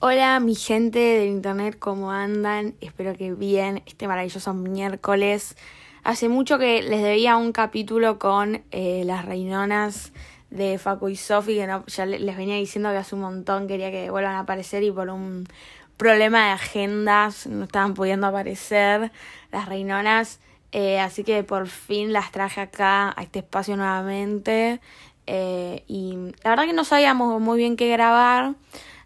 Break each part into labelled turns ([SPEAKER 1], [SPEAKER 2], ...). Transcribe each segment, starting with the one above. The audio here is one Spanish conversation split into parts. [SPEAKER 1] Hola mi gente del internet, ¿cómo andan? Espero que bien este maravilloso miércoles. Hace mucho que les debía un capítulo con eh, las reinonas de Facu y Sofi, que no- ya le- les venía diciendo que hace un montón quería que vuelvan a aparecer y por un problema de agendas no estaban pudiendo aparecer las reinonas. Eh, así que por fin las traje acá a este espacio nuevamente. Eh, y la verdad que no sabíamos muy bien qué grabar.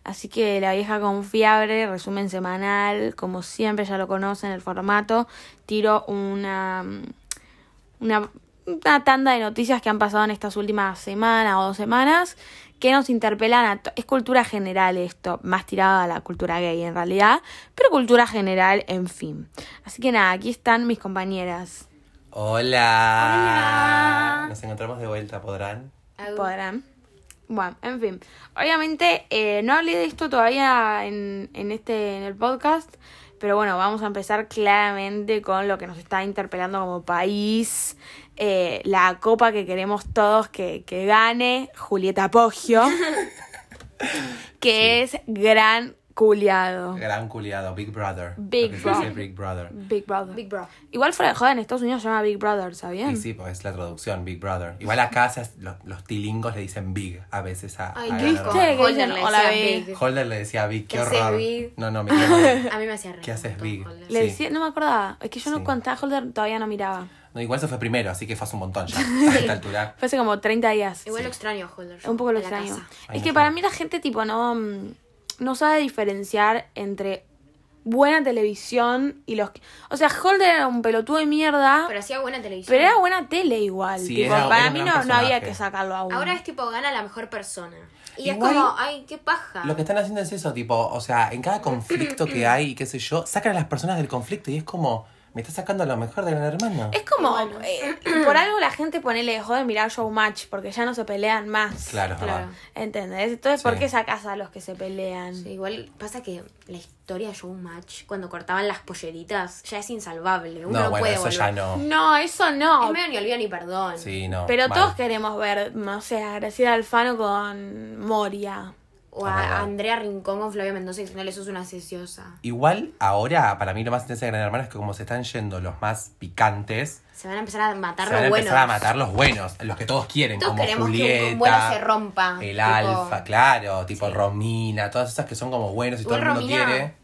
[SPEAKER 1] Así que la vieja confiable, resumen semanal, como siempre ya lo conocen el formato, tiro una, una, una tanda de noticias que han pasado en estas últimas semanas o dos semanas que nos interpelan a... to- Es cultura general esto, más tirada a la cultura gay en realidad, pero cultura general, en fin. Así que nada, aquí están mis compañeras.
[SPEAKER 2] Hola.
[SPEAKER 1] Hola.
[SPEAKER 2] Nos encontramos de vuelta, ¿podrán?
[SPEAKER 1] Podrán. Bueno, en fin. Obviamente eh, no hablé de esto todavía en, en este en el podcast, pero bueno, vamos a empezar claramente con lo que nos está interpelando como país, eh, la copa que queremos todos que, que gane Julieta Poggio, que es gran culiado.
[SPEAKER 2] Gran culiado, Big Brother.
[SPEAKER 1] Big
[SPEAKER 2] Lo que se dice
[SPEAKER 1] Brother.
[SPEAKER 2] Big Brother.
[SPEAKER 1] Big Brother.
[SPEAKER 3] Big Bro.
[SPEAKER 1] Igual fuera de joda, en Estados Unidos se llama Big Brother, ¿sabían?
[SPEAKER 2] Y sí, pues es la traducción, Big Brother. Igual acá se hace- los, los tilingos le dicen Big a veces a.
[SPEAKER 3] Ay,
[SPEAKER 2] a
[SPEAKER 3] qué
[SPEAKER 2] Ganador.
[SPEAKER 3] asco.
[SPEAKER 1] ¿Viste? Que
[SPEAKER 3] Holder
[SPEAKER 1] dicen,
[SPEAKER 3] le
[SPEAKER 1] hola,
[SPEAKER 3] decía
[SPEAKER 1] Big.
[SPEAKER 3] Big.
[SPEAKER 2] Holder le decía Big, qué
[SPEAKER 3] ¿Qué haces,
[SPEAKER 2] horror.
[SPEAKER 3] Big?
[SPEAKER 2] No, no, me quiero-
[SPEAKER 3] A mí me hacía reír.
[SPEAKER 2] ¿Qué haces,
[SPEAKER 3] un
[SPEAKER 2] Big?
[SPEAKER 3] montón,
[SPEAKER 1] Le
[SPEAKER 2] Sí.
[SPEAKER 1] decía, no me acordaba, es que yo no
[SPEAKER 2] Sí.
[SPEAKER 1] cuántas Holder todavía no miraba.
[SPEAKER 2] no, igual se fue primero, así que fue hace un montón ya. A esta altura.
[SPEAKER 1] Fue hace como 30 días.
[SPEAKER 3] Igual lo extraño, Holder. yo,
[SPEAKER 1] Un poco lo
[SPEAKER 3] a la
[SPEAKER 1] extraño.
[SPEAKER 3] casa.
[SPEAKER 2] Ay,
[SPEAKER 1] Es
[SPEAKER 2] no
[SPEAKER 1] que
[SPEAKER 2] sé.
[SPEAKER 1] para mí la gente tipo no, mm, no sabe diferenciar entre buena televisión y los... que- O sea, Holder era un pelotudo de mierda,
[SPEAKER 3] Pero
[SPEAKER 1] pero,
[SPEAKER 3] hacía buena televisión.
[SPEAKER 1] era buena tele igual.
[SPEAKER 2] Sí,
[SPEAKER 1] tipo,
[SPEAKER 2] era un
[SPEAKER 1] para
[SPEAKER 2] gran
[SPEAKER 1] mí no, no había
[SPEAKER 2] personaje.
[SPEAKER 1] que sacarlo aún.
[SPEAKER 3] Ahora es tipo gana la mejor persona. Y
[SPEAKER 2] Igual-
[SPEAKER 3] es como, ay, qué paja.
[SPEAKER 2] Lo que están haciendo es eso, tipo, o sea, en cada conflicto que hay, y qué sé yo, sacan a las personas del conflicto y es como, me está sacando lo mejor de gran hermano.
[SPEAKER 1] Es como, eh, por algo la gente ponele dejó de mirar Showmatch, porque ya no se pelean más.
[SPEAKER 2] Claro, es
[SPEAKER 3] claro.
[SPEAKER 2] verdad.
[SPEAKER 1] ¿Entendés? Entonces, ¿por
[SPEAKER 2] Sí.
[SPEAKER 1] qué sacas a los que se pelean?
[SPEAKER 3] Sí, igual pasa que la historia de Showmatch, cuando cortaban las polleritas, ya es insalvable. Uno no,
[SPEAKER 2] No, bueno,
[SPEAKER 3] puede
[SPEAKER 2] eso
[SPEAKER 3] volver.
[SPEAKER 2] ya no.
[SPEAKER 1] No, eso no.
[SPEAKER 3] Es medio ni olvido ni perdón.
[SPEAKER 2] Sí, no.
[SPEAKER 1] Pero
[SPEAKER 2] mal.
[SPEAKER 1] todos queremos ver, no sé, a Graciela Alfano con Moria.
[SPEAKER 3] O
[SPEAKER 2] Es verdad.
[SPEAKER 3] a Andrea Rincón con Flavia Mendoza diciéndole sos una sesiosa.
[SPEAKER 2] Igual ahora, para mí lo más intenso de Gran Hermano es que como se están yendo los más picantes,
[SPEAKER 3] Se van a empezar a matar
[SPEAKER 2] se van a
[SPEAKER 3] los buenos.
[SPEAKER 2] empezar a matar los buenos, los que todos quieren,
[SPEAKER 3] Todos
[SPEAKER 2] como
[SPEAKER 3] queremos que un-
[SPEAKER 2] Julieta,
[SPEAKER 3] un bueno se rompa,
[SPEAKER 2] el
[SPEAKER 3] tipo-
[SPEAKER 2] Alfa, claro, tipo Romina, todas esas que son como buenos y todo
[SPEAKER 3] Igual
[SPEAKER 2] el mundo
[SPEAKER 3] Romina-
[SPEAKER 2] quiere.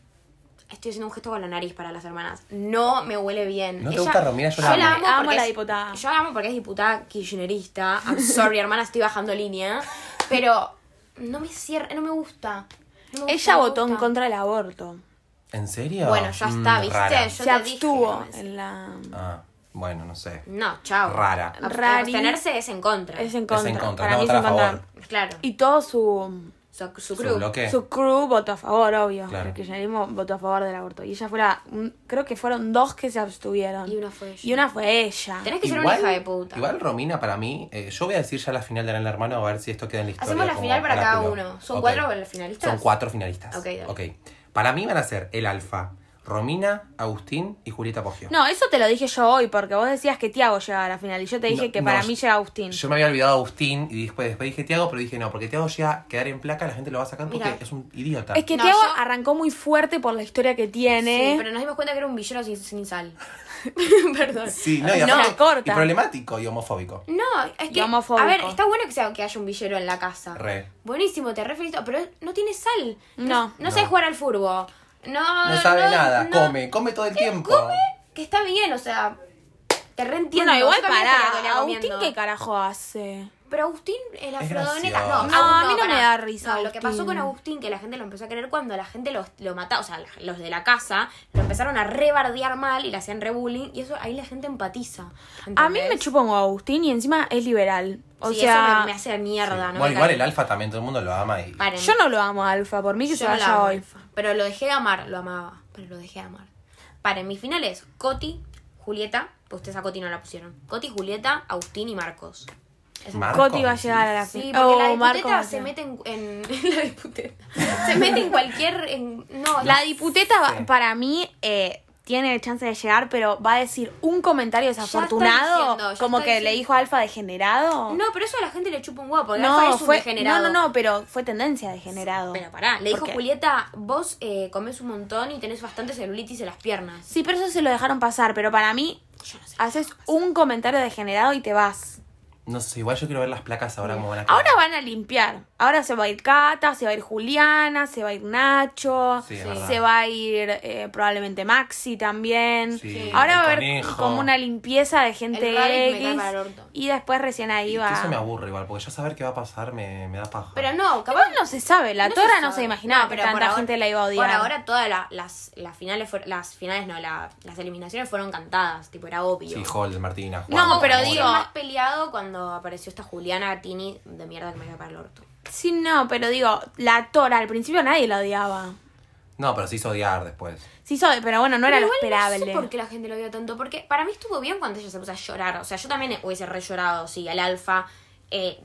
[SPEAKER 3] Estoy haciendo un gesto con la nariz para las hermanas. No me huele bien.
[SPEAKER 2] ¿No te gusta Romina? Yo la amo.
[SPEAKER 1] Amo
[SPEAKER 3] porque
[SPEAKER 1] la
[SPEAKER 3] es-
[SPEAKER 1] diputada.
[SPEAKER 3] Yo la amo porque es diputada kirchnerista. I'm sorry, hermana, estoy bajando línea. Pero no me cierra, no me gusta. No me gusta,
[SPEAKER 1] Ella
[SPEAKER 3] no me
[SPEAKER 1] votó en
[SPEAKER 3] gusta.
[SPEAKER 1] contra del aborto.
[SPEAKER 2] ¿En serio?
[SPEAKER 3] Bueno, ya está,
[SPEAKER 2] Mm,
[SPEAKER 3] ¿viste?
[SPEAKER 2] rara.
[SPEAKER 3] Yo
[SPEAKER 1] se
[SPEAKER 3] te dije que
[SPEAKER 1] abstuvo
[SPEAKER 3] no me-
[SPEAKER 1] en la...
[SPEAKER 2] Ah, bueno, no sé.
[SPEAKER 3] No, chao.
[SPEAKER 2] Rara.
[SPEAKER 3] Ab-
[SPEAKER 1] Rari.
[SPEAKER 3] Abstenerse es en contra.
[SPEAKER 1] Es en contra.
[SPEAKER 2] Es en contra,
[SPEAKER 1] Para
[SPEAKER 2] no
[SPEAKER 1] mí es
[SPEAKER 2] votar
[SPEAKER 1] en
[SPEAKER 2] a
[SPEAKER 1] contra.
[SPEAKER 2] favor.
[SPEAKER 3] Claro.
[SPEAKER 1] Y todo su,
[SPEAKER 3] su, su
[SPEAKER 2] ¿Su
[SPEAKER 3] crew.
[SPEAKER 2] bloque?
[SPEAKER 1] su crew votó a favor, obvio.
[SPEAKER 2] Claro.
[SPEAKER 1] El kirchnerismo votó a favor del aborto. Y ella fue la... un- creo que fueron dos que se abstuvieron.
[SPEAKER 3] Y una fue ella.
[SPEAKER 1] Y una fue ella.
[SPEAKER 3] Tenés que ser una hija de puta.
[SPEAKER 2] igual Romina para mí, eh, yo voy a decir ya la final de Gran Hermano a ver si esto queda en la historia.
[SPEAKER 3] Hacemos la
[SPEAKER 2] como
[SPEAKER 3] final para cada
[SPEAKER 2] oráculo.
[SPEAKER 3] uno. ¿Son
[SPEAKER 2] Ok.
[SPEAKER 3] cuatro los finalistas?
[SPEAKER 2] Son cuatro finalistas.
[SPEAKER 3] Ok, dale.
[SPEAKER 2] ok. Para mí van a ser el Alfa, Romina, Agustín y Julieta Poggio.
[SPEAKER 1] No, eso te lo dije yo hoy, porque vos decías que Tiago llegaba a la final. Y yo te dije
[SPEAKER 2] No,
[SPEAKER 1] que
[SPEAKER 2] no,
[SPEAKER 1] para
[SPEAKER 2] yo-
[SPEAKER 1] mí llega Agustín.
[SPEAKER 2] Yo me había olvidado de Agustín y después, después dije Tiago, pero dije no, porque Tiago llega a quedar en placa, la gente lo va a sacar porque
[SPEAKER 3] Mira.
[SPEAKER 2] es un idiota.
[SPEAKER 1] Es que
[SPEAKER 3] No,
[SPEAKER 1] Tiago
[SPEAKER 3] yo-
[SPEAKER 1] arrancó muy fuerte por la historia que tiene.
[SPEAKER 3] Sí, pero nos dimos cuenta que era un villero sin, sin sal. Perdón.
[SPEAKER 2] Sí, no, y,
[SPEAKER 1] No,
[SPEAKER 2] aparte-
[SPEAKER 1] la corta.
[SPEAKER 2] y problemático y homofóbico.
[SPEAKER 3] No, es
[SPEAKER 1] Y
[SPEAKER 3] que.
[SPEAKER 1] homofóbico.
[SPEAKER 3] A ver, está bueno que, sea, que haya un villero en la casa.
[SPEAKER 2] Re.
[SPEAKER 3] Buenísimo, te re felicito, pero no tiene sal.
[SPEAKER 1] No.
[SPEAKER 3] No, sabe
[SPEAKER 2] No.
[SPEAKER 3] jugar al furbo. No,
[SPEAKER 2] No sabe nada,
[SPEAKER 3] no. Eh,
[SPEAKER 2] come, come todo el tiempo.
[SPEAKER 3] Que está bien, o sea. Te reentiendo.
[SPEAKER 1] Bueno, igual
[SPEAKER 3] Yo también estaría todo el
[SPEAKER 1] pará.
[SPEAKER 3] día
[SPEAKER 1] Agustín,
[SPEAKER 3] comiendo.
[SPEAKER 1] ¿qué carajo hace?
[SPEAKER 3] Pero Agustín, el afrodoneta.
[SPEAKER 2] gracioso.
[SPEAKER 3] No,
[SPEAKER 2] No,
[SPEAKER 3] Agustín,
[SPEAKER 1] a mí no
[SPEAKER 3] pará.
[SPEAKER 1] me da risa
[SPEAKER 3] No, lo que
[SPEAKER 1] Agustín.
[SPEAKER 3] pasó con Agustín, que la gente lo empezó a querer cuando la gente los- lo mataba, o sea, la- los de la casa, lo empezaron a rebardear mal y le hacían rebullying, y eso ahí la gente empatiza.
[SPEAKER 1] A mí me
[SPEAKER 3] ¿entendés?
[SPEAKER 1] chupa un Agustín y encima es liberal. O
[SPEAKER 3] Sí, eso
[SPEAKER 1] sea,
[SPEAKER 3] me, me hace mierda, ¿no?
[SPEAKER 2] bueno,
[SPEAKER 3] Me
[SPEAKER 2] igual
[SPEAKER 3] cae.
[SPEAKER 2] el Alfa también, todo el mundo lo ama y.
[SPEAKER 3] Paren.
[SPEAKER 1] yo no lo amo a Alfa, por mí que
[SPEAKER 3] Yo
[SPEAKER 1] se
[SPEAKER 3] no la
[SPEAKER 1] vaya
[SPEAKER 3] amo,
[SPEAKER 1] hoy.
[SPEAKER 3] Alfa. Pero lo dejé de amar, lo amaba, pero lo dejé de amar. Paren, mis finales, Coti, Julieta, pues ustedes a Coti no la pusieron. Coti, Julieta, Agustín y Marcos. Esa-
[SPEAKER 2] Marcos.
[SPEAKER 1] Coti va a llegar a la
[SPEAKER 3] Sí,
[SPEAKER 1] fin-
[SPEAKER 3] porque
[SPEAKER 1] Oh,
[SPEAKER 3] la
[SPEAKER 1] Marco va
[SPEAKER 3] diputeta
[SPEAKER 1] a
[SPEAKER 3] se
[SPEAKER 1] llegar.
[SPEAKER 3] mete en, en- la diputeta. Se mete en cualquier en- no,
[SPEAKER 1] La diputeta va-
[SPEAKER 2] Sí.
[SPEAKER 1] para mí eh, tiene chance de llegar, pero va a decir un comentario
[SPEAKER 3] está
[SPEAKER 1] desafortunado,
[SPEAKER 3] diciendo, ya
[SPEAKER 1] como que
[SPEAKER 3] está
[SPEAKER 1] le
[SPEAKER 3] diciendo.
[SPEAKER 1] dijo Alfa degenerado.
[SPEAKER 3] No, pero eso a la gente le chupa un guapo.
[SPEAKER 1] No,
[SPEAKER 3] Alfa es un
[SPEAKER 1] fue,
[SPEAKER 3] degenerado.
[SPEAKER 1] no, no, no, pero fue tendencia degenerado.
[SPEAKER 3] Pero pará, le dijo
[SPEAKER 1] Porque-
[SPEAKER 3] Julieta, vos eh, comes un montón y tenés bastante celulitis en las piernas.
[SPEAKER 1] Sí, pero eso se lo dejaron pasar, pero para mí,
[SPEAKER 3] Yo no sé.
[SPEAKER 1] haces un comentario degenerado y te vas.
[SPEAKER 2] No sé, igual yo quiero ver las placas ahora como van a quedar.
[SPEAKER 1] Ahora van a limpiar. Ahora se va a ir Cata, se va a ir Juliana, se va a ir Nacho,
[SPEAKER 2] Sí, es verdad.
[SPEAKER 1] se va a ir eh, probablemente Maxi también.
[SPEAKER 2] Sí,
[SPEAKER 1] Ahora
[SPEAKER 2] el
[SPEAKER 1] va a haber
[SPEAKER 2] conejo.
[SPEAKER 1] como una limpieza de gente
[SPEAKER 3] El Rabbit me cae
[SPEAKER 1] X,
[SPEAKER 3] para el orto.
[SPEAKER 1] y después recién ahí
[SPEAKER 2] Y
[SPEAKER 1] va.
[SPEAKER 2] que eso me aburre igual, porque ya saber qué va a pasar me, me da paja.
[SPEAKER 3] Pero no, capaz.
[SPEAKER 1] Igual no se sabe, la Tora no se imaginaba
[SPEAKER 3] No,
[SPEAKER 1] que tanta gente la iba a odiar.
[SPEAKER 3] Por ahora todas la- las, las finales fueron- las finales no, la- las eliminaciones fueron cantadas, tipo era obvio.
[SPEAKER 2] Sí, Hall, Martina, Juan.
[SPEAKER 1] No,
[SPEAKER 3] Como
[SPEAKER 1] pero
[SPEAKER 3] que
[SPEAKER 1] digo-
[SPEAKER 3] fue más peleado cuando apareció esta Juliana Gatini de mierda que me cae para el orto.
[SPEAKER 1] Sí, no, pero digo, la Tora al principio nadie la odiaba.
[SPEAKER 2] No, pero se hizo odiar después.
[SPEAKER 1] Sí, soy, pero bueno, no era lo
[SPEAKER 3] Pero igual
[SPEAKER 1] esperable.
[SPEAKER 3] No sé por qué la gente lo vio tanto, porque para mí estuvo bien cuando ella se puso a llorar. O sea, yo también hubiese re llorado, sí, al alfa. eh,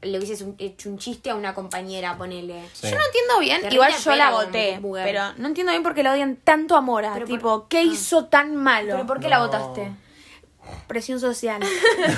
[SPEAKER 3] le hubiese un- hecho un chiste a una compañera, ponele.
[SPEAKER 2] Sí.
[SPEAKER 1] Yo no entiendo bien,
[SPEAKER 3] Te
[SPEAKER 1] igual
[SPEAKER 3] ríe
[SPEAKER 1] yo
[SPEAKER 3] al
[SPEAKER 1] la
[SPEAKER 3] pelo,
[SPEAKER 1] voté,
[SPEAKER 3] mujer.
[SPEAKER 1] pero no entiendo bien por qué la odian tanto a Mora.
[SPEAKER 3] Pero por-
[SPEAKER 1] tipo, ¿qué hizo tan malo?
[SPEAKER 3] ¿Pero por qué la
[SPEAKER 2] No.
[SPEAKER 3] votaste?
[SPEAKER 1] Presión social.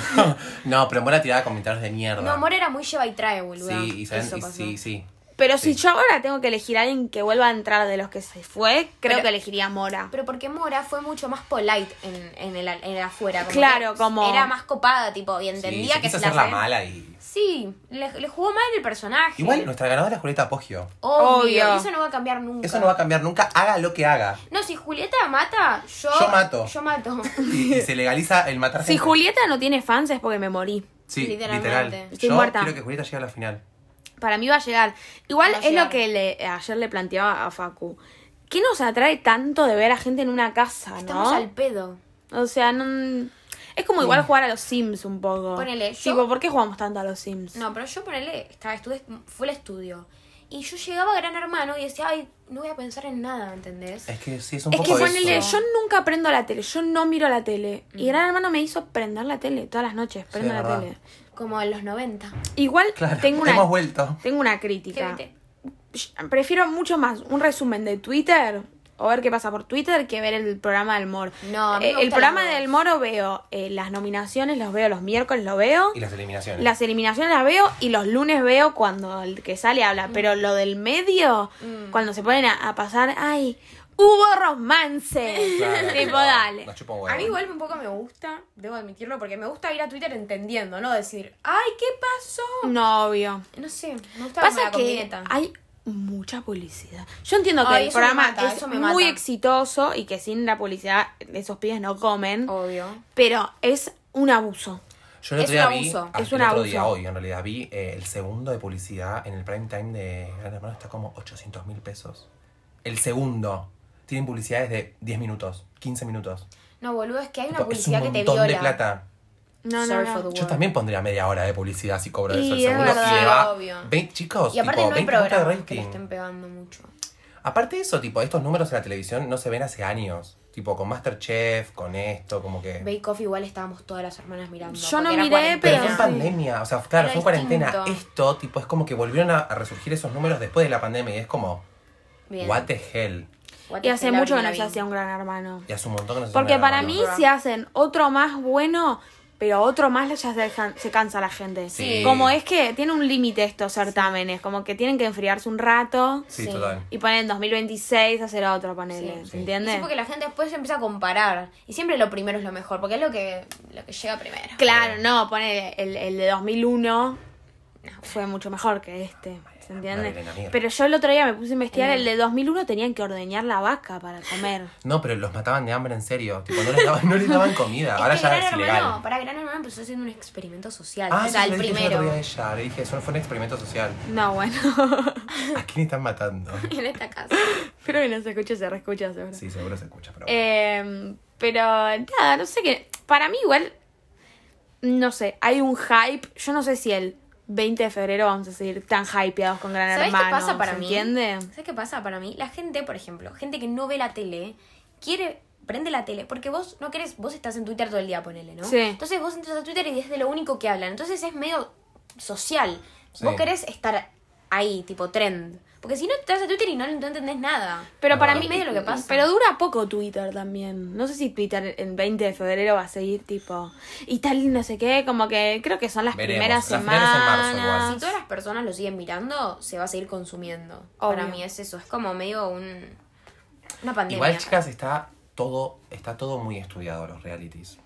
[SPEAKER 2] No, pero Mora tiraba comentarios de mierda.
[SPEAKER 3] No, Mora era muy lleva y trae, boludo.
[SPEAKER 2] Sí, y saben- y sí, sí.
[SPEAKER 1] Pero si
[SPEAKER 2] Sí.
[SPEAKER 1] yo ahora tengo que elegir a alguien que vuelva a entrar de los que se fue, creo
[SPEAKER 3] Pero-
[SPEAKER 1] que elegiría a Mora.
[SPEAKER 3] Pero porque Mora fue mucho más polite en, en, el, en el afuera. Como
[SPEAKER 1] Claro,
[SPEAKER 3] que
[SPEAKER 1] como-
[SPEAKER 3] Era más copada, tipo, y entendía
[SPEAKER 2] sí, se
[SPEAKER 3] que
[SPEAKER 2] quiso
[SPEAKER 3] se la
[SPEAKER 2] hacer la
[SPEAKER 3] sabe-
[SPEAKER 2] mala y...
[SPEAKER 3] Sí, le, le jugó mal el personaje.
[SPEAKER 2] Igual nuestra ganadora es Julieta Poggio.
[SPEAKER 3] Obvio.
[SPEAKER 1] Obvio.
[SPEAKER 3] y Eso no va a cambiar nunca.
[SPEAKER 2] Eso no va a cambiar nunca, haga lo que haga.
[SPEAKER 3] No, si Julieta mata, yo.
[SPEAKER 2] Yo mato.
[SPEAKER 3] Yo mato.
[SPEAKER 2] Y, y se legaliza el matar
[SPEAKER 1] si
[SPEAKER 2] gente.
[SPEAKER 1] Julieta no tiene fans es porque me morí.
[SPEAKER 2] Sí,
[SPEAKER 3] Literalmente.
[SPEAKER 2] literal.
[SPEAKER 1] Estoy
[SPEAKER 2] Yo
[SPEAKER 1] muerta.
[SPEAKER 2] quiero que Julieta llegue a la final.
[SPEAKER 1] Para mí va a llegar. Igual
[SPEAKER 3] Va a
[SPEAKER 1] es
[SPEAKER 3] llegar.
[SPEAKER 1] lo que le- ayer le planteaba a Facu. ¿Qué nos atrae tanto de ver a gente en una casa,
[SPEAKER 3] Estamos
[SPEAKER 1] no?
[SPEAKER 3] al pedo.
[SPEAKER 1] O sea, no... Es como igual jugar a los Sims un poco.
[SPEAKER 3] Ponele, yo-
[SPEAKER 1] Tipo, ¿por qué jugamos tanto a los Sims?
[SPEAKER 3] No, pero yo ponele, estaba estuve, fue al estudio. Y yo llegaba a Gran Hermano y decía, ay, no voy a pensar en nada, ¿entendés?
[SPEAKER 2] Es que sí, es un
[SPEAKER 1] Es que
[SPEAKER 2] poco
[SPEAKER 1] ponele,
[SPEAKER 2] eso.
[SPEAKER 1] yo nunca prendo la tele, yo no miro la tele. Y Gran Hermano me hizo prender la tele todas las noches, prendo la
[SPEAKER 2] verdad.
[SPEAKER 1] tele.
[SPEAKER 3] Como en los 90.
[SPEAKER 1] Igual
[SPEAKER 2] Claro,
[SPEAKER 1] tengo una
[SPEAKER 2] hemos vuelto.
[SPEAKER 1] tengo una
[SPEAKER 3] ¿Qué
[SPEAKER 1] crítica.
[SPEAKER 3] viste?
[SPEAKER 1] Yo Prefiero mucho más un resumen de Twitter o ver qué pasa por Twitter que ver el programa del Moro.
[SPEAKER 3] No, a mí me
[SPEAKER 1] Eh, el
[SPEAKER 3] gustan
[SPEAKER 1] programa
[SPEAKER 3] los dos.
[SPEAKER 1] del Moro veo eh, las nominaciones, los veo los miércoles, lo veo.
[SPEAKER 2] Y las eliminaciones.
[SPEAKER 1] Las eliminaciones las veo y los lunes veo cuando el que sale
[SPEAKER 3] Mm.
[SPEAKER 1] habla. Pero lo del medio, cuando se ponen a, a pasar, ¡ay! ¡Hubo romance!
[SPEAKER 2] Claro,
[SPEAKER 1] tipo,
[SPEAKER 2] no,
[SPEAKER 1] dale.
[SPEAKER 2] nos chupa un huevo.
[SPEAKER 3] A mí igual un poco me gusta, debo admitirlo, porque me gusta ir a Twitter entendiendo, ¿no? Decir, ay, ¿qué pasó?
[SPEAKER 1] No, obvio.
[SPEAKER 3] No sé, me gusta
[SPEAKER 1] Pasa
[SPEAKER 3] como la
[SPEAKER 1] que
[SPEAKER 3] comideta.
[SPEAKER 1] hay mucha publicidad. Yo entiendo que
[SPEAKER 3] Ay,
[SPEAKER 1] el
[SPEAKER 3] eso me
[SPEAKER 1] programa
[SPEAKER 3] mata,
[SPEAKER 1] es
[SPEAKER 3] eso me
[SPEAKER 1] muy
[SPEAKER 3] mata.
[SPEAKER 1] exitoso y que sin la publicidad esos pibes no comen,
[SPEAKER 3] Obvio.
[SPEAKER 1] pero es un abuso.
[SPEAKER 2] Yo el otro
[SPEAKER 3] Es
[SPEAKER 2] día
[SPEAKER 3] un
[SPEAKER 2] vi,
[SPEAKER 3] abuso,
[SPEAKER 2] ah,
[SPEAKER 1] es
[SPEAKER 2] el
[SPEAKER 1] un
[SPEAKER 2] otro día,
[SPEAKER 1] abuso.
[SPEAKER 2] hoy en realidad, vi eh, el segundo de publicidad en el prime time de Gran Hermano está como 800 mil pesos. El segundo. Tienen publicidades de 10 minutos, 15 minutos.
[SPEAKER 3] No, boludo, es que hay una
[SPEAKER 2] Tipo, es un
[SPEAKER 3] publicidad que te
[SPEAKER 2] montón
[SPEAKER 3] viola.
[SPEAKER 2] de plata.
[SPEAKER 1] No, no,
[SPEAKER 3] Sorry
[SPEAKER 1] no.
[SPEAKER 3] for the
[SPEAKER 2] Yo
[SPEAKER 3] word.
[SPEAKER 2] también pondría media hora de publicidad si cobro
[SPEAKER 1] Y
[SPEAKER 2] eso el
[SPEAKER 1] es
[SPEAKER 2] segundo.
[SPEAKER 1] verdad,
[SPEAKER 2] y le va.
[SPEAKER 3] obvio.
[SPEAKER 2] ve- chicos,
[SPEAKER 3] Y aparte
[SPEAKER 2] tipo,
[SPEAKER 3] no hay
[SPEAKER 2] 20 puntos de
[SPEAKER 3] programas que le
[SPEAKER 2] rating.
[SPEAKER 3] estén pegando mucho.
[SPEAKER 2] Aparte de eso, tipo, estos números en la televisión no se ven hace años. Tipo, con Masterchef, con esto, como que.
[SPEAKER 3] Bake Off igual estábamos todas las hermanas mirando.
[SPEAKER 1] Yo no
[SPEAKER 3] porque era
[SPEAKER 1] miré,
[SPEAKER 2] Pero
[SPEAKER 3] cuarentena.
[SPEAKER 2] fue en
[SPEAKER 1] sí.
[SPEAKER 2] pandemia, o sea, claro,
[SPEAKER 3] Era
[SPEAKER 2] fue en cuarentena.
[SPEAKER 3] distinto.
[SPEAKER 2] Esto, tipo, es como que volvieron a, a resurgir esos números después de la pandemia y es como,
[SPEAKER 3] Bien.
[SPEAKER 2] what the hell.
[SPEAKER 3] What
[SPEAKER 1] Y
[SPEAKER 3] the
[SPEAKER 1] hace
[SPEAKER 3] hell,
[SPEAKER 1] mucho que
[SPEAKER 3] Avril
[SPEAKER 1] no se
[SPEAKER 3] Lavigne.
[SPEAKER 1] hacía un gran hermano.
[SPEAKER 2] Y hace un montón que no se
[SPEAKER 1] Porque
[SPEAKER 2] suena
[SPEAKER 1] para
[SPEAKER 2] la
[SPEAKER 1] mí
[SPEAKER 2] radio.
[SPEAKER 3] Bruh.
[SPEAKER 1] si hacen otro más bueno, pero otro más ya se, dejan- se cansa la gente.
[SPEAKER 2] Sí.
[SPEAKER 1] Como es que tiene un límite estos certámenes, como que tienen que enfriarse un rato
[SPEAKER 2] Sí,
[SPEAKER 3] Sí.
[SPEAKER 2] total.
[SPEAKER 1] y ponen en 2026 hacer otro, ponele,
[SPEAKER 3] Sí.
[SPEAKER 1] ¿se
[SPEAKER 3] Y sí,
[SPEAKER 1] entiende?
[SPEAKER 3] porque la gente después empieza a comparar. Y siempre lo primero es lo mejor, porque es lo que, lo que llega primero.
[SPEAKER 1] Claro, no, pone el, el de 2001 fue mucho mejor que este, ¿se entiende?
[SPEAKER 2] Madre de la mierda.
[SPEAKER 1] Pero yo el otro día me puse a investigar, el de 2001 tenían que ordeñar la vaca para comer.
[SPEAKER 2] No, pero los mataban de hambre en serio. Tipo, no les daban, no les daban comida. Ahora
[SPEAKER 3] es que
[SPEAKER 2] ya
[SPEAKER 3] Gran
[SPEAKER 2] es
[SPEAKER 3] Hermano,
[SPEAKER 2] ilegal.
[SPEAKER 3] para Gran Hermano empezó haciendo un experimento social.
[SPEAKER 2] Ah,
[SPEAKER 3] o sea,
[SPEAKER 2] eso se
[SPEAKER 3] el
[SPEAKER 2] lo dije yo otro
[SPEAKER 3] primero.
[SPEAKER 2] día a ella. Le dije, eso fue un experimento social.
[SPEAKER 1] No, bueno.
[SPEAKER 2] ¿A quién están matando?
[SPEAKER 3] En esta casa.
[SPEAKER 1] Espero que no se escuche, se reescucha seguro.
[SPEAKER 2] Sí, seguro se escucha, pero bueno.
[SPEAKER 1] Eh, pero nada, no sé qué. Para mí igual, no sé, hay un hype. Yo no sé si el 20 de febrero vamos a seguir tan hypeados con Gran
[SPEAKER 3] ¿Sabes
[SPEAKER 1] Hermano.
[SPEAKER 3] qué pasa para
[SPEAKER 1] ¿se
[SPEAKER 3] mí?
[SPEAKER 1] entiende?
[SPEAKER 3] ¿Sabes qué pasa para mí? La gente, por ejemplo, gente que no ve la tele, quiere prende la tele porque vos no querés, vos estás en Twitter todo el día, ponele, ¿no?
[SPEAKER 1] Sí.
[SPEAKER 3] Entonces vos entras a Twitter y es de lo único que hablan. Entonces es medio social.
[SPEAKER 2] Sí.
[SPEAKER 3] Vos querés estar ahí, tipo trend. Porque si no te vas a Twitter y no, no entendés nada.
[SPEAKER 1] Pero para
[SPEAKER 2] Ah.
[SPEAKER 1] mí,
[SPEAKER 3] Medio lo que pasa.
[SPEAKER 1] Pero dura poco Twitter también. No sé si Twitter en 20 de febrero va a seguir tipo. Y tal, no sé qué. Como que creo que son las
[SPEAKER 2] Veremos.
[SPEAKER 1] primeras
[SPEAKER 2] Las
[SPEAKER 1] semanas.
[SPEAKER 2] finales en marzo igual.
[SPEAKER 3] Si todas las personas lo siguen mirando, se va a seguir consumiendo.
[SPEAKER 1] Obvio.
[SPEAKER 3] Para mí es eso, es como medio un, una pandemia.
[SPEAKER 2] Igual, chicas, está todo, está todo muy estudiado, los realities.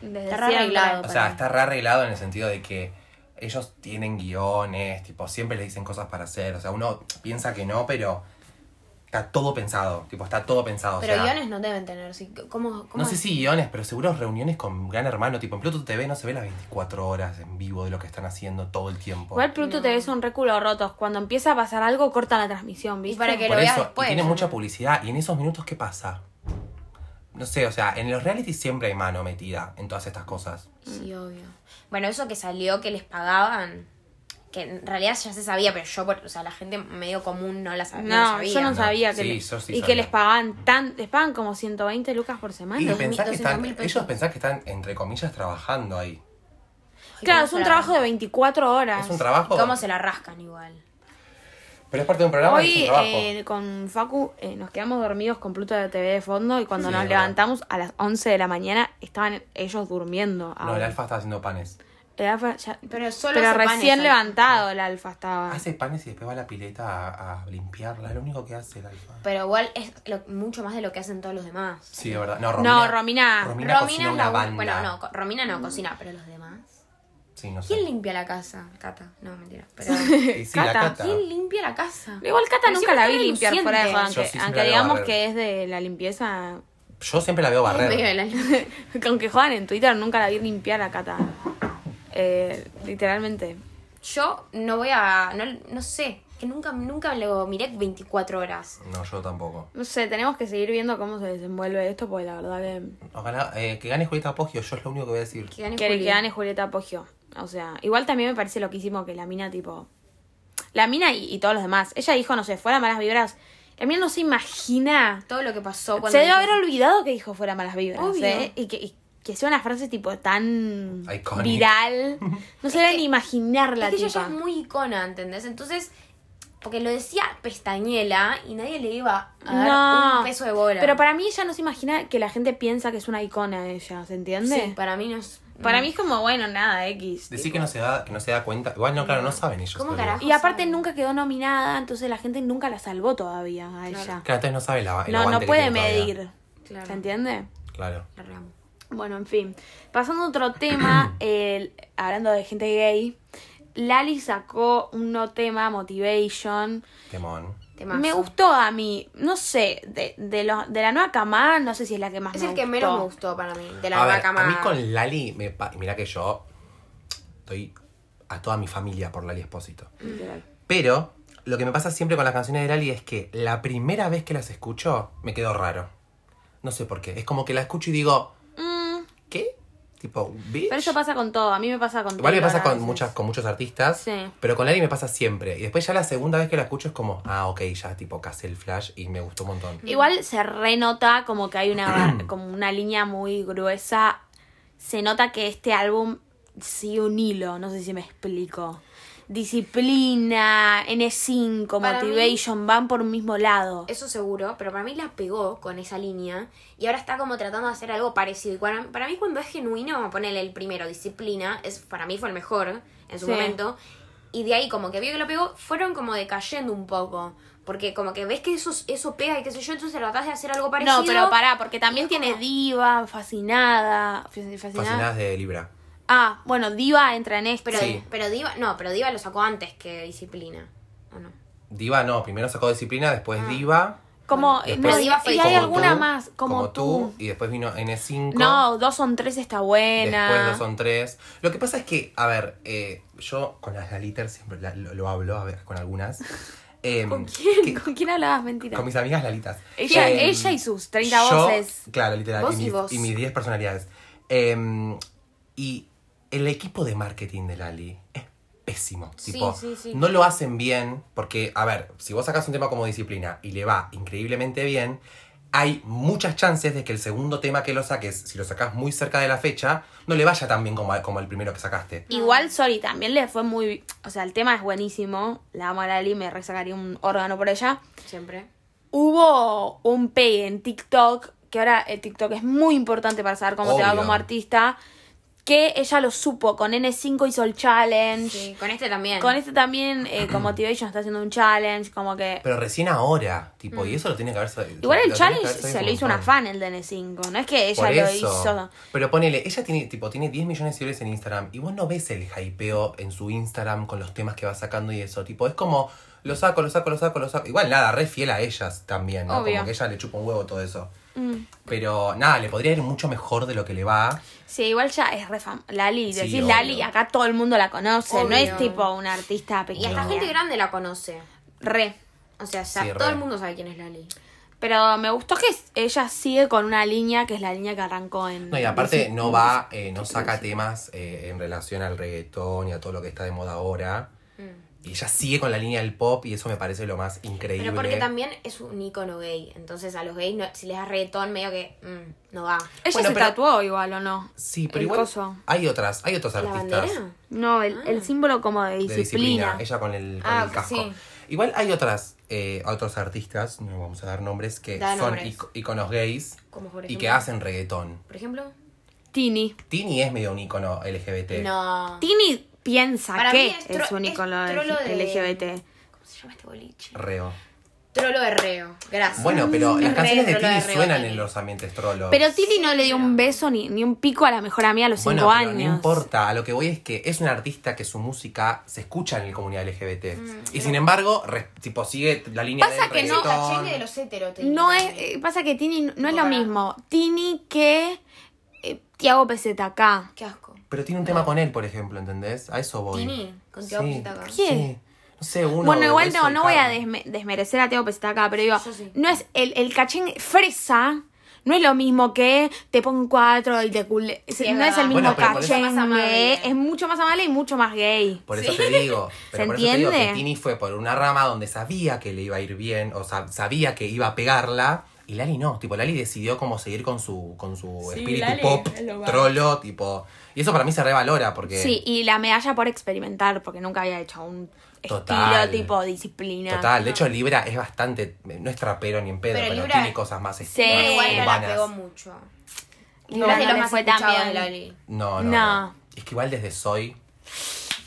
[SPEAKER 1] Desde
[SPEAKER 3] Está re
[SPEAKER 1] siempre.
[SPEAKER 3] arreglado.
[SPEAKER 2] O sea,
[SPEAKER 3] Para-
[SPEAKER 2] está re arreglado en el sentido de que ellos tienen guiones, tipo, siempre le dicen cosas para hacer. O sea, uno piensa que no, pero está todo pensado. Tipo, está todo pensado. o
[SPEAKER 3] Pero
[SPEAKER 2] sea,
[SPEAKER 3] guiones no deben tener. sí, ¿Cómo, cómo
[SPEAKER 2] No sé
[SPEAKER 3] es?
[SPEAKER 2] si guiones, pero seguro reuniones con Gran Hermano. Tipo, en Pluto TV no se ve las 24 horas en vivo de lo que están haciendo todo el tiempo.
[SPEAKER 1] Igual Pluto te ves un réculo rotos. Cuando empieza a pasar algo, cortan la transmisión, ¿viste?
[SPEAKER 3] Y para que
[SPEAKER 2] Por
[SPEAKER 3] lo veas
[SPEAKER 2] eso, y
[SPEAKER 3] después,
[SPEAKER 2] tiene
[SPEAKER 3] ¿no?
[SPEAKER 2] mucha publicidad. ¿Y en esos minutos qué pasa? No sé, o sea, en los realities siempre hay mano metida en todas estas cosas.
[SPEAKER 3] Sí, obvio. Bueno, eso que salió que les pagaban, que en realidad ya se sabía, pero yo, por- o sea, la gente medio común no la sab- no lo
[SPEAKER 1] No,
[SPEAKER 3] sabía.
[SPEAKER 1] yo no
[SPEAKER 2] No,
[SPEAKER 1] sabía que
[SPEAKER 2] sí,
[SPEAKER 1] le-
[SPEAKER 2] yo sí
[SPEAKER 1] y que
[SPEAKER 2] sabía.
[SPEAKER 1] les pagaban tan les pagan como 120 lucas por semana.
[SPEAKER 2] y
[SPEAKER 3] Ah, dos mil-
[SPEAKER 2] pensás que
[SPEAKER 3] 200
[SPEAKER 2] están,
[SPEAKER 3] mil pesos.
[SPEAKER 2] ellos pensás que están, entre comillas, trabajando ahí.
[SPEAKER 3] Ay,
[SPEAKER 1] claro,
[SPEAKER 3] ¿cómo
[SPEAKER 1] es un
[SPEAKER 3] se la-
[SPEAKER 1] trabajo de 24 horas.
[SPEAKER 2] Es un trabajo,
[SPEAKER 3] ¿Y cómo se la rascan igual?
[SPEAKER 2] pero es parte de un programa y es
[SPEAKER 1] Hoy
[SPEAKER 2] un trabajo.
[SPEAKER 1] eh, con Facu eh, nos quedamos dormidos con Pluto de TV de fondo y cuando
[SPEAKER 2] Sí,
[SPEAKER 1] nos
[SPEAKER 2] es verdad.
[SPEAKER 1] levantamos a las 11 de la mañana estaban ellos durmiendo.
[SPEAKER 2] No,
[SPEAKER 1] aún.
[SPEAKER 2] el Alfa está haciendo panes.
[SPEAKER 1] El Alfa ya- pero
[SPEAKER 3] Pero solo hace panes,
[SPEAKER 1] recién
[SPEAKER 3] Alfa.
[SPEAKER 1] levantado el Alfa
[SPEAKER 3] Ah.
[SPEAKER 1] estaba.
[SPEAKER 2] Hace panes y después va a la pileta a, a limpiarla. Es lo único que hace el Alfa.
[SPEAKER 3] Pero igual es lo- mucho más de lo que hacen todos los demás.
[SPEAKER 2] Sí, de verdad. No, Romina.
[SPEAKER 1] No, Romina.
[SPEAKER 2] Romina,
[SPEAKER 3] Romina
[SPEAKER 2] cocina
[SPEAKER 3] es
[SPEAKER 2] una
[SPEAKER 3] la un-
[SPEAKER 2] banda.
[SPEAKER 3] Bueno, no, co- Romina no cocina, pero los demás.
[SPEAKER 2] Sí, no sé.
[SPEAKER 3] ¿Quién limpia la casa? Cata. No, mentira. Pero,
[SPEAKER 2] Eh, sí, la
[SPEAKER 1] Cata.
[SPEAKER 2] Cata.
[SPEAKER 3] ¿Quién limpia la casa?
[SPEAKER 1] Igual Cata
[SPEAKER 3] Pero
[SPEAKER 1] nunca
[SPEAKER 3] siempre
[SPEAKER 1] la vi
[SPEAKER 3] está
[SPEAKER 1] limpiar
[SPEAKER 3] reluciente.
[SPEAKER 1] fuera de joda,
[SPEAKER 2] Yo
[SPEAKER 1] aunque,
[SPEAKER 2] sí siempre
[SPEAKER 1] aunque
[SPEAKER 2] la veo
[SPEAKER 1] digamos
[SPEAKER 2] barrer.
[SPEAKER 1] que es de la limpieza.
[SPEAKER 2] Yo siempre la veo
[SPEAKER 3] En medio
[SPEAKER 2] barrer.
[SPEAKER 3] de la lim-
[SPEAKER 1] aunque jodan en Twitter, nunca la vi limpiar a Cata. Eh, literalmente.
[SPEAKER 3] Yo no voy a. No, no sé. Que nunca, nunca lo miré 24 horas.
[SPEAKER 2] No, yo tampoco.
[SPEAKER 1] No sé, tenemos que seguir viendo cómo se desenvuelve esto, porque la verdad que.
[SPEAKER 2] Ojalá eh, que gane Julieta Poggio, yo es lo único que voy a decir.
[SPEAKER 3] Que gane
[SPEAKER 1] Que,
[SPEAKER 3] Juli.
[SPEAKER 1] que gane Julieta Poggio. O sea, igual también me parece loquísimo que la mina, tipo. La mina y, y todos los demás. Ella dijo, no sé, fuera malas vibras. La mina no se imagina.
[SPEAKER 3] Todo lo que pasó cuando.
[SPEAKER 1] Se debe
[SPEAKER 3] dijo-
[SPEAKER 1] haber olvidado que dijo fuera malas vibras.
[SPEAKER 3] Obvio.
[SPEAKER 1] ¿eh? Y que. y que sea una frase tipo tan
[SPEAKER 2] Iconic.
[SPEAKER 1] viral. No se debe ni imaginar la
[SPEAKER 3] Es que ella ya
[SPEAKER 1] tipa.
[SPEAKER 3] es muy icona, ¿entendés? Entonces. Porque lo decía pestañela y nadie le iba a dar
[SPEAKER 1] No.
[SPEAKER 3] un peso de bola.
[SPEAKER 1] Pero para mí ella no se imagina que la gente piensa que es una icona ella, ¿se entiende?
[SPEAKER 3] Sí, para mí no es.
[SPEAKER 1] Para mí es como, bueno, nada, X.
[SPEAKER 2] Decir
[SPEAKER 1] tipo.
[SPEAKER 2] que no se da, que no se da cuenta. Igual no, claro, no saben ellos.
[SPEAKER 3] ¿Cómo
[SPEAKER 2] todavía.
[SPEAKER 3] carajo?
[SPEAKER 1] Y aparte nunca quedó nominada, entonces la gente nunca la salvó todavía a ella.
[SPEAKER 2] Claro, entonces no saben la el
[SPEAKER 1] No, no
[SPEAKER 2] aguante que
[SPEAKER 1] puede
[SPEAKER 2] tiene todavía.
[SPEAKER 1] medir.
[SPEAKER 3] Claro.
[SPEAKER 1] ¿Se entiende?
[SPEAKER 2] Claro.
[SPEAKER 3] La reamo.
[SPEAKER 1] Bueno, en fin. Pasando a otro tema, el- hablando de gente gay, Lali sacó un no tema, Motivation.
[SPEAKER 2] Temón.
[SPEAKER 3] Temazo.
[SPEAKER 1] Me gustó a mí, no sé, de, de, los, de la nueva camada, no sé si es la que más
[SPEAKER 3] Es
[SPEAKER 1] me
[SPEAKER 3] el que menos me gustó para mí, de la
[SPEAKER 2] a
[SPEAKER 3] nueva
[SPEAKER 2] ver,
[SPEAKER 3] camada.
[SPEAKER 2] a mí con Lali, me pa- y mira que yo estoy a toda mi familia por Lali Espósito.
[SPEAKER 1] Literal.
[SPEAKER 2] Pero lo que me pasa siempre con las canciones de Lali es que la primera vez que las escucho me quedo raro. No sé por qué. Es como que la escucho y digo,
[SPEAKER 1] Mm,
[SPEAKER 2] ¿qué? Tipo, ¿bitch?
[SPEAKER 1] pero eso pasa con todo, a mí me pasa con
[SPEAKER 2] Igual me
[SPEAKER 1] Taylor
[SPEAKER 2] pasa
[SPEAKER 1] a
[SPEAKER 2] con,
[SPEAKER 1] veces.
[SPEAKER 2] muchas, con muchos artistas,
[SPEAKER 1] Sí.
[SPEAKER 2] pero con Lali me pasa siempre. Y después ya la segunda vez que la escucho es como, ah, ok, ya tipo casé el flash y me gustó un montón.
[SPEAKER 3] Mm.
[SPEAKER 1] Igual se renota como que hay una bar- como una línea muy gruesa. Se nota que este álbum sigue un hilo, no sé si me explico. Disciplina, N5,
[SPEAKER 3] Para mí-
[SPEAKER 1] Motivation van por un mismo lado.
[SPEAKER 3] Eso seguro, pero para mí la pegó con esa línea y ahora está como tratando de hacer algo parecido. Y cuando- para mí cuando es genuino, ponerle el primero, disciplina, es para mí fue el mejor en su
[SPEAKER 1] Sí.
[SPEAKER 3] momento. Y de ahí como que vio que lo pegó, fueron como decayendo un poco. Porque como que ves que eso, eso pega y qué sé yo, entonces tratás de hacer algo parecido.
[SPEAKER 1] no, pero pará, porque
[SPEAKER 3] Y
[SPEAKER 1] también
[SPEAKER 3] es
[SPEAKER 1] tiene
[SPEAKER 3] como-
[SPEAKER 1] Diva, Fascinada, Fasc- fascinada.
[SPEAKER 2] Fascinadas de Libra.
[SPEAKER 1] Ah, bueno, Diva entra en este.
[SPEAKER 3] Pero,
[SPEAKER 2] Sí.
[SPEAKER 3] pero Diva, no, pero Diva lo sacó antes que disciplina. ¿O no?
[SPEAKER 2] Diva no, primero sacó Disciplina, después
[SPEAKER 1] Ah.
[SPEAKER 2] Diva.
[SPEAKER 1] Como,
[SPEAKER 2] después
[SPEAKER 1] no,
[SPEAKER 3] Diva fue
[SPEAKER 1] y hay
[SPEAKER 3] como
[SPEAKER 1] alguna
[SPEAKER 2] tú,
[SPEAKER 1] más, como, tú.
[SPEAKER 2] Y después vino N5.
[SPEAKER 1] No, dos son tres está buena.
[SPEAKER 2] Después dos son tres. Lo que pasa es que, a ver, eh, yo con las Laliter siempre la- lo, lo hablo, a ver, con algunas. Em,
[SPEAKER 1] ¿Con quién?
[SPEAKER 2] que-
[SPEAKER 1] ¿Con quién hablabas? Mentira.
[SPEAKER 2] con mis amigas Lalitas.
[SPEAKER 1] Ella,
[SPEAKER 2] Em,
[SPEAKER 1] ella y sus 30
[SPEAKER 2] yo-
[SPEAKER 1] voces.
[SPEAKER 2] Claro, literal.
[SPEAKER 3] Vos
[SPEAKER 2] y,
[SPEAKER 3] y
[SPEAKER 2] mis,
[SPEAKER 3] vos.
[SPEAKER 2] y mis 10 personalidades. Em, y el equipo de marketing de Lali es pésimo.
[SPEAKER 3] Sí,
[SPEAKER 2] tipo,
[SPEAKER 3] sí, sí.
[SPEAKER 2] no lo hacen bien porque, a ver, si vos sacas un tema como disciplina y le va increíblemente bien, hay muchas chances de que el segundo tema que lo saques, si lo sacas muy cerca de la fecha, no le vaya tan bien como, al- como el primero que sacaste.
[SPEAKER 1] Igual, sorry, también le fue muy. O sea, el tema es buenísimo. La amo a Lali, me resacaría un órgano por ella.
[SPEAKER 3] Siempre.
[SPEAKER 1] Hubo un pegue en TikTok, que ahora el TikTok es muy importante para saber cómo te va
[SPEAKER 2] Obvio.
[SPEAKER 1] como artista. Que ella lo supo, con N5 hizo el challenge.
[SPEAKER 3] Sí, con este también.
[SPEAKER 1] Con este también, eh, con Motivation está haciendo un challenge, como que.
[SPEAKER 2] Pero recién ahora, tipo, y eso lo tiene que haber sabido.
[SPEAKER 1] Mm. Igual el
[SPEAKER 2] lo tiene que
[SPEAKER 1] challenge
[SPEAKER 2] haber sabido
[SPEAKER 1] se
[SPEAKER 2] un
[SPEAKER 1] lo hizo una
[SPEAKER 2] montón.
[SPEAKER 1] fan el DN5, no es que ella
[SPEAKER 2] Por
[SPEAKER 1] lo
[SPEAKER 2] eso.
[SPEAKER 1] hizo.
[SPEAKER 2] Pero ponele, ella tiene, tipo, tiene 10 millones de seguidores en Instagram y vos no ves el hypeo en su Instagram con los temas que va sacando y eso. Tipo, es como, lo saco, lo saco, lo saco, lo saco. Igual nada, re fiel a ellas también, ¿no?
[SPEAKER 1] Obvio. Mm.
[SPEAKER 2] Como que ella le chupa un huevo todo eso. Pero nada, le podría ir mucho mejor de lo que le va.
[SPEAKER 1] Sí, igual ya es re fam... Lali,
[SPEAKER 2] Sí,
[SPEAKER 1] decís
[SPEAKER 2] obvio.
[SPEAKER 1] Lali, acá todo el mundo la conoce, no
[SPEAKER 3] Obvio.
[SPEAKER 1] es tipo una artista
[SPEAKER 3] Y
[SPEAKER 1] pequeña.
[SPEAKER 3] hasta gente grande la conoce.
[SPEAKER 1] Re.
[SPEAKER 3] O sea, ya
[SPEAKER 2] Sí,
[SPEAKER 3] todo
[SPEAKER 2] re.
[SPEAKER 3] el mundo sabe quién es Lali.
[SPEAKER 1] Pero me gustó que ella sigue con una línea que es la línea que arrancó en.
[SPEAKER 2] No, y aparte no va, eh, no saca temas eh, en relación al reggaetón y a todo lo que está de moda ahora.
[SPEAKER 1] Mm.
[SPEAKER 2] Y ella sigue con la línea del pop y eso me parece lo más increíble.
[SPEAKER 3] Pero porque también es un icono gay. Entonces a los gays, no- si les das reggaetón, medio que mm, no va.
[SPEAKER 1] Ella
[SPEAKER 2] Bueno,
[SPEAKER 1] se
[SPEAKER 2] pero-
[SPEAKER 1] tatuó igual, ¿o no?
[SPEAKER 2] Sí, pero
[SPEAKER 1] El
[SPEAKER 2] igual
[SPEAKER 1] coso.
[SPEAKER 2] hay otras, hay otros
[SPEAKER 3] ¿La
[SPEAKER 2] artistas
[SPEAKER 3] bandera?
[SPEAKER 1] No, el, el símbolo como de
[SPEAKER 2] de
[SPEAKER 1] disciplina.
[SPEAKER 2] disciplina, ella con el, con
[SPEAKER 3] Ah,
[SPEAKER 2] el casco.
[SPEAKER 3] sí.
[SPEAKER 2] Igual hay otras, eh, otros artistas, no vamos a dar nombres, que
[SPEAKER 3] Da
[SPEAKER 2] son
[SPEAKER 3] nombres.
[SPEAKER 2] ico- iconos gays
[SPEAKER 3] Como por
[SPEAKER 2] y
[SPEAKER 3] ejemplo.
[SPEAKER 2] que hacen reggaetón.
[SPEAKER 3] Por ejemplo.
[SPEAKER 1] Tini.
[SPEAKER 2] Tini es medio un icono LGBT.
[SPEAKER 3] No.
[SPEAKER 1] Tini piensa
[SPEAKER 3] Para mí
[SPEAKER 1] que
[SPEAKER 3] es
[SPEAKER 1] es,
[SPEAKER 3] tro-
[SPEAKER 1] un
[SPEAKER 3] es
[SPEAKER 1] icono
[SPEAKER 3] trolo de-
[SPEAKER 1] LGBT.
[SPEAKER 3] ¿Cómo se llama este boliche?
[SPEAKER 2] Reo.
[SPEAKER 3] Trolo de reo. Gracias.
[SPEAKER 2] Bueno, pero las
[SPEAKER 3] Re
[SPEAKER 2] canciones de
[SPEAKER 3] trolo
[SPEAKER 2] Tini
[SPEAKER 3] reo,
[SPEAKER 2] suenan
[SPEAKER 3] Tini.
[SPEAKER 2] en los ambientes trolos.
[SPEAKER 1] Pero Tini no le dio un beso ni, ni un pico a la mejor amiga a los
[SPEAKER 2] Bueno,
[SPEAKER 1] cinco
[SPEAKER 2] pero
[SPEAKER 1] años.
[SPEAKER 2] no importa. A lo que voy es que es un artista que su música se escucha en la comunidad
[SPEAKER 3] Mm,
[SPEAKER 2] LGBT. y sin embargo, re- tipo, sigue la línea
[SPEAKER 1] Pasa
[SPEAKER 2] del
[SPEAKER 1] que no,
[SPEAKER 3] No,
[SPEAKER 2] reggaetón.
[SPEAKER 3] cachengue de los heteros. te
[SPEAKER 1] No
[SPEAKER 3] digo.
[SPEAKER 1] es, eh, pasa que Tini no es
[SPEAKER 3] Para.
[SPEAKER 1] lo mismo. Tini que eh, Tiago Peseta acá.
[SPEAKER 3] Qué asco.
[SPEAKER 2] Pero tiene un tema con él, por ejemplo, ¿entendés? A eso voy.
[SPEAKER 3] Tini, con Tiago Pesetaca.
[SPEAKER 2] Sí.
[SPEAKER 1] ¿Quién?
[SPEAKER 2] No sé, uno.
[SPEAKER 1] bueno,
[SPEAKER 2] de
[SPEAKER 1] igual
[SPEAKER 2] Hueso
[SPEAKER 1] no,
[SPEAKER 2] y
[SPEAKER 1] no voy a
[SPEAKER 2] Carne.
[SPEAKER 1] desme- desmerecer a Tiago Peseta acá, pero digo,
[SPEAKER 3] Yo sí.
[SPEAKER 1] no es el, el cachén fresa. No es lo mismo que te pongo un cuatro y te culé. Es-
[SPEAKER 3] Sí, es
[SPEAKER 1] no es
[SPEAKER 3] verdad.
[SPEAKER 1] el mismo
[SPEAKER 2] Bueno, pero por eso-
[SPEAKER 1] cachengue.
[SPEAKER 3] Más ¿eh? amable.
[SPEAKER 1] Es mucho más amable y mucho más gay.
[SPEAKER 2] Por eso te digo. Pero
[SPEAKER 1] ¿Se
[SPEAKER 2] por eso te digo que
[SPEAKER 1] entiende?
[SPEAKER 2] Tini fue por una rama donde sabía que le iba a ir bien, o sa- sabía que iba a pegarla. Y Lali no, tipo, Lali decidió como seguir con su, con su
[SPEAKER 3] Sí,
[SPEAKER 2] espíritu
[SPEAKER 3] Lali
[SPEAKER 2] pop,
[SPEAKER 3] es lo más.
[SPEAKER 2] trolo, tipo. Y eso para mí se revalora porque.
[SPEAKER 1] Sí, y la medalla por experimentar, porque nunca había hecho un
[SPEAKER 2] Total.
[SPEAKER 1] estilo tipo disciplina.
[SPEAKER 2] Total, de hecho Libra es bastante, no es trapero ni en pedo,
[SPEAKER 3] Ah. Pero
[SPEAKER 2] pero,
[SPEAKER 3] Libra-
[SPEAKER 2] tiene cosas más est-
[SPEAKER 1] Sí.
[SPEAKER 2] más
[SPEAKER 3] Pero igual no la
[SPEAKER 2] urbanas.
[SPEAKER 3] pegó mucho.
[SPEAKER 1] No,
[SPEAKER 3] Era de
[SPEAKER 1] no
[SPEAKER 3] los
[SPEAKER 1] le
[SPEAKER 3] más
[SPEAKER 1] fue tan
[SPEAKER 3] escuchados de
[SPEAKER 1] bien.
[SPEAKER 3] Lali.
[SPEAKER 2] No, no,
[SPEAKER 1] No.
[SPEAKER 2] no. Es que igual desde Soy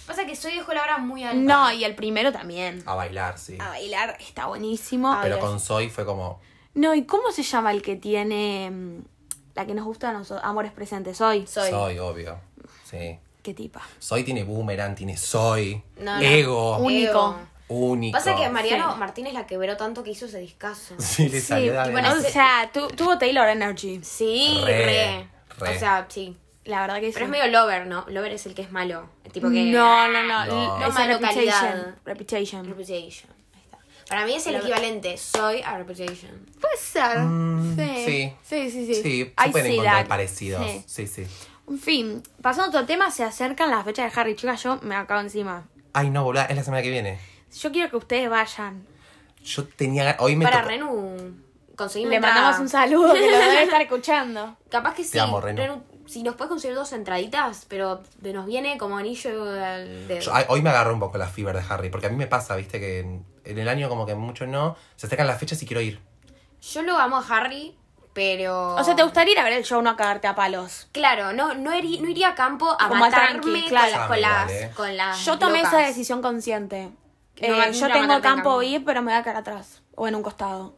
[SPEAKER 3] Pasa que Soy dejó la hora muy alta.
[SPEAKER 1] No, y el primero también.
[SPEAKER 2] a bailar, sí.
[SPEAKER 1] A bailar está buenísimo.
[SPEAKER 2] pero con Soy fue como,
[SPEAKER 1] No, ¿y cómo se llama el que tiene mm, la que nos gusta a nosotros? Amores presentes hoy.
[SPEAKER 3] Soy.
[SPEAKER 2] Soy, obvio. Sí.
[SPEAKER 1] ¿Qué tipa?
[SPEAKER 2] Soy tiene Boomerang, tiene Soy,
[SPEAKER 3] No, no.
[SPEAKER 2] Ego,
[SPEAKER 1] Un-
[SPEAKER 3] Único.
[SPEAKER 2] Único.
[SPEAKER 3] Pasa que Mariano
[SPEAKER 1] Sí.
[SPEAKER 3] Martínez la quebró tanto que hizo ese discazo.
[SPEAKER 2] Sí, le salió la
[SPEAKER 1] y
[SPEAKER 3] bueno,
[SPEAKER 1] o
[SPEAKER 2] verdad.
[SPEAKER 3] ese-
[SPEAKER 1] sea, tu- tuvo Taylor Energy.
[SPEAKER 3] Sí,
[SPEAKER 2] Re,
[SPEAKER 3] re,
[SPEAKER 2] re.
[SPEAKER 3] O sea, sí.
[SPEAKER 1] La verdad que sí.
[SPEAKER 3] Pero es medio lover, ¿no? Lover es el que es malo. El tipo que.
[SPEAKER 1] No,
[SPEAKER 3] "Ah,
[SPEAKER 1] no, no.
[SPEAKER 2] No.
[SPEAKER 1] L-
[SPEAKER 2] No,
[SPEAKER 1] es
[SPEAKER 3] malo,
[SPEAKER 1] reputation.
[SPEAKER 3] calidad.
[SPEAKER 1] Reputation.
[SPEAKER 3] Reputation. Ahí está. Para mí es el equivalente. Soy a Reputation.
[SPEAKER 1] Puede ser.
[SPEAKER 2] Mm,
[SPEAKER 1] sí.
[SPEAKER 2] sí.
[SPEAKER 1] Sí, sí, sí.
[SPEAKER 2] Sí,
[SPEAKER 1] I
[SPEAKER 2] se pueden
[SPEAKER 1] see
[SPEAKER 2] encontrar
[SPEAKER 1] that.
[SPEAKER 2] parecidos.
[SPEAKER 1] Sí.
[SPEAKER 2] Sí. sí,
[SPEAKER 1] En fin, pasando a otro tema, se acercan las fechas de Harry. Chica, yo me acabo encima.
[SPEAKER 2] Ay, no, boludo, es la semana que viene.
[SPEAKER 1] Yo quiero que ustedes vayan.
[SPEAKER 2] Yo tenía... gan- Hoy me
[SPEAKER 3] Para
[SPEAKER 2] tocó-
[SPEAKER 3] Renu, conseguimos.
[SPEAKER 1] Le mandamos un saludo que lo debe estar escuchando.
[SPEAKER 3] Capaz que sí.
[SPEAKER 2] amo, Renu.
[SPEAKER 3] si nos puedes conseguir dos entraditas, pero nos viene como anillo al dedo.
[SPEAKER 2] Yo- ay, hoy me agarró un poco la fiebre de Harry, porque a mí me pasa, viste, que en, en el año como que mucho no, se acercan las fechas y quiero ir.
[SPEAKER 3] Yo lo amo a Harry, pero.
[SPEAKER 1] O sea, ¿te gustaría ir a ver el show no a cagarte a palos?
[SPEAKER 3] Claro, no, no, iri- no iría a campo a
[SPEAKER 1] Como a
[SPEAKER 3] matarme
[SPEAKER 1] tranqui,
[SPEAKER 3] con
[SPEAKER 1] claro.
[SPEAKER 3] las-
[SPEAKER 2] Ah,
[SPEAKER 3] con, las,
[SPEAKER 2] vale.
[SPEAKER 3] con las
[SPEAKER 1] Yo tomé esa
[SPEAKER 3] locas.
[SPEAKER 1] decisión consciente.
[SPEAKER 3] No,
[SPEAKER 1] Eh,
[SPEAKER 3] nunca
[SPEAKER 1] yo tengo
[SPEAKER 3] mandarte
[SPEAKER 1] campo
[SPEAKER 3] campo.
[SPEAKER 1] ir, pero me voy a quedar atrás. O en un costado.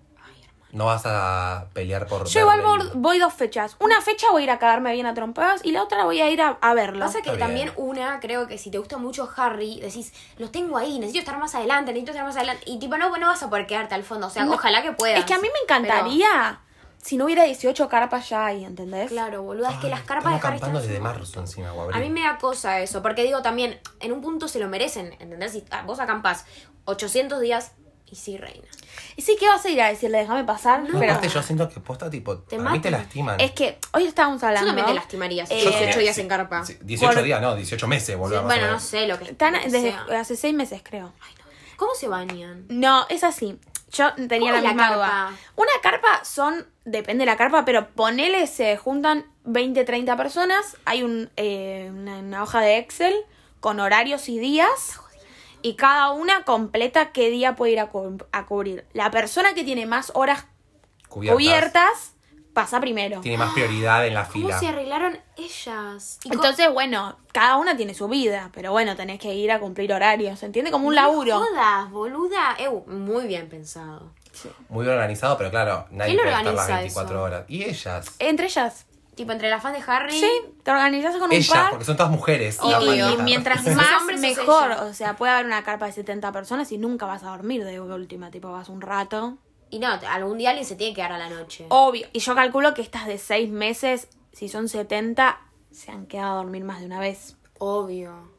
[SPEAKER 2] No vas a pelear por...
[SPEAKER 1] Yo igual
[SPEAKER 2] verlo
[SPEAKER 1] voy,
[SPEAKER 2] y-
[SPEAKER 1] voy dos fechas. Una fecha voy a ir a cagarme bien a trompadas y la otra voy a ir a, a verlo.
[SPEAKER 3] Pasa que
[SPEAKER 2] Está
[SPEAKER 3] también
[SPEAKER 2] bien.
[SPEAKER 3] una, creo que si te gusta mucho Harry, decís, los tengo ahí, necesito estar más adelante, necesito estar más adelante. Y tipo, no, no vas a poder quedarte al fondo. O sea,
[SPEAKER 1] No.
[SPEAKER 3] ojalá que puedas.
[SPEAKER 1] es que a mí me encantaría si no hubiera 18 carpas ya ahí, ¿entendés?
[SPEAKER 3] Pero, claro, boluda, es que
[SPEAKER 2] Ay,
[SPEAKER 3] las carpas de
[SPEAKER 2] están
[SPEAKER 3] Harry
[SPEAKER 2] acampando
[SPEAKER 3] están-
[SPEAKER 2] Ah, desde marzo encima, o
[SPEAKER 3] A
[SPEAKER 2] abril.
[SPEAKER 3] mí me da cosa eso, porque digo también, en un punto se lo merecen, ¿entendés? Si ah, vos acampás 800 días y sí, reina.
[SPEAKER 1] Y sí, ¿qué vas a ir a decirle? Déjame pasar.
[SPEAKER 2] No,
[SPEAKER 1] pero
[SPEAKER 2] aparte yo siento que posta, tipo,
[SPEAKER 3] Te
[SPEAKER 2] a mí te
[SPEAKER 3] matan.
[SPEAKER 2] lastiman.
[SPEAKER 1] es que hoy estábamos
[SPEAKER 3] Yo
[SPEAKER 1] hablando.
[SPEAKER 3] también te lastimaría si
[SPEAKER 1] Eh,
[SPEAKER 2] Yo
[SPEAKER 3] 18
[SPEAKER 2] tenía-
[SPEAKER 3] días
[SPEAKER 2] sí,
[SPEAKER 3] en carpa.
[SPEAKER 2] sí, 18
[SPEAKER 1] Por-
[SPEAKER 2] días, no, 18 meses, boludo. más o
[SPEAKER 3] bueno, no
[SPEAKER 2] menos.
[SPEAKER 3] sé lo que.
[SPEAKER 1] Tan-
[SPEAKER 3] lo que
[SPEAKER 1] desde
[SPEAKER 3] sea.
[SPEAKER 1] hace seis meses, creo.
[SPEAKER 3] ¿Cómo se bañan?
[SPEAKER 1] No, es así. Yo tenía
[SPEAKER 3] ¿Cómo
[SPEAKER 1] la
[SPEAKER 3] es la
[SPEAKER 1] misma
[SPEAKER 3] carpa?
[SPEAKER 1] duda. Una carpa son, depende de la carpa, pero ponele, se juntan 20, 30 personas, hay un, eh, una, una hoja de Excel con horarios y días y cada una completa qué día puede ir a, cu- a cubrir. La persona que tiene más horas
[SPEAKER 2] Cubiertas.
[SPEAKER 1] cubiertas pasa primero.
[SPEAKER 2] Tiene más prioridad en la
[SPEAKER 3] ¿Cómo
[SPEAKER 2] fila.
[SPEAKER 3] se arreglaron ellas? Y co-
[SPEAKER 1] Entonces, bueno, cada una tiene su vida, pero bueno, tenés que ir a cumplir horarios, ¿se entiende? Como un
[SPEAKER 3] No
[SPEAKER 1] laburo.
[SPEAKER 3] jodas, boluda. Ew, muy bien pensado.
[SPEAKER 2] Muy bien organizado, pero claro, nadie
[SPEAKER 3] ¿Quién
[SPEAKER 2] puede estar las
[SPEAKER 3] organiza
[SPEAKER 2] 24
[SPEAKER 3] eso?
[SPEAKER 2] horas. Y ellas.
[SPEAKER 1] Entre ellas.
[SPEAKER 3] Tipo, entre la fan de Harry.
[SPEAKER 1] Sí, te organizás con un
[SPEAKER 2] Ellas,
[SPEAKER 1] par.
[SPEAKER 2] porque son todas mujeres.
[SPEAKER 1] Y,
[SPEAKER 2] las
[SPEAKER 1] y
[SPEAKER 2] malditas.
[SPEAKER 1] mientras
[SPEAKER 3] Sos
[SPEAKER 1] más
[SPEAKER 3] hombre, sos
[SPEAKER 1] mejor,
[SPEAKER 3] ella.
[SPEAKER 1] o sea, puede haber una carpa de 70 personas y nunca vas a dormir de última, tipo vas un rato.
[SPEAKER 3] Y no, algún día alguien se tiene que quedar a la noche.
[SPEAKER 1] Obvio, y yo calculo que estas de 6 meses, si son 70, se han quedado a dormir más de una vez.
[SPEAKER 3] Obvio.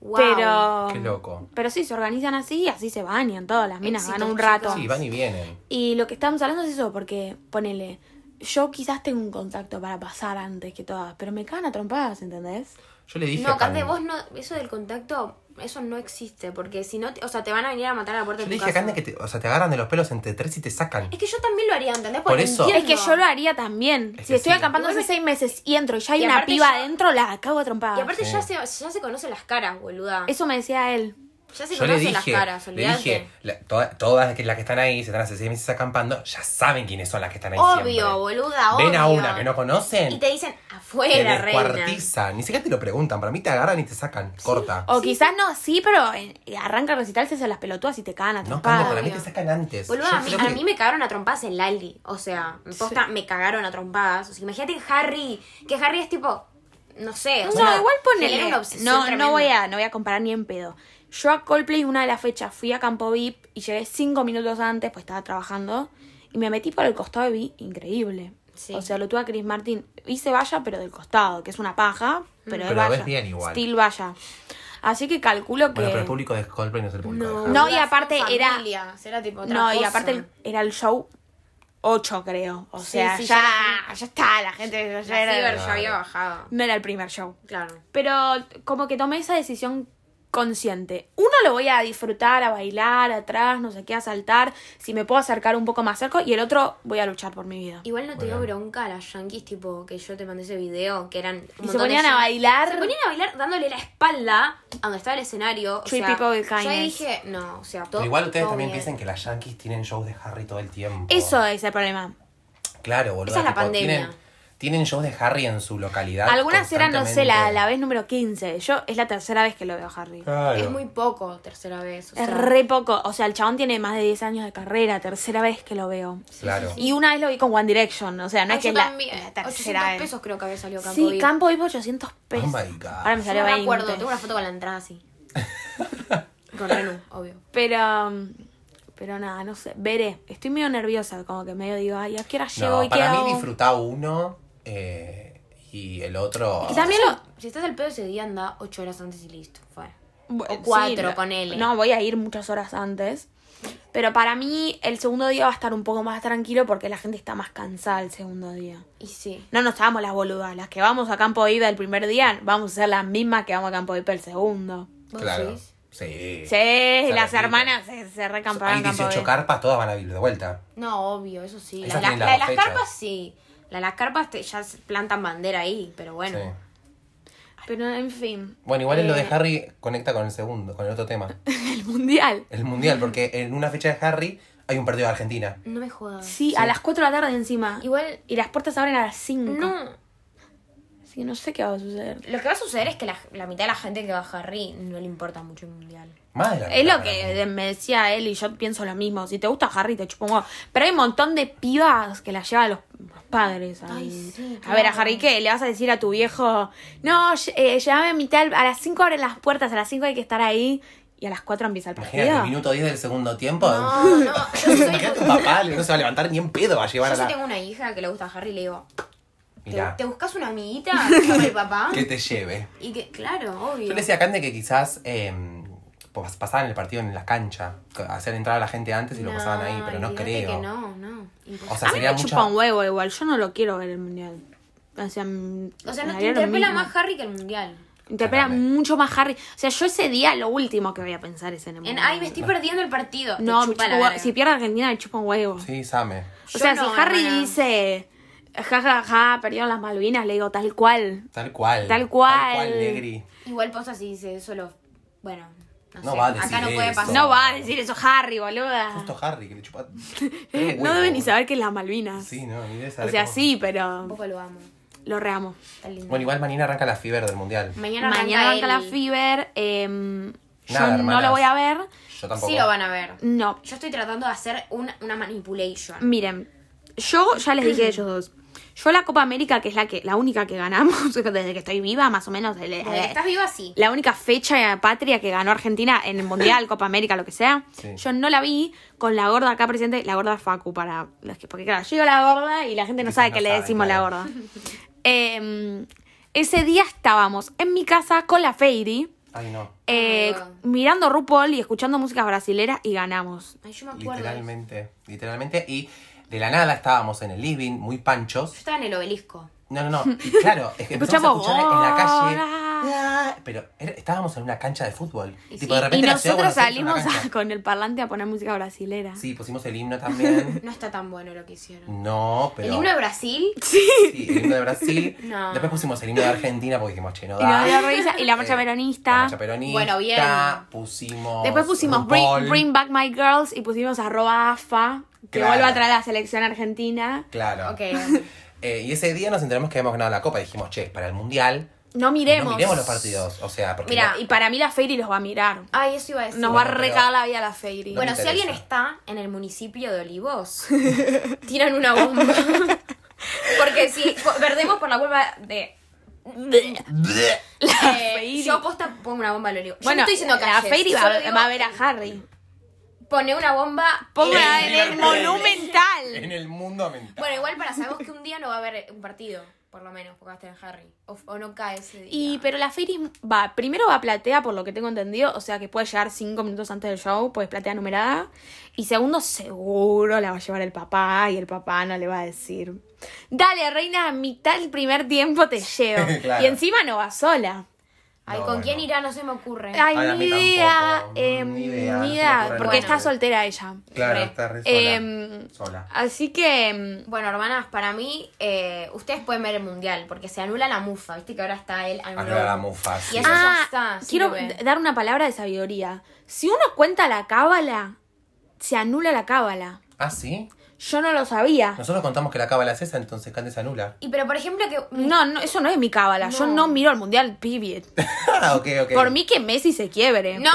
[SPEAKER 3] Wow.
[SPEAKER 1] Pero
[SPEAKER 2] Qué loco.
[SPEAKER 1] Pero sí, se organizan así y así se bañan todas las minas,
[SPEAKER 3] Éxito,
[SPEAKER 1] van un
[SPEAKER 3] chicos.
[SPEAKER 1] rato.
[SPEAKER 2] Sí, van y vienen.
[SPEAKER 1] Y lo que estamos hablando es eso, porque ponele, yo quizás tengo un contacto para pasar antes que todas, pero me cagan a trompadas, ¿entendés?
[SPEAKER 2] Yo le dije
[SPEAKER 3] No,
[SPEAKER 2] a Cande-
[SPEAKER 3] Cande, vos no. Eso del contacto, eso no existe. Porque si no. te- O sea, te van a venir a matar a la puerta
[SPEAKER 2] Yo le
[SPEAKER 3] de tu
[SPEAKER 2] dije a
[SPEAKER 3] casa.
[SPEAKER 2] Cande que te, o sea, te agarran de los pelos entre tres y te sacan.
[SPEAKER 3] Es que yo también lo haría, ¿entendés?
[SPEAKER 2] Por
[SPEAKER 3] Porque
[SPEAKER 2] eso.
[SPEAKER 3] entiendo.
[SPEAKER 1] Es que yo lo haría también.
[SPEAKER 2] Es
[SPEAKER 1] si
[SPEAKER 2] que
[SPEAKER 1] estoy
[SPEAKER 2] sí.
[SPEAKER 1] acampando hace
[SPEAKER 3] Igual me-
[SPEAKER 1] seis meses y entro y ya hay
[SPEAKER 3] Y
[SPEAKER 1] una
[SPEAKER 3] aparte
[SPEAKER 1] piba
[SPEAKER 3] yo-
[SPEAKER 1] adentro, la cago a trompadas.
[SPEAKER 3] Y aparte
[SPEAKER 2] Sí.
[SPEAKER 3] ya, se, ya se conocen las caras, boluda.
[SPEAKER 1] Eso me decía él.
[SPEAKER 3] Ya se
[SPEAKER 2] Yo le
[SPEAKER 3] conocen
[SPEAKER 2] dije,
[SPEAKER 3] las caras,
[SPEAKER 2] le dije,
[SPEAKER 3] olvídate.
[SPEAKER 2] la- toda- todas las que- las que están ahí, se están hace seis meses acampando, ya saben quiénes son las que están ahí
[SPEAKER 3] Obvio,
[SPEAKER 2] siempre.
[SPEAKER 3] boluda,
[SPEAKER 2] Ven a
[SPEAKER 3] obvio.
[SPEAKER 2] una que no conocen,
[SPEAKER 3] Y te dicen,
[SPEAKER 2] te
[SPEAKER 3] afuera, reina.
[SPEAKER 2] descuartizan. Ni siquiera te lo preguntan, para mí te agarran y te sacan, corta.
[SPEAKER 3] Oh,
[SPEAKER 1] O quizás no, sí, pero eh, arranca el recital, se hace las pelotudas y te cagan a
[SPEAKER 2] No, Cande,
[SPEAKER 1] trompadas.
[SPEAKER 2] para mí
[SPEAKER 3] obvio.
[SPEAKER 2] te sacan antes. Yo
[SPEAKER 3] Boluda, a mí,
[SPEAKER 2] creo
[SPEAKER 3] a
[SPEAKER 2] que-
[SPEAKER 3] mí me cagaron a trompadas en Lali. O sea, en posta, me cagaron a trompadas. O sea, imagínate en Harry, que Harry es tipo, no sé. o
[SPEAKER 1] no,
[SPEAKER 3] sea,
[SPEAKER 1] igual
[SPEAKER 3] genera
[SPEAKER 1] ponele.
[SPEAKER 3] una obsesión
[SPEAKER 1] No,
[SPEAKER 3] tremenda.
[SPEAKER 1] no voy, a, no voy a comparar ni en pedo. Yo a Coldplay una de las fechas fui a Campo VIP y llegué cinco minutos antes, pues estaba trabajando, y me metí por el costado y vi increíble.
[SPEAKER 3] Sí.
[SPEAKER 1] O sea, lo tuve a Chris Martin. Hice valla, pero del costado, que es una
[SPEAKER 3] Mm.
[SPEAKER 1] paja, pero, es
[SPEAKER 2] Pero lo ves
[SPEAKER 1] valla.
[SPEAKER 2] bien igual.
[SPEAKER 1] Still valla. Así que calculo que...
[SPEAKER 2] Bueno, pero el público de Coldplay no es el público de Harry.
[SPEAKER 1] No, y
[SPEAKER 3] Boluda,
[SPEAKER 1] aparte
[SPEAKER 3] son
[SPEAKER 1] era-
[SPEAKER 3] familia, será tipo otra
[SPEAKER 1] No, y
[SPEAKER 3] cosa.
[SPEAKER 1] aparte el- era el show 8, creo. O
[SPEAKER 3] Sí,
[SPEAKER 1] sea,
[SPEAKER 3] sí,
[SPEAKER 1] ya,
[SPEAKER 3] ya-
[SPEAKER 1] ya, está, la gente ya
[SPEAKER 3] La
[SPEAKER 1] era-
[SPEAKER 3] Fever ya
[SPEAKER 2] Claro.
[SPEAKER 3] había bajado.
[SPEAKER 1] No era el primer show.
[SPEAKER 3] Claro.
[SPEAKER 1] Pero como que tomé esa decisión consciente. Uno lo voy a disfrutar, a bailar, atrás, no sé qué, a saltar, si me puedo acercar un poco más cerca, y el otro voy a luchar por mi vida.
[SPEAKER 3] Igual no te
[SPEAKER 2] Bueno.
[SPEAKER 3] dio bronca a las yankees, tipo, que yo te mandé ese video, que eran. un
[SPEAKER 1] Y se
[SPEAKER 3] montón de
[SPEAKER 1] ponían a
[SPEAKER 3] yankees.
[SPEAKER 1] bailar.
[SPEAKER 3] Se ponían a bailar dándole la espalda a donde estaba el escenario. O
[SPEAKER 1] Treat
[SPEAKER 3] sea,
[SPEAKER 1] people with
[SPEAKER 3] yo ahí
[SPEAKER 1] kindness.
[SPEAKER 3] dije, no, o sea, todo.
[SPEAKER 2] Pero igual ustedes
[SPEAKER 3] todo
[SPEAKER 2] también
[SPEAKER 3] bien.
[SPEAKER 2] piensan que las Yankees tienen shows de Harry todo el tiempo.
[SPEAKER 1] Eso es el problema.
[SPEAKER 2] Claro, boludo.
[SPEAKER 3] Esa es la pandemia.
[SPEAKER 2] Tienen, tienen shows de Harry en su localidad.
[SPEAKER 1] Algunas eran, no sé, la,
[SPEAKER 2] constantemente. Ah.
[SPEAKER 1] la vez número 15. Yo es la tercera vez que lo veo, Harry.
[SPEAKER 2] Claro.
[SPEAKER 3] Es muy poco, tercera vez. o
[SPEAKER 1] Es
[SPEAKER 3] sea.
[SPEAKER 1] re poco. O sea, el chabón tiene más de 10 años de carrera, tercera vez que lo veo.
[SPEAKER 2] Claro.
[SPEAKER 1] Y una vez lo vi con One Direction, o sea, no
[SPEAKER 3] Ay,
[SPEAKER 1] es que es
[SPEAKER 3] yo
[SPEAKER 1] la,
[SPEAKER 3] también,
[SPEAKER 1] la
[SPEAKER 3] 800
[SPEAKER 1] tercera vez.
[SPEAKER 3] eh, pesos creo que había salido Campo
[SPEAKER 1] Sí,
[SPEAKER 3] Vivo.
[SPEAKER 1] Campo Vivo 800 pesos.
[SPEAKER 2] Oh my God.
[SPEAKER 1] Ahora me
[SPEAKER 3] Yo
[SPEAKER 1] salió
[SPEAKER 3] no me
[SPEAKER 1] 20.
[SPEAKER 3] acuerdo, tengo una foto con la entrada así. con Renu, obvio.
[SPEAKER 1] Pero, mm, pero nada, no sé, veré. Estoy medio nerviosa, como que medio digo, ay, ¿a qué hora llego
[SPEAKER 2] No,
[SPEAKER 1] y qué
[SPEAKER 2] para
[SPEAKER 1] hago?
[SPEAKER 2] mí disfruta uno eh, y el otro.
[SPEAKER 1] Y también lo...
[SPEAKER 3] Si estás al pedo ese día, anda 8 horas antes y listo. Fue.
[SPEAKER 1] Bueno,
[SPEAKER 3] O eh, cuatro,
[SPEAKER 1] Eh, no-
[SPEAKER 3] ponele.
[SPEAKER 1] No, voy a ir muchas horas antes. Pero para mí el segundo día va a estar un poco más tranquilo porque la gente está más cansada el segundo día.
[SPEAKER 3] Y sí.
[SPEAKER 1] No nos estábamos las boludas. Las que vamos a Campo Viva el primer día, vamos a ser las mismas que vamos a Campo Viva el segundo.
[SPEAKER 3] ¿Vos
[SPEAKER 2] Claro.
[SPEAKER 3] decís?
[SPEAKER 2] Sí.
[SPEAKER 1] Sí,
[SPEAKER 2] Claro,
[SPEAKER 1] las
[SPEAKER 2] sí.
[SPEAKER 1] hermanas se, se recampan
[SPEAKER 2] Hay
[SPEAKER 1] en Campo
[SPEAKER 2] 18
[SPEAKER 1] Vivo.
[SPEAKER 2] carpas, todas van a ir de vuelta.
[SPEAKER 3] No, obvio, eso sí. La,
[SPEAKER 2] Esas
[SPEAKER 3] la-
[SPEAKER 2] tienen las
[SPEAKER 3] la de
[SPEAKER 2] dos
[SPEAKER 3] las
[SPEAKER 2] fechas.
[SPEAKER 3] carpas sí. La de las carpas te- ya se plantan bandera ahí, pero bueno.
[SPEAKER 2] Sí.
[SPEAKER 1] Pero en fin,
[SPEAKER 2] Bueno, igual en lo de
[SPEAKER 1] Eh.
[SPEAKER 2] Harry conecta con el segundo, con el otro tema.
[SPEAKER 1] el mundial.
[SPEAKER 2] El mundial, porque en una fecha de Harry hay un partido de Argentina.
[SPEAKER 3] No me jodas.
[SPEAKER 1] Sí, a las 4 de la tarde encima.
[SPEAKER 3] Igual,
[SPEAKER 1] Y las puertas abren a las 5.
[SPEAKER 3] no.
[SPEAKER 1] Así que no sé qué va a suceder.
[SPEAKER 3] Lo que va a suceder es que la, la mitad de la gente que va a Harry no le importa mucho el mundial.
[SPEAKER 2] Más de la
[SPEAKER 1] Es lo
[SPEAKER 2] mitad, para
[SPEAKER 1] que
[SPEAKER 2] mí.
[SPEAKER 1] de- me decía él y yo pienso lo mismo. Si te gusta Harry, te chupongo. Pero hay un montón de pibas que las llevan los, los padres. al-
[SPEAKER 3] Ay, sí,
[SPEAKER 1] A ver, a
[SPEAKER 3] claro.
[SPEAKER 1] Harry, ¿qué? ¿Le vas a decir a tu viejo? No, ll- eh, llévame a mitad. A las 5 abren las puertas, a las 5 hay que estar ahí. Y a las 4 empieza el
[SPEAKER 2] Imagínate, el
[SPEAKER 1] partido.
[SPEAKER 2] minuto 10 del segundo tiempo.
[SPEAKER 3] No, no, yo soy-
[SPEAKER 2] Imagínate tu papá, no se va a levantar ni en pedo, va a llevar
[SPEAKER 3] Yo
[SPEAKER 2] a
[SPEAKER 3] sí
[SPEAKER 2] la.
[SPEAKER 3] tengo una hija que le gusta Harry y le digo, ¿te,
[SPEAKER 2] Mirá,
[SPEAKER 3] te buscas una amiguita con el papá?
[SPEAKER 2] que te lleve.
[SPEAKER 3] Y que, claro, obvio.
[SPEAKER 2] Yo le decía a Cande que quizás eh, pues, pasaban el partido en la cancha, que hacían entrar a la gente antes y lo pasaban ahí, pero no
[SPEAKER 3] olvídate
[SPEAKER 2] creo.
[SPEAKER 3] que no, no. imposible.
[SPEAKER 2] O sea,
[SPEAKER 1] A mí me
[SPEAKER 2] sería
[SPEAKER 1] chupa
[SPEAKER 2] mucha.
[SPEAKER 1] un huevo igual. Yo no lo quiero ver el mundial. O sea,
[SPEAKER 3] O sea, no
[SPEAKER 1] me
[SPEAKER 3] te
[SPEAKER 1] haría lo
[SPEAKER 3] interpela
[SPEAKER 1] mismo.
[SPEAKER 3] más Harry que el mundial.
[SPEAKER 1] Interpela
[SPEAKER 2] Totalmente.
[SPEAKER 1] mucho más Harry. O sea, yo ese día lo último que voy a pensar es en el
[SPEAKER 3] En,
[SPEAKER 1] Mundial.
[SPEAKER 3] ay, me estoy perdiendo el partido. Te
[SPEAKER 1] No, me
[SPEAKER 3] chupa la
[SPEAKER 1] chupa-
[SPEAKER 3] verga.
[SPEAKER 1] si pierde Argentina, me chupa un huevo.
[SPEAKER 2] Sí, Same.
[SPEAKER 1] O sea,
[SPEAKER 3] Yo no,
[SPEAKER 1] si Harry
[SPEAKER 3] hermana.
[SPEAKER 1] dice, ja, ja, ja, perdieron las Malvinas, le digo tal cual.
[SPEAKER 2] Tal cual.
[SPEAKER 1] Tal cual.
[SPEAKER 2] Tal cual, Negri.
[SPEAKER 3] Igual posa si dice eso lo... Bueno, no,
[SPEAKER 2] No
[SPEAKER 3] sé.
[SPEAKER 2] va a
[SPEAKER 3] Acá
[SPEAKER 2] decir
[SPEAKER 3] no puede
[SPEAKER 2] eso.
[SPEAKER 3] pasar.
[SPEAKER 1] No va a decir eso Harry, boluda. Eh,
[SPEAKER 2] Justo Harry, que le chupa.
[SPEAKER 1] Ah. no debe ni saber que es las Malvinas.
[SPEAKER 2] Sí, no, ni debe
[SPEAKER 1] o
[SPEAKER 2] saber
[SPEAKER 1] sea,
[SPEAKER 2] cómo-
[SPEAKER 1] sí,
[SPEAKER 3] Un
[SPEAKER 1] pero
[SPEAKER 3] poco lo amo.
[SPEAKER 1] lo reamo.
[SPEAKER 3] Está lindo.
[SPEAKER 2] Bueno, igual mañana arranca la Fiber del mundial.
[SPEAKER 3] Mañana,
[SPEAKER 1] Mañana
[SPEAKER 3] arranca
[SPEAKER 1] arranca la
[SPEAKER 3] el-
[SPEAKER 1] Fever. em, yo
[SPEAKER 2] Nada,
[SPEAKER 1] no
[SPEAKER 2] hermanas.
[SPEAKER 1] lo voy a ver.
[SPEAKER 2] Yo tampoco.
[SPEAKER 3] Sí lo van a ver.
[SPEAKER 1] No.
[SPEAKER 3] Yo estoy tratando de hacer un- una manipulation.
[SPEAKER 1] Miren, yo ya les dije a ellos dos. Yo la Copa América, que es la que la única que ganamos desde que estoy viva, más o menos. el-
[SPEAKER 3] Desde que estás viva, sí.
[SPEAKER 1] la única fecha patria que ganó Argentina en el Mundial, Copa América, lo que sea.
[SPEAKER 2] Sí.
[SPEAKER 1] Yo no la vi con la gorda acá presente, la gorda Facu, para los que, porque claro, yo digo la gorda y la gente no
[SPEAKER 2] Quizás
[SPEAKER 1] sabe
[SPEAKER 2] no
[SPEAKER 1] que le
[SPEAKER 2] saben,
[SPEAKER 1] decimos
[SPEAKER 2] claro.
[SPEAKER 1] la gorda. Eh, ese día estábamos en mi casa con la Feiri,
[SPEAKER 2] Ay, no.
[SPEAKER 1] eh,
[SPEAKER 3] Amigo.
[SPEAKER 1] mirando RuPaul y escuchando música brasilera y ganamos.
[SPEAKER 3] Ay, yo me acuerdo. de eso.
[SPEAKER 2] Literalmente. Literalmente. Y de la nada estábamos en el living, muy panchos.
[SPEAKER 3] Yo estaba en el obelisco.
[SPEAKER 2] No, no, no. Y claro, es que empezamos
[SPEAKER 1] Escuchamos,
[SPEAKER 2] a escuchar en la calle.
[SPEAKER 1] "Hola".
[SPEAKER 2] "Ah", Pero era- estábamos en una cancha de fútbol.
[SPEAKER 3] Y
[SPEAKER 2] Tipo,
[SPEAKER 3] sí.
[SPEAKER 2] de
[SPEAKER 1] Y
[SPEAKER 2] repente la ciudad de
[SPEAKER 1] nosotros
[SPEAKER 2] Buenos Aires era una
[SPEAKER 1] salimos a-
[SPEAKER 2] cancha.
[SPEAKER 1] con el parlante a poner música brasilera.
[SPEAKER 2] Sí, pusimos el himno también.
[SPEAKER 3] No está tan bueno lo que hicieron.
[SPEAKER 2] No, pero.
[SPEAKER 3] ¿El himno de Brasil?
[SPEAKER 2] Sí, el himno de Brasil.
[SPEAKER 3] No.
[SPEAKER 2] Después pusimos el himno de Argentina porque dijimos, che, no
[SPEAKER 1] Y nos
[SPEAKER 2] da.
[SPEAKER 1] dio risa. Y la
[SPEAKER 2] Eh,
[SPEAKER 1] marcha
[SPEAKER 2] La
[SPEAKER 1] peronista.
[SPEAKER 2] marcha peronista.
[SPEAKER 3] Bueno, bien.
[SPEAKER 2] Pusimos.
[SPEAKER 1] Después pusimos
[SPEAKER 2] RuPaul.
[SPEAKER 1] bring, Bring Back My Girls y pusimos arroba AFA, que
[SPEAKER 2] Claro.
[SPEAKER 1] vuelva a traer a la selección argentina.
[SPEAKER 2] Claro.
[SPEAKER 3] Ok.
[SPEAKER 2] Eh, y ese día nos enteramos que habíamos ganado la copa. Dijimos, che, para el mundial.
[SPEAKER 1] No miremos.
[SPEAKER 2] No miremos los partidos. O sea, porque.
[SPEAKER 3] Mirá,
[SPEAKER 2] no-
[SPEAKER 1] Y para mí la Feiri los va a mirar.
[SPEAKER 3] Ay, eso iba a decir.
[SPEAKER 1] Nos
[SPEAKER 2] Bueno,
[SPEAKER 1] va a
[SPEAKER 2] pero-
[SPEAKER 1] recagar la vida la Feiri.
[SPEAKER 2] Bueno.
[SPEAKER 3] Bueno, si
[SPEAKER 2] interesa.
[SPEAKER 3] alguien está en el municipio de Olivos, tiran una bomba. Porque si po- perdemos por la culpa de.
[SPEAKER 2] Bleh.
[SPEAKER 1] La
[SPEAKER 3] eh,
[SPEAKER 1] Feiri.
[SPEAKER 3] yo aposta pongo una bomba al Olivos. Yo
[SPEAKER 1] Bueno, eh,
[SPEAKER 3] no estoy diciendo que
[SPEAKER 1] la Feiri va,
[SPEAKER 3] solo digo,
[SPEAKER 1] va a ver a Harry.
[SPEAKER 3] Pone una bomba.
[SPEAKER 1] Ponga
[SPEAKER 2] en
[SPEAKER 1] en
[SPEAKER 2] el-
[SPEAKER 1] el monumental.
[SPEAKER 2] En el mundo mental.
[SPEAKER 3] Bueno, igual para sabemos que un día no va a haber un partido, por lo menos, porque va a estar en Harry. O, o no cae ese día.
[SPEAKER 1] Y pero la Feiri va, primero va a platea, por lo que tengo entendido, o sea que puede llegar cinco minutos antes del show, pues platea numerada. Y segundo, seguro la va a llevar el papá y el papá no le va a decir, dale reina, a mitad del primer tiempo te llevo.
[SPEAKER 2] Claro.
[SPEAKER 1] Y encima no va sola.
[SPEAKER 3] Ay,
[SPEAKER 2] No,
[SPEAKER 3] ¿con
[SPEAKER 2] bueno.
[SPEAKER 3] quién irá? No se me ocurre.
[SPEAKER 1] Ay,
[SPEAKER 2] Eh, Ay, a
[SPEAKER 1] ni
[SPEAKER 2] mí tampoco,
[SPEAKER 1] idea,
[SPEAKER 2] no,
[SPEAKER 1] eh,
[SPEAKER 2] ni
[SPEAKER 1] ni
[SPEAKER 2] idea,
[SPEAKER 1] idea,
[SPEAKER 2] no se me ocurre
[SPEAKER 1] porque
[SPEAKER 3] nada.
[SPEAKER 1] está soltera ella.
[SPEAKER 2] Claro,
[SPEAKER 3] Re.
[SPEAKER 2] está re sola.
[SPEAKER 3] em,
[SPEAKER 1] Eh,
[SPEAKER 2] sola.
[SPEAKER 3] ah,
[SPEAKER 1] Así que... mm,
[SPEAKER 3] Bueno, hermanas, para mí, eh, ustedes pueden ver el mundial, porque se anula la mufa, viste que ahora está él
[SPEAKER 2] Anula la mufa.
[SPEAKER 3] Y
[SPEAKER 2] sí.
[SPEAKER 3] eso
[SPEAKER 1] Ah,
[SPEAKER 3] ya está. sí
[SPEAKER 1] quiero
[SPEAKER 3] lo ve.
[SPEAKER 1] dar una palabra de sabiduría. Si uno cuenta la cábala, se anula la cábala.
[SPEAKER 2] Ah, sí.
[SPEAKER 1] Yo no lo sabía.
[SPEAKER 2] Nosotros contamos que la cábala es esa, entonces Cande se anula.
[SPEAKER 3] Y pero por ejemplo que
[SPEAKER 1] No, no, eso no es mi cábala. Yo
[SPEAKER 3] No.
[SPEAKER 1] no miro el mundial, period.
[SPEAKER 2] Ah, ok, ok.
[SPEAKER 1] Por mí que Messi se quiebre.
[SPEAKER 3] No,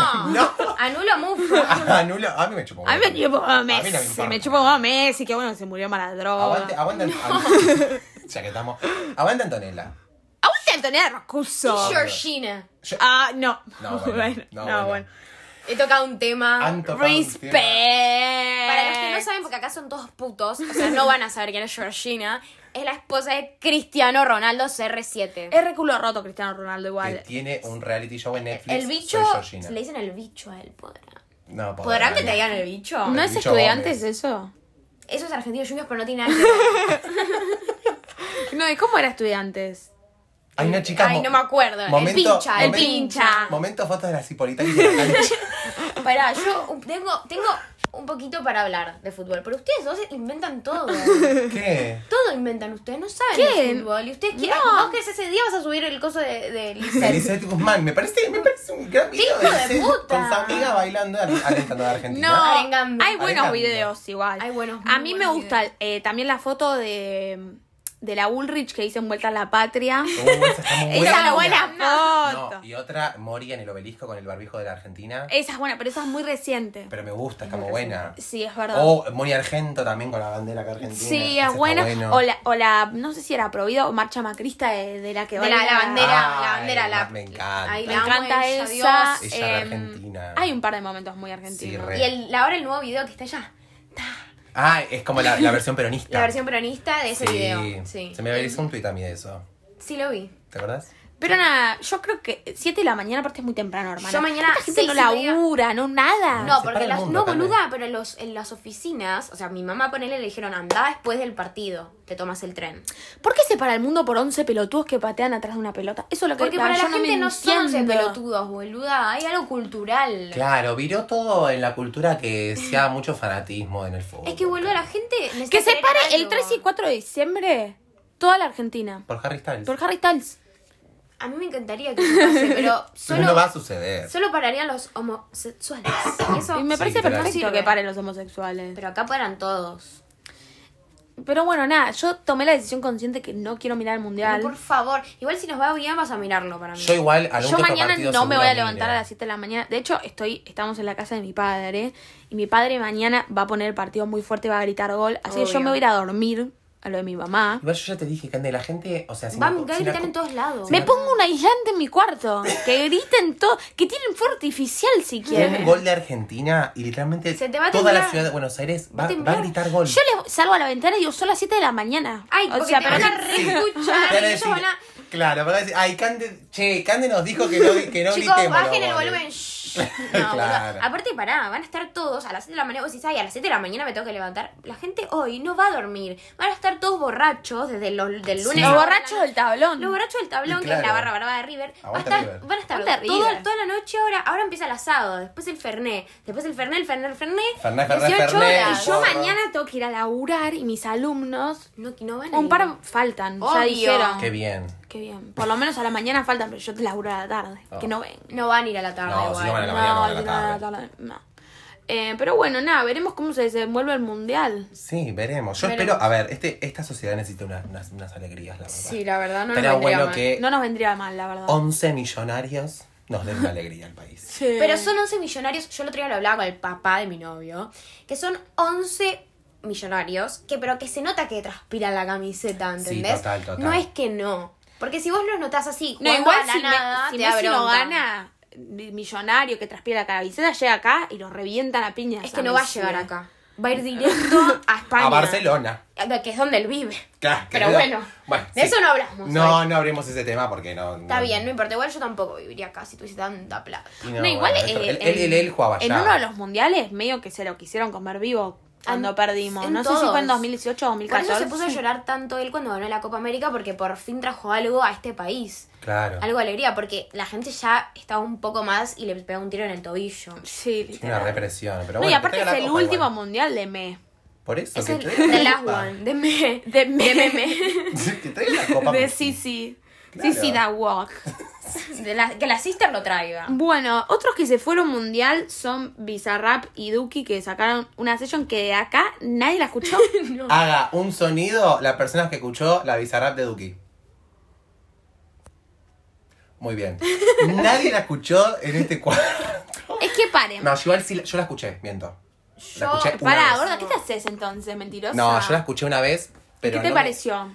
[SPEAKER 3] anulo mufa.
[SPEAKER 2] Ah, anula. A mí me chupó.
[SPEAKER 1] A mí me chupa un
[SPEAKER 2] A mí no me
[SPEAKER 1] Messi.
[SPEAKER 2] importa.
[SPEAKER 1] me chupa un Messi. Que bueno, se murió Maradona.
[SPEAKER 2] Aguante,
[SPEAKER 1] Aguante,
[SPEAKER 2] aguante. ya que estamos. Aguante, Antonella.
[SPEAKER 1] Antonella Rocuso.
[SPEAKER 3] Y Georgina.
[SPEAKER 2] Yo-
[SPEAKER 1] Ah, no.
[SPEAKER 2] No, bueno, no,
[SPEAKER 1] no,
[SPEAKER 2] bueno.
[SPEAKER 1] bueno.
[SPEAKER 3] He tocado un tema.
[SPEAKER 2] Han tocado un
[SPEAKER 1] Respect.
[SPEAKER 2] tema.
[SPEAKER 3] Para los que no saben, porque acá son todos putos, o sea, no van a saber quién es Georgina. Es la esposa de Cristiano Ronaldo CR7.
[SPEAKER 1] Es reculo roto Cristiano Ronaldo
[SPEAKER 2] Que
[SPEAKER 1] igual.
[SPEAKER 2] tiene un reality show en Netflix.
[SPEAKER 3] El bicho.
[SPEAKER 2] Soy Georgina.
[SPEAKER 3] Le dicen el bicho a él, podrá.
[SPEAKER 2] No, podrá.
[SPEAKER 3] ¿Podrán que te digan el bicho?
[SPEAKER 1] ¿No es
[SPEAKER 2] bicho
[SPEAKER 1] estudiantes
[SPEAKER 2] Gómez.
[SPEAKER 1] eso?
[SPEAKER 3] Eso es Argentino Juniors, pero no tiene nada que ver.
[SPEAKER 1] No, ¿y cómo era estudiantes?
[SPEAKER 2] Ay, no, chicas.
[SPEAKER 3] Ay,
[SPEAKER 2] mo-
[SPEAKER 3] no me acuerdo.
[SPEAKER 2] momento-
[SPEAKER 3] el pincha, el
[SPEAKER 2] momento-
[SPEAKER 3] pincha.
[SPEAKER 2] Momento fotos de la Cipolita y de la cancha.
[SPEAKER 3] Pará, yo un- tengo, tengo un poquito para hablar de fútbol, pero ustedes dos inventan todo.
[SPEAKER 2] ¿Qué?
[SPEAKER 3] Todo inventan ustedes, no saben
[SPEAKER 1] ¿Qué?
[SPEAKER 3] de fútbol. Y ustedes quieren.
[SPEAKER 1] No.
[SPEAKER 3] Vos querés ese día vas a subir el coso de, de Lisette.
[SPEAKER 2] Elizabeth Guzmán, me parece, me parece un gran video
[SPEAKER 3] ¡Hijo de
[SPEAKER 2] Lisette
[SPEAKER 3] puta!
[SPEAKER 2] con su amiga bailando al- alentando a Argentina.
[SPEAKER 1] No,
[SPEAKER 3] Arengando.
[SPEAKER 1] hay buenos
[SPEAKER 2] Arengando.
[SPEAKER 1] videos igual.
[SPEAKER 3] Hay buenos, muy
[SPEAKER 1] A mí me
[SPEAKER 3] buenos
[SPEAKER 1] gusta eh, también la foto de, de la Ulrich que hizo en Vuelta a la Patria.
[SPEAKER 2] Uh, esa está muy buena.
[SPEAKER 1] Esa es buena foto.
[SPEAKER 2] No, y otra Moria en el obelisco con el barbijo de la Argentina.
[SPEAKER 1] Esa es buena, pero esa es muy reciente.
[SPEAKER 2] Pero me gusta, está muy buena.
[SPEAKER 1] Sí, es verdad.
[SPEAKER 2] O Moria Argento también con la bandera acá argentina.
[SPEAKER 1] sí,
[SPEAKER 2] Ese
[SPEAKER 1] es
[SPEAKER 2] está
[SPEAKER 1] buena.
[SPEAKER 2] bueno.
[SPEAKER 1] O, la, o la, no sé si era Provida o Marcha Macrista de, de la que
[SPEAKER 3] De
[SPEAKER 1] baila.
[SPEAKER 3] la, la bandera, la
[SPEAKER 2] Ay,
[SPEAKER 3] bandera, la.
[SPEAKER 2] me encanta.
[SPEAKER 3] Ay,
[SPEAKER 1] Me
[SPEAKER 3] la amo
[SPEAKER 1] encanta
[SPEAKER 3] ella,
[SPEAKER 1] esa.
[SPEAKER 3] Dios.
[SPEAKER 2] Ella era
[SPEAKER 1] em,
[SPEAKER 2] argentina.
[SPEAKER 1] Hay un par de momentos muy argentinos.
[SPEAKER 2] Sí, re.
[SPEAKER 3] Y el, la- ahora el nuevo video que está allá.
[SPEAKER 2] Ah, es como la, la versión peronista.
[SPEAKER 3] La versión peronista de ese
[SPEAKER 2] sí.
[SPEAKER 3] video. Sí.
[SPEAKER 2] Se me hizo un tuit a mí de eso.
[SPEAKER 3] Sí, lo vi.
[SPEAKER 2] ¿Te acordás?
[SPEAKER 1] Pero nada, yo creo que 7 de la mañana aparte es muy temprano, hermano.
[SPEAKER 3] Yo mañana
[SPEAKER 1] La gente
[SPEAKER 3] seis
[SPEAKER 1] no
[SPEAKER 3] y media.
[SPEAKER 1] labura, no nada.
[SPEAKER 3] No,
[SPEAKER 2] Ah, se para
[SPEAKER 3] porque
[SPEAKER 2] el
[SPEAKER 3] las,
[SPEAKER 2] mundo
[SPEAKER 3] no,
[SPEAKER 2] también.
[SPEAKER 3] boluda, pero en, los, en las oficinas, o sea, mi mamá ponele le dijeron, anda después del partido, te tomas el tren.
[SPEAKER 1] ¿Por qué se para el mundo por 11 pelotudos que patean atrás de una pelota? Eso es lo que
[SPEAKER 3] Porque para
[SPEAKER 1] yo
[SPEAKER 3] la gente
[SPEAKER 1] me
[SPEAKER 3] no son de
[SPEAKER 1] entiendo.
[SPEAKER 3] pelotudos, boluda, hay algo cultural.
[SPEAKER 2] Claro, viró todo en la cultura que sea mucho fanatismo en el fútbol.
[SPEAKER 3] Es que, boluda, la gente necesita
[SPEAKER 1] Que se
[SPEAKER 3] creer en
[SPEAKER 1] pare el
[SPEAKER 3] algo.
[SPEAKER 1] 3 y 4 de diciembre toda la Argentina.
[SPEAKER 2] Por Harry Styles.
[SPEAKER 1] Por Harry Styles.
[SPEAKER 3] A mí me encantaría que eso pase, pero
[SPEAKER 2] Pero no va a
[SPEAKER 3] solo,
[SPEAKER 2] suceder.
[SPEAKER 3] solo pararían los homosexuales. Y eso,
[SPEAKER 1] Y me
[SPEAKER 2] Sí,
[SPEAKER 1] parece
[SPEAKER 2] claro.
[SPEAKER 1] perfecto
[SPEAKER 3] Sirve.
[SPEAKER 1] que paren los homosexuales.
[SPEAKER 3] Pero acá paran todos.
[SPEAKER 1] Pero bueno, nada, yo tomé la decisión consciente que no quiero mirar el mundial.
[SPEAKER 3] Pero por favor, igual si nos va bien vas a mirarlo para mí.
[SPEAKER 2] Yo igual algún
[SPEAKER 1] Yo
[SPEAKER 2] que otro
[SPEAKER 1] mañana
[SPEAKER 2] partido
[SPEAKER 1] no me
[SPEAKER 2] seguro
[SPEAKER 1] voy a
[SPEAKER 2] miro.
[SPEAKER 1] levantar a las 7 de la mañana. De hecho, estoy estamos en la casa de mi padre. Y mi padre mañana va a poner el partido muy fuerte, va a gritar gol. Así que yo
[SPEAKER 3] Obvio.
[SPEAKER 1] me voy a ir a dormir a lo de mi mamá.
[SPEAKER 2] Igual yo ya te dije, Cande, la gente, o sea, si
[SPEAKER 3] Va a
[SPEAKER 2] no- si
[SPEAKER 3] gritar
[SPEAKER 2] la-
[SPEAKER 3] en todos lados.
[SPEAKER 1] Me pongo un aislante en mi cuarto. Que griten todo. Que tiren fuego artificial si
[SPEAKER 2] Tiene
[SPEAKER 1] quieren.
[SPEAKER 2] un
[SPEAKER 1] Yo
[SPEAKER 2] gol de Argentina y literalmente
[SPEAKER 3] Se te va a
[SPEAKER 2] toda la
[SPEAKER 3] temblar.
[SPEAKER 2] ciudad de Buenos Aires va, va
[SPEAKER 3] a temblar.
[SPEAKER 2] a gritar gol.
[SPEAKER 1] les salgo a la ventana y digo, son las 7 de la mañana.
[SPEAKER 3] Ay,
[SPEAKER 1] o
[SPEAKER 3] porque
[SPEAKER 1] sea,
[SPEAKER 3] te
[SPEAKER 1] pero
[SPEAKER 3] van a reescuchar.
[SPEAKER 2] Van a
[SPEAKER 3] y ellos
[SPEAKER 2] decir-
[SPEAKER 3] van a...
[SPEAKER 2] Claro, van a decir, ay, Cande, che, Cande nos dijo que no, que no
[SPEAKER 3] Chicos,
[SPEAKER 2] gritemos,
[SPEAKER 3] bajen
[SPEAKER 2] no,
[SPEAKER 3] el
[SPEAKER 2] vale.
[SPEAKER 3] volumen. shh. No,
[SPEAKER 2] Claro.
[SPEAKER 3] boludo. Aparte, pará, van a estar todos a las 7 de la mañana. Vos decís, ay, a las 7 de la mañana me tengo que levantar. La gente hoy no va a dormir. Van a estar todos borrachos desde los, del lunes.
[SPEAKER 1] Los borrachos del tablón.
[SPEAKER 3] Los borrachos del tablón,
[SPEAKER 2] Y
[SPEAKER 3] que es la
[SPEAKER 2] claro.
[SPEAKER 3] barra brava de River, va a
[SPEAKER 2] Aguante
[SPEAKER 3] estar-
[SPEAKER 2] River.
[SPEAKER 3] van a estar
[SPEAKER 1] Aguante
[SPEAKER 3] todo-
[SPEAKER 1] River.
[SPEAKER 3] toda la noche ahora. Ahora empieza el asado, después el Ferné, después el Ferné, el Ferné, el Ferné.
[SPEAKER 2] Ferné, Ferné,
[SPEAKER 3] 18
[SPEAKER 2] Ferné,
[SPEAKER 3] horas.
[SPEAKER 1] Y yo
[SPEAKER 2] Porro.
[SPEAKER 1] mañana tengo que ir a laburar y mis alumnos.
[SPEAKER 3] No, no van a
[SPEAKER 1] Un
[SPEAKER 3] ir.
[SPEAKER 1] par faltan, ya
[SPEAKER 3] Obvio.
[SPEAKER 1] dijeron.
[SPEAKER 2] Qué bien.
[SPEAKER 1] Qué bien. Por lo menos a la mañana faltan, pero yo te laburo a la tarde.
[SPEAKER 2] Oh.
[SPEAKER 1] Que no ven.
[SPEAKER 3] No van a ir a la tarde.
[SPEAKER 2] No, si
[SPEAKER 3] igual.
[SPEAKER 2] no van a la
[SPEAKER 1] No,
[SPEAKER 2] mañana, no, a la
[SPEAKER 1] si no, a la tarde, no. Eh, pero bueno, nada, veremos cómo se desenvuelve el mundial.
[SPEAKER 2] Sí, veremos. Yo
[SPEAKER 3] Veremos.
[SPEAKER 2] espero, a ver, este, esta sociedad necesita una- unas, unas alegrías, la verdad.
[SPEAKER 3] Sí, la verdad, no nos
[SPEAKER 2] Estaría
[SPEAKER 3] vendría
[SPEAKER 2] bueno
[SPEAKER 3] mal.
[SPEAKER 2] que
[SPEAKER 1] No nos vendría mal, la verdad.
[SPEAKER 2] 11 millonarios nos den una alegría al país.
[SPEAKER 1] Sí.
[SPEAKER 3] Pero son 11 millonarios, yo el otro día lo hablaba con el papá de mi novio, que son 11 millonarios, que pero que se nota que transpiran la camiseta,
[SPEAKER 2] Sí,
[SPEAKER 3] ¿entendés?
[SPEAKER 2] total, total.
[SPEAKER 3] No es que no. Porque si vos los notás así,
[SPEAKER 1] No,
[SPEAKER 3] jugando
[SPEAKER 1] igual
[SPEAKER 3] a la
[SPEAKER 1] si, Me-
[SPEAKER 3] nada,
[SPEAKER 1] si
[SPEAKER 3] te da
[SPEAKER 1] Messi no
[SPEAKER 3] bronca.
[SPEAKER 1] gana, el millonario que transpira la cabecera llega acá y lo revienta la piña.
[SPEAKER 3] Es que no va a
[SPEAKER 1] eh.
[SPEAKER 3] llegar acá. Va a ir directo a España.
[SPEAKER 2] A Barcelona.
[SPEAKER 3] Que es donde él vive.
[SPEAKER 2] Claro,
[SPEAKER 3] Pero
[SPEAKER 2] creo-
[SPEAKER 3] bueno, de
[SPEAKER 2] sí.
[SPEAKER 3] eso no hablamos
[SPEAKER 2] No,
[SPEAKER 3] hoy.
[SPEAKER 2] no abrimos ese tema porque no.
[SPEAKER 3] Está bien, no importa. Igual yo tampoco viviría acá si tuviese tanta plata.
[SPEAKER 2] Y
[SPEAKER 1] No, igual.
[SPEAKER 2] bueno, esto-
[SPEAKER 1] eh,
[SPEAKER 2] él,
[SPEAKER 1] en-
[SPEAKER 2] él, él- él jugaba
[SPEAKER 1] En
[SPEAKER 2] allá.
[SPEAKER 1] uno de los mundiales, medio que se lo quisieron comer vivo cuando
[SPEAKER 3] En-
[SPEAKER 1] perdimos.
[SPEAKER 3] en
[SPEAKER 1] No sé si fue en
[SPEAKER 3] todos.
[SPEAKER 1] 2018 o
[SPEAKER 3] Por
[SPEAKER 1] 2014.
[SPEAKER 3] eso se puso a llorar tanto él cuando ganó la Copa América porque por fin trajo algo a este país.
[SPEAKER 2] Claro.
[SPEAKER 3] algo de alegría, porque la gente ya estaba un poco más y le pegó un tiro en el tobillo.
[SPEAKER 1] Sí,
[SPEAKER 2] Tiene una
[SPEAKER 1] literal.
[SPEAKER 2] represión. Pero
[SPEAKER 1] No,
[SPEAKER 2] bueno,
[SPEAKER 1] y
[SPEAKER 2] que
[SPEAKER 1] aparte es
[SPEAKER 2] tenga la
[SPEAKER 1] el
[SPEAKER 2] copa
[SPEAKER 1] último
[SPEAKER 2] igual.
[SPEAKER 1] mundial de Me.
[SPEAKER 2] Por eso.
[SPEAKER 3] Es
[SPEAKER 2] que
[SPEAKER 3] el
[SPEAKER 2] traiga la
[SPEAKER 3] de last
[SPEAKER 2] copa.
[SPEAKER 3] one, de me.
[SPEAKER 1] De Me.
[SPEAKER 3] De meme.
[SPEAKER 2] que traiga la copa.
[SPEAKER 1] De Sisi.
[SPEAKER 2] Claro.
[SPEAKER 1] Sisi da Walk.
[SPEAKER 3] De la- que la sister lo traiga.
[SPEAKER 1] Bueno, otros que se fueron mundial son Bizarrap y Duki que sacaron una sesión que de acá nadie la escuchó.
[SPEAKER 2] Haga un sonido la persona que escuchó la bizarrap de Duki. Muy bien. Nadie la escuchó en este cuadro.
[SPEAKER 1] es que paren.
[SPEAKER 2] No, yo igual sí, la- yo la escuché, miento. La
[SPEAKER 3] Yo-
[SPEAKER 2] escuché una
[SPEAKER 1] Pará,
[SPEAKER 2] vez.
[SPEAKER 1] gorda, ¿qué te haces entonces, mentirosa?
[SPEAKER 2] No, yo la escuché una vez, pero
[SPEAKER 1] ¿Qué te
[SPEAKER 2] no me-
[SPEAKER 1] pareció?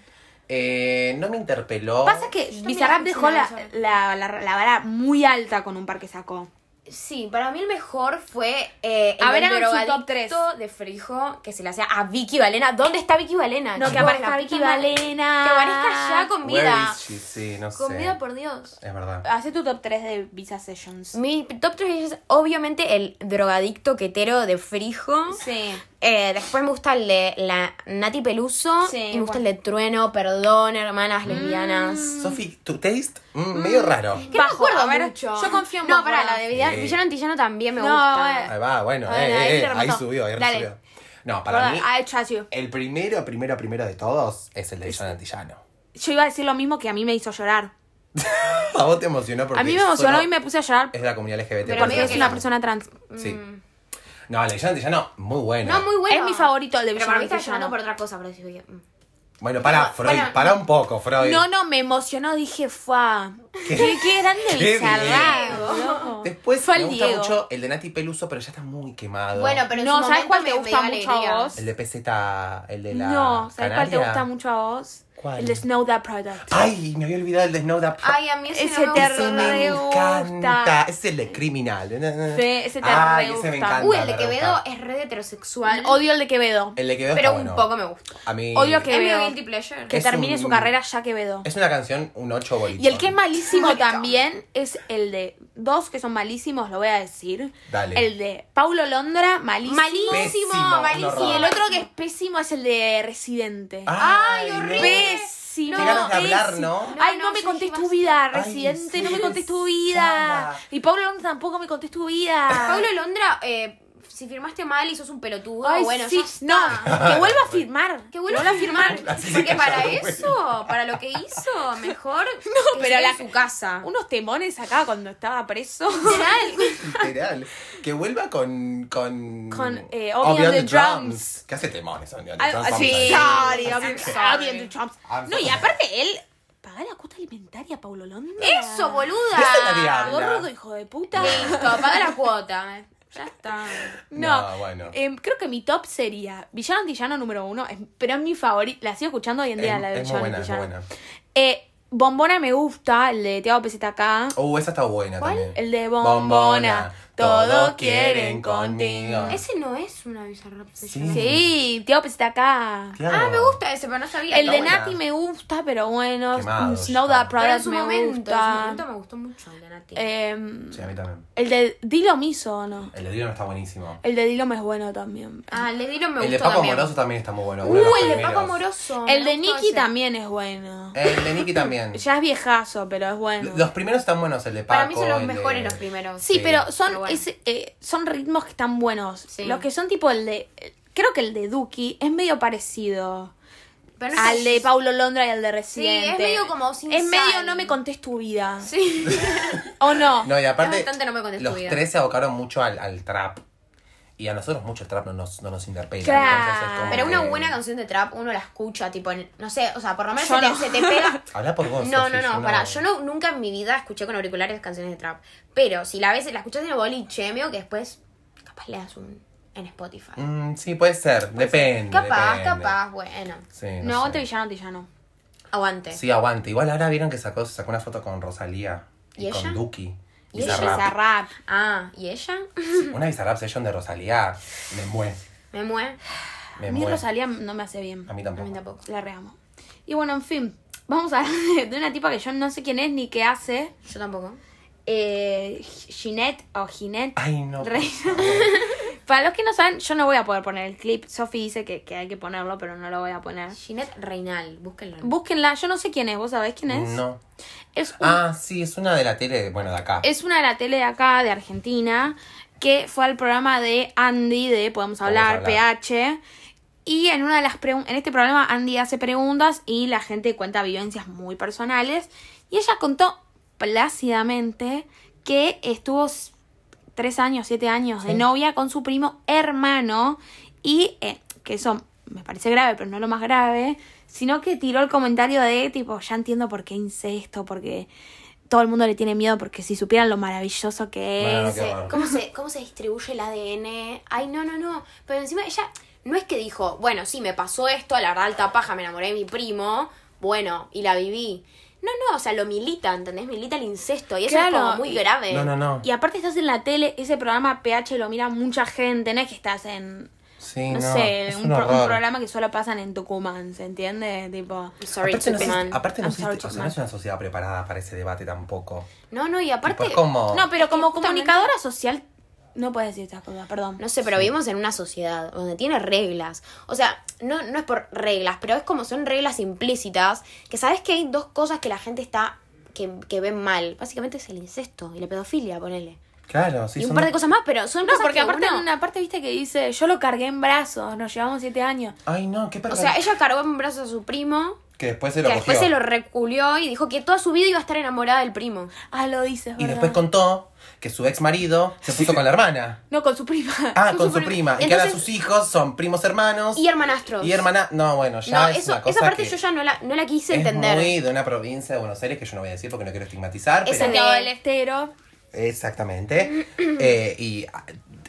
[SPEAKER 2] eh, no me interpeló.
[SPEAKER 1] Pasa que
[SPEAKER 3] Yo
[SPEAKER 1] Bizarrap
[SPEAKER 3] también
[SPEAKER 1] dejó la,
[SPEAKER 3] escuché una
[SPEAKER 1] la, la, la vara muy alta con un par que sacó.
[SPEAKER 3] Sí, para mí el mejor fue eh, el
[SPEAKER 1] A ver,
[SPEAKER 3] del
[SPEAKER 1] hagan su
[SPEAKER 3] drogadicto
[SPEAKER 1] top tres.
[SPEAKER 3] de Frijo que se le hacía a Vicky Valena. ¿Dónde está Vicky Valena?
[SPEAKER 1] No, que
[SPEAKER 3] chicos?
[SPEAKER 1] aparezca
[SPEAKER 3] La
[SPEAKER 1] Vicky
[SPEAKER 3] puta madre.
[SPEAKER 1] Valena.
[SPEAKER 3] Que aparezca ya con
[SPEAKER 2] Where
[SPEAKER 3] vida.
[SPEAKER 2] is she? Sí, no
[SPEAKER 3] Con
[SPEAKER 2] sé.
[SPEAKER 3] vida, por Dios.
[SPEAKER 2] Es verdad.
[SPEAKER 1] Hacé tu top 3 de Visa Sessions.
[SPEAKER 3] Mi top 3 es obviamente el drogadicto quetero de Frijo.
[SPEAKER 1] Sí.
[SPEAKER 3] Eh, después me gusta el de la Nati Peluso.
[SPEAKER 1] Sí,
[SPEAKER 3] y me gusta
[SPEAKER 1] bueno. Mm.
[SPEAKER 3] el de Trueno, perdón, hermanas lesbianas.
[SPEAKER 2] Sophie, tu taste, mm, medio raro.
[SPEAKER 3] Que no me
[SPEAKER 1] Bajo,
[SPEAKER 3] acuerdo
[SPEAKER 1] a ver,
[SPEAKER 3] mucho.
[SPEAKER 1] yo confío en
[SPEAKER 3] No,
[SPEAKER 1] vos,
[SPEAKER 3] para
[SPEAKER 1] Juana.
[SPEAKER 3] la de Villa-
[SPEAKER 2] Sí.
[SPEAKER 3] Villano Antillano también me
[SPEAKER 1] No,
[SPEAKER 3] gusta.
[SPEAKER 1] eh.
[SPEAKER 2] Ahí va, bueno,
[SPEAKER 1] Ahí,
[SPEAKER 2] eh,
[SPEAKER 1] ahí
[SPEAKER 2] eh,
[SPEAKER 1] se
[SPEAKER 2] ahí
[SPEAKER 1] remontó.
[SPEAKER 2] subió, ahí
[SPEAKER 1] Dale.
[SPEAKER 2] subió. No, para mí,
[SPEAKER 1] I trust you.
[SPEAKER 2] el primero, primero, primero de todos es el de John Antillano.
[SPEAKER 1] Yo iba a decir lo mismo que a mí me hizo llorar.
[SPEAKER 2] A vos te emocionó porque
[SPEAKER 1] a mí me emocionó
[SPEAKER 2] solo
[SPEAKER 1] y me puse a llorar
[SPEAKER 2] Es de la comunidad LGBT.
[SPEAKER 3] Pero
[SPEAKER 1] porque
[SPEAKER 3] medio
[SPEAKER 1] es
[SPEAKER 3] que
[SPEAKER 1] una
[SPEAKER 3] no.
[SPEAKER 1] persona mm. trans.
[SPEAKER 2] Sí. No, el de John Antillano, muy bueno.
[SPEAKER 3] No, muy bueno.
[SPEAKER 1] Es mi favorito, el de
[SPEAKER 3] Pero para mí está
[SPEAKER 1] Villano
[SPEAKER 3] llorando
[SPEAKER 1] Antillano.
[SPEAKER 3] por otra cosa, pero sí, oye, mm.
[SPEAKER 2] Bueno, para,
[SPEAKER 3] No,
[SPEAKER 2] Freud,
[SPEAKER 3] para-
[SPEAKER 2] para un poco, Freud.
[SPEAKER 1] No, no, me emocionó, dije, fua. Qué, qué grande
[SPEAKER 2] Qué
[SPEAKER 1] Bizarrap,
[SPEAKER 3] Diego.
[SPEAKER 1] loco.
[SPEAKER 2] Después
[SPEAKER 1] Fue
[SPEAKER 2] me
[SPEAKER 1] el
[SPEAKER 2] gusta
[SPEAKER 1] Diego.
[SPEAKER 2] mucho el de Nati Peluso, pero ya está muy quemado.
[SPEAKER 3] Bueno, pero en
[SPEAKER 1] No,
[SPEAKER 3] su
[SPEAKER 1] ¿sabes
[SPEAKER 3] momento
[SPEAKER 1] cuál
[SPEAKER 3] me-
[SPEAKER 1] te
[SPEAKER 3] me
[SPEAKER 1] gusta
[SPEAKER 3] dio
[SPEAKER 1] mucho a
[SPEAKER 3] alegría.
[SPEAKER 1] vos?
[SPEAKER 2] El de PZ, el de la
[SPEAKER 1] No, ¿sabes cuál te
[SPEAKER 2] canaria.
[SPEAKER 1] gusta mucho a vos?
[SPEAKER 2] ¿Cuál?
[SPEAKER 1] El de Snow That Product.
[SPEAKER 2] Ay, me había olvidado el de Snow That Pro-
[SPEAKER 3] Ay, a mí ese,
[SPEAKER 1] Ese
[SPEAKER 3] no me
[SPEAKER 1] te
[SPEAKER 2] Ese
[SPEAKER 3] gusta.
[SPEAKER 1] re
[SPEAKER 2] me
[SPEAKER 1] gusta.
[SPEAKER 2] encanta. Ese Es el de criminal.
[SPEAKER 1] Sí, ese te
[SPEAKER 2] Ay,
[SPEAKER 1] re
[SPEAKER 2] ese
[SPEAKER 1] gusta.
[SPEAKER 2] me encanta.
[SPEAKER 3] Uy, el de
[SPEAKER 2] me
[SPEAKER 3] Quevedo
[SPEAKER 2] gusta.
[SPEAKER 3] es red heterosexual.
[SPEAKER 1] Odio el de Quevedo.
[SPEAKER 2] El de Quevedo
[SPEAKER 3] pero
[SPEAKER 2] está
[SPEAKER 3] un
[SPEAKER 2] bueno.
[SPEAKER 3] poco me gusta.
[SPEAKER 2] A mí.
[SPEAKER 1] Odio que-
[SPEAKER 3] Es mi
[SPEAKER 1] Quevedo.
[SPEAKER 3] guilty pleasure.
[SPEAKER 1] Que
[SPEAKER 2] Es
[SPEAKER 1] termine su
[SPEAKER 2] un-
[SPEAKER 1] carrera ya Quevedo.
[SPEAKER 2] Es una canción, un 8 bolito.
[SPEAKER 1] Y el que es malísimo
[SPEAKER 3] Bonito.
[SPEAKER 1] también es el de dos que son malísimos, lo voy a decir.
[SPEAKER 2] Dale.
[SPEAKER 1] El de Paulo Londra, malísimo.
[SPEAKER 3] Malísimo,
[SPEAKER 2] Pésimo,
[SPEAKER 3] malísimo.
[SPEAKER 2] un
[SPEAKER 1] Y
[SPEAKER 2] horror.
[SPEAKER 1] el otro que es pésimo es el de Residente.
[SPEAKER 2] Ay,
[SPEAKER 3] Ay,
[SPEAKER 2] horrible.
[SPEAKER 3] horrible.
[SPEAKER 1] Pésimo.
[SPEAKER 2] Ah. Qué ganas de hablar,
[SPEAKER 1] pésimo.
[SPEAKER 2] ¿no?
[SPEAKER 1] Ay, no,
[SPEAKER 3] No, no,
[SPEAKER 1] me
[SPEAKER 3] yo
[SPEAKER 1] contés
[SPEAKER 3] dije
[SPEAKER 1] tu
[SPEAKER 3] más-
[SPEAKER 1] vida,
[SPEAKER 2] Ay,
[SPEAKER 1] Residente,
[SPEAKER 2] sí,
[SPEAKER 1] no me contés tu
[SPEAKER 2] sí,
[SPEAKER 1] vida.
[SPEAKER 2] cara.
[SPEAKER 1] Y Paulo Londra tampoco me contés tu vida.
[SPEAKER 3] Pablo Londra, eh, si firmaste mal y sos un pelotudo,
[SPEAKER 1] Ay,
[SPEAKER 3] bueno,
[SPEAKER 1] sí,
[SPEAKER 3] ya está.
[SPEAKER 1] no, que vuelva a firmar.
[SPEAKER 3] Que vuelva a firmar.
[SPEAKER 2] se
[SPEAKER 3] Porque
[SPEAKER 2] cayó
[SPEAKER 3] para
[SPEAKER 2] la
[SPEAKER 3] eso, para lo que hizo, mejor que
[SPEAKER 1] pero
[SPEAKER 3] siga
[SPEAKER 1] la-
[SPEAKER 3] en su casa.
[SPEAKER 1] Unos temones acá cuando estaba preso.
[SPEAKER 3] Literal.
[SPEAKER 2] Literal. Que vuelva con. Con.
[SPEAKER 1] Con, eh, Obi
[SPEAKER 2] Obi
[SPEAKER 1] on
[SPEAKER 2] on
[SPEAKER 1] the Drums.
[SPEAKER 2] Que hace temones, Obi on the
[SPEAKER 1] Ah,
[SPEAKER 2] Drums. vamos
[SPEAKER 1] sí.
[SPEAKER 2] a decir.
[SPEAKER 1] Sorry,
[SPEAKER 3] I'm
[SPEAKER 1] I'm
[SPEAKER 3] sorry.
[SPEAKER 1] sorry, Andrew Trump.
[SPEAKER 2] I'm
[SPEAKER 1] No, y
[SPEAKER 2] sorry.
[SPEAKER 1] aparte él paga la cuota alimentaria, Paulo Londra.
[SPEAKER 3] Eso, boluda.
[SPEAKER 2] Esa es la diabla.
[SPEAKER 1] Gordo, hijo de puta.
[SPEAKER 3] Listo, paga la cuota. Ya está.
[SPEAKER 1] No,
[SPEAKER 2] No, bueno.
[SPEAKER 1] em, creo que mi top sería Villano Antillano número uno, es- pero es mi favorita. La sigo escuchando hoy en día,
[SPEAKER 2] Es-
[SPEAKER 1] la de
[SPEAKER 2] es muy
[SPEAKER 1] Villano
[SPEAKER 2] buena, es
[SPEAKER 1] Antillano.
[SPEAKER 2] muy buena.
[SPEAKER 1] Eh, Bombona me gusta, el de Tiago PZK.
[SPEAKER 2] Uh, esa está buena
[SPEAKER 1] ¿Cuál?
[SPEAKER 2] también.
[SPEAKER 1] El de Bombona. Todos quieren conmigo.
[SPEAKER 3] Ese no es una bizarra
[SPEAKER 2] Sí.
[SPEAKER 3] obsesión.
[SPEAKER 1] Sí, Tiago PZK.
[SPEAKER 2] Claro.
[SPEAKER 3] Ah, me gusta ese, pero no sabía.
[SPEAKER 1] El
[SPEAKER 3] Está
[SPEAKER 1] de
[SPEAKER 3] bueno.
[SPEAKER 2] buena.
[SPEAKER 1] Nati me gusta, pero bueno.
[SPEAKER 2] Quemados,
[SPEAKER 1] Snow
[SPEAKER 2] ya.
[SPEAKER 1] That
[SPEAKER 3] Pero en
[SPEAKER 1] Product
[SPEAKER 3] su
[SPEAKER 1] me
[SPEAKER 3] momento, en su
[SPEAKER 1] gusta.
[SPEAKER 3] momento me gustó mucho el de Nati.
[SPEAKER 1] Em,
[SPEAKER 2] Sí, a mí también.
[SPEAKER 1] el de Dilo Miso, ¿no?
[SPEAKER 2] El de Dylan está buenísimo.
[SPEAKER 1] El de Dilom es bueno también.
[SPEAKER 3] ah, el de Dilo me
[SPEAKER 2] El de
[SPEAKER 3] gustó
[SPEAKER 2] Paco
[SPEAKER 3] también.
[SPEAKER 2] Amoroso también está muy bueno.
[SPEAKER 3] Uh,
[SPEAKER 2] uno de los
[SPEAKER 3] el de
[SPEAKER 2] primeros.
[SPEAKER 3] Paco Amoroso.
[SPEAKER 1] el
[SPEAKER 3] me
[SPEAKER 1] de
[SPEAKER 3] gustó
[SPEAKER 1] Nicky
[SPEAKER 3] ese.
[SPEAKER 1] también es bueno.
[SPEAKER 2] El de Nicky también.
[SPEAKER 1] Ya es viejazo, pero es bueno.
[SPEAKER 2] Eh. Los primeros están buenos, el de Paco.
[SPEAKER 3] Para mí son los
[SPEAKER 2] el de-
[SPEAKER 3] mejores los primeros.
[SPEAKER 1] sí,
[SPEAKER 2] sí,
[SPEAKER 1] pero son
[SPEAKER 3] pero bueno.
[SPEAKER 1] es, eh, son ritmos que están buenos.
[SPEAKER 3] Sí.
[SPEAKER 1] Los que son tipo el de... eh, Creo que el de Duki es medio parecido
[SPEAKER 3] Pero no
[SPEAKER 1] al
[SPEAKER 3] sé-
[SPEAKER 1] de Paulo Londra y al de Residente.
[SPEAKER 3] medio como sin
[SPEAKER 1] Es medio
[SPEAKER 3] sal.
[SPEAKER 1] no me contés tu vida.
[SPEAKER 3] Sí.
[SPEAKER 1] ¿O no?
[SPEAKER 2] No, y aparte,
[SPEAKER 3] Es bastante no me contestó
[SPEAKER 2] los
[SPEAKER 3] bien.
[SPEAKER 2] tres se abocaron mucho al, al trap. Y a nosotros mucho el trap no nos, no nos interpela.
[SPEAKER 1] Claro.
[SPEAKER 2] entonces es como
[SPEAKER 3] Pero una
[SPEAKER 2] que-
[SPEAKER 3] buena canción de trap uno la escucha, tipo, en- no sé, o sea, por lo menos
[SPEAKER 1] Yo
[SPEAKER 3] se te,
[SPEAKER 1] no.
[SPEAKER 3] se te pega.
[SPEAKER 2] Habla por vos.
[SPEAKER 3] No,
[SPEAKER 2] Sofi,
[SPEAKER 3] no, no, pará, yo no, nunca en mi vida escuché con auriculares canciones de trap. Pero si la ves, la escuchas en el boliche, medio que después capaz le das un en Spotify.
[SPEAKER 2] Mm, sí, puede ser. Depende.
[SPEAKER 3] capaz,
[SPEAKER 2] depende.
[SPEAKER 3] capaz, bueno.
[SPEAKER 2] Sí,
[SPEAKER 1] No,
[SPEAKER 2] no,
[SPEAKER 1] aguante
[SPEAKER 2] sé.
[SPEAKER 1] Villano Antillano.
[SPEAKER 3] Aguante.
[SPEAKER 2] Sí, aguante. Igual ahora vieron que sacó, sacó una foto con Rosalía. Y,
[SPEAKER 3] ¿Y
[SPEAKER 2] con
[SPEAKER 3] ella?
[SPEAKER 2] Duki.
[SPEAKER 3] ¿Y ella?
[SPEAKER 2] Bizarrap.
[SPEAKER 1] Bizarrap.
[SPEAKER 3] Ah, ¿y ella?
[SPEAKER 2] Una Bizarrap session de Rosalía. Me mue.
[SPEAKER 3] Me mueve.
[SPEAKER 2] Me
[SPEAKER 1] A mí
[SPEAKER 2] mue.
[SPEAKER 1] Rosalía no me hace bien.
[SPEAKER 2] A mí
[SPEAKER 3] A
[SPEAKER 2] tampoco.
[SPEAKER 3] mí tampoco.
[SPEAKER 1] La reamo. Y bueno, en fin, vamos a hablar de una tipa que yo no sé quién es ni qué hace.
[SPEAKER 3] Yo tampoco.
[SPEAKER 1] Eh, Ginette o Ginette.
[SPEAKER 2] Ay, no. por
[SPEAKER 1] Reina.
[SPEAKER 2] favor.
[SPEAKER 1] Para los que no saben, yo no voy a poder poner el clip. Sofi dice que, que hay que ponerlo, pero no lo voy a poner.
[SPEAKER 3] Ginette Reinal, búsquenla.
[SPEAKER 1] Búsquenla, yo no sé quién es, ¿vos sabés quién es?
[SPEAKER 2] No.
[SPEAKER 1] Es, un-
[SPEAKER 2] Ah, sí, es una de la tele, bueno, de acá.
[SPEAKER 1] es una de la tele de acá, de Argentina, que fue al programa de Andy de Podemos
[SPEAKER 2] Podemos
[SPEAKER 1] Hablar,
[SPEAKER 2] Hablar.
[SPEAKER 1] PH. Y en una de las pregun- en este programa Andy hace preguntas y la gente cuenta vivencias muy personales. Y ella contó plácidamente que estuvo s- tres años, siete años de
[SPEAKER 2] Sí.
[SPEAKER 1] novia con su primo hermano. Y eh, que eso me parece grave, pero no lo más grave. Sino que tiró el comentario de tipo, ya entiendo por qué incesto, porque todo el mundo le tiene miedo, porque si supieran lo maravilloso que es.
[SPEAKER 2] Bueno, qué
[SPEAKER 3] se-
[SPEAKER 2] bárbaro.
[SPEAKER 3] ¿cómo, se, ¿Cómo se distribuye el ADN? Ay, no, no, no. Pero encima ella no es que dijo, bueno, sí, me pasó esto, la verdad, alta paja, me enamoré de mi primo, bueno, y la viví. No, no, o sea, lo milita, ¿entendés? Milita el incesto y eso
[SPEAKER 1] Claro,
[SPEAKER 3] es como muy
[SPEAKER 1] y-
[SPEAKER 3] grave.
[SPEAKER 2] No, no, no.
[SPEAKER 1] Y aparte estás en la tele, ese programa PH lo mira mucha gente, no es que estás en,
[SPEAKER 2] Sí,
[SPEAKER 1] no,
[SPEAKER 2] no.
[SPEAKER 1] sé,
[SPEAKER 2] es
[SPEAKER 1] un, pro- un
[SPEAKER 2] horror.
[SPEAKER 1] programa que solo pasan en Tucumán, ¿se entiende? Tipo,
[SPEAKER 3] Sorry,
[SPEAKER 2] aparte, no,
[SPEAKER 3] Superman.
[SPEAKER 2] existe- aparte no,
[SPEAKER 1] I'm
[SPEAKER 2] existe-
[SPEAKER 1] sorry,
[SPEAKER 2] o sea,
[SPEAKER 1] Superman.
[SPEAKER 2] no es una sociedad preparada para ese debate tampoco.
[SPEAKER 3] No, no, y aparte.
[SPEAKER 2] Tipo, es como...
[SPEAKER 1] no, pero como
[SPEAKER 3] justamente-
[SPEAKER 1] comunicadora social no puedes decir estas cosas, perdón.
[SPEAKER 3] No sé, pero vivimos en una sociedad donde tiene reglas. O sea, no, no es por reglas, pero es como son reglas implícitas que sabes que hay dos cosas que la gente está. que, que ven mal. Básicamente es el incesto y la pedofilia, ponele.
[SPEAKER 2] Claro, sí.
[SPEAKER 3] y un
[SPEAKER 2] son-
[SPEAKER 3] par de cosas más, pero son
[SPEAKER 1] No,
[SPEAKER 3] cosas
[SPEAKER 1] porque
[SPEAKER 3] que
[SPEAKER 1] aparte
[SPEAKER 3] uno-
[SPEAKER 1] en una parte viste que dice, yo lo cargué en brazos, nos llevamos siete años.
[SPEAKER 2] Ay, no, qué
[SPEAKER 3] O
[SPEAKER 2] perver-
[SPEAKER 3] sea, ella cargó en brazos a su primo,
[SPEAKER 2] Que después se
[SPEAKER 3] que
[SPEAKER 2] lo
[SPEAKER 3] después
[SPEAKER 2] cogió.
[SPEAKER 3] se lo reculió y dijo que toda su vida iba a estar enamorada del primo.
[SPEAKER 1] Ah, lo dices,
[SPEAKER 2] Y
[SPEAKER 1] ¿verdad?
[SPEAKER 2] después contó que su ex marido se puso con la hermana.
[SPEAKER 1] No, con su prima.
[SPEAKER 2] Ah,
[SPEAKER 3] Con
[SPEAKER 2] con
[SPEAKER 3] su
[SPEAKER 2] su
[SPEAKER 3] prim-
[SPEAKER 2] prima. Y que
[SPEAKER 3] Entonces-
[SPEAKER 2] ahora sus hijos son primos hermanos.
[SPEAKER 3] Y hermanastros.
[SPEAKER 2] Y hermana. No, bueno, ya
[SPEAKER 3] No,
[SPEAKER 2] es
[SPEAKER 3] eso,
[SPEAKER 2] una cosa
[SPEAKER 3] esa parte
[SPEAKER 2] que
[SPEAKER 3] yo ya no la, no la quise
[SPEAKER 2] es
[SPEAKER 3] entender.
[SPEAKER 2] muy de una provincia de Buenos Aires que yo no voy a decir porque no quiero estigmatizar.
[SPEAKER 3] Ese
[SPEAKER 2] pero-
[SPEAKER 1] Santiago del Estero.
[SPEAKER 2] Exactamente. Eh, y,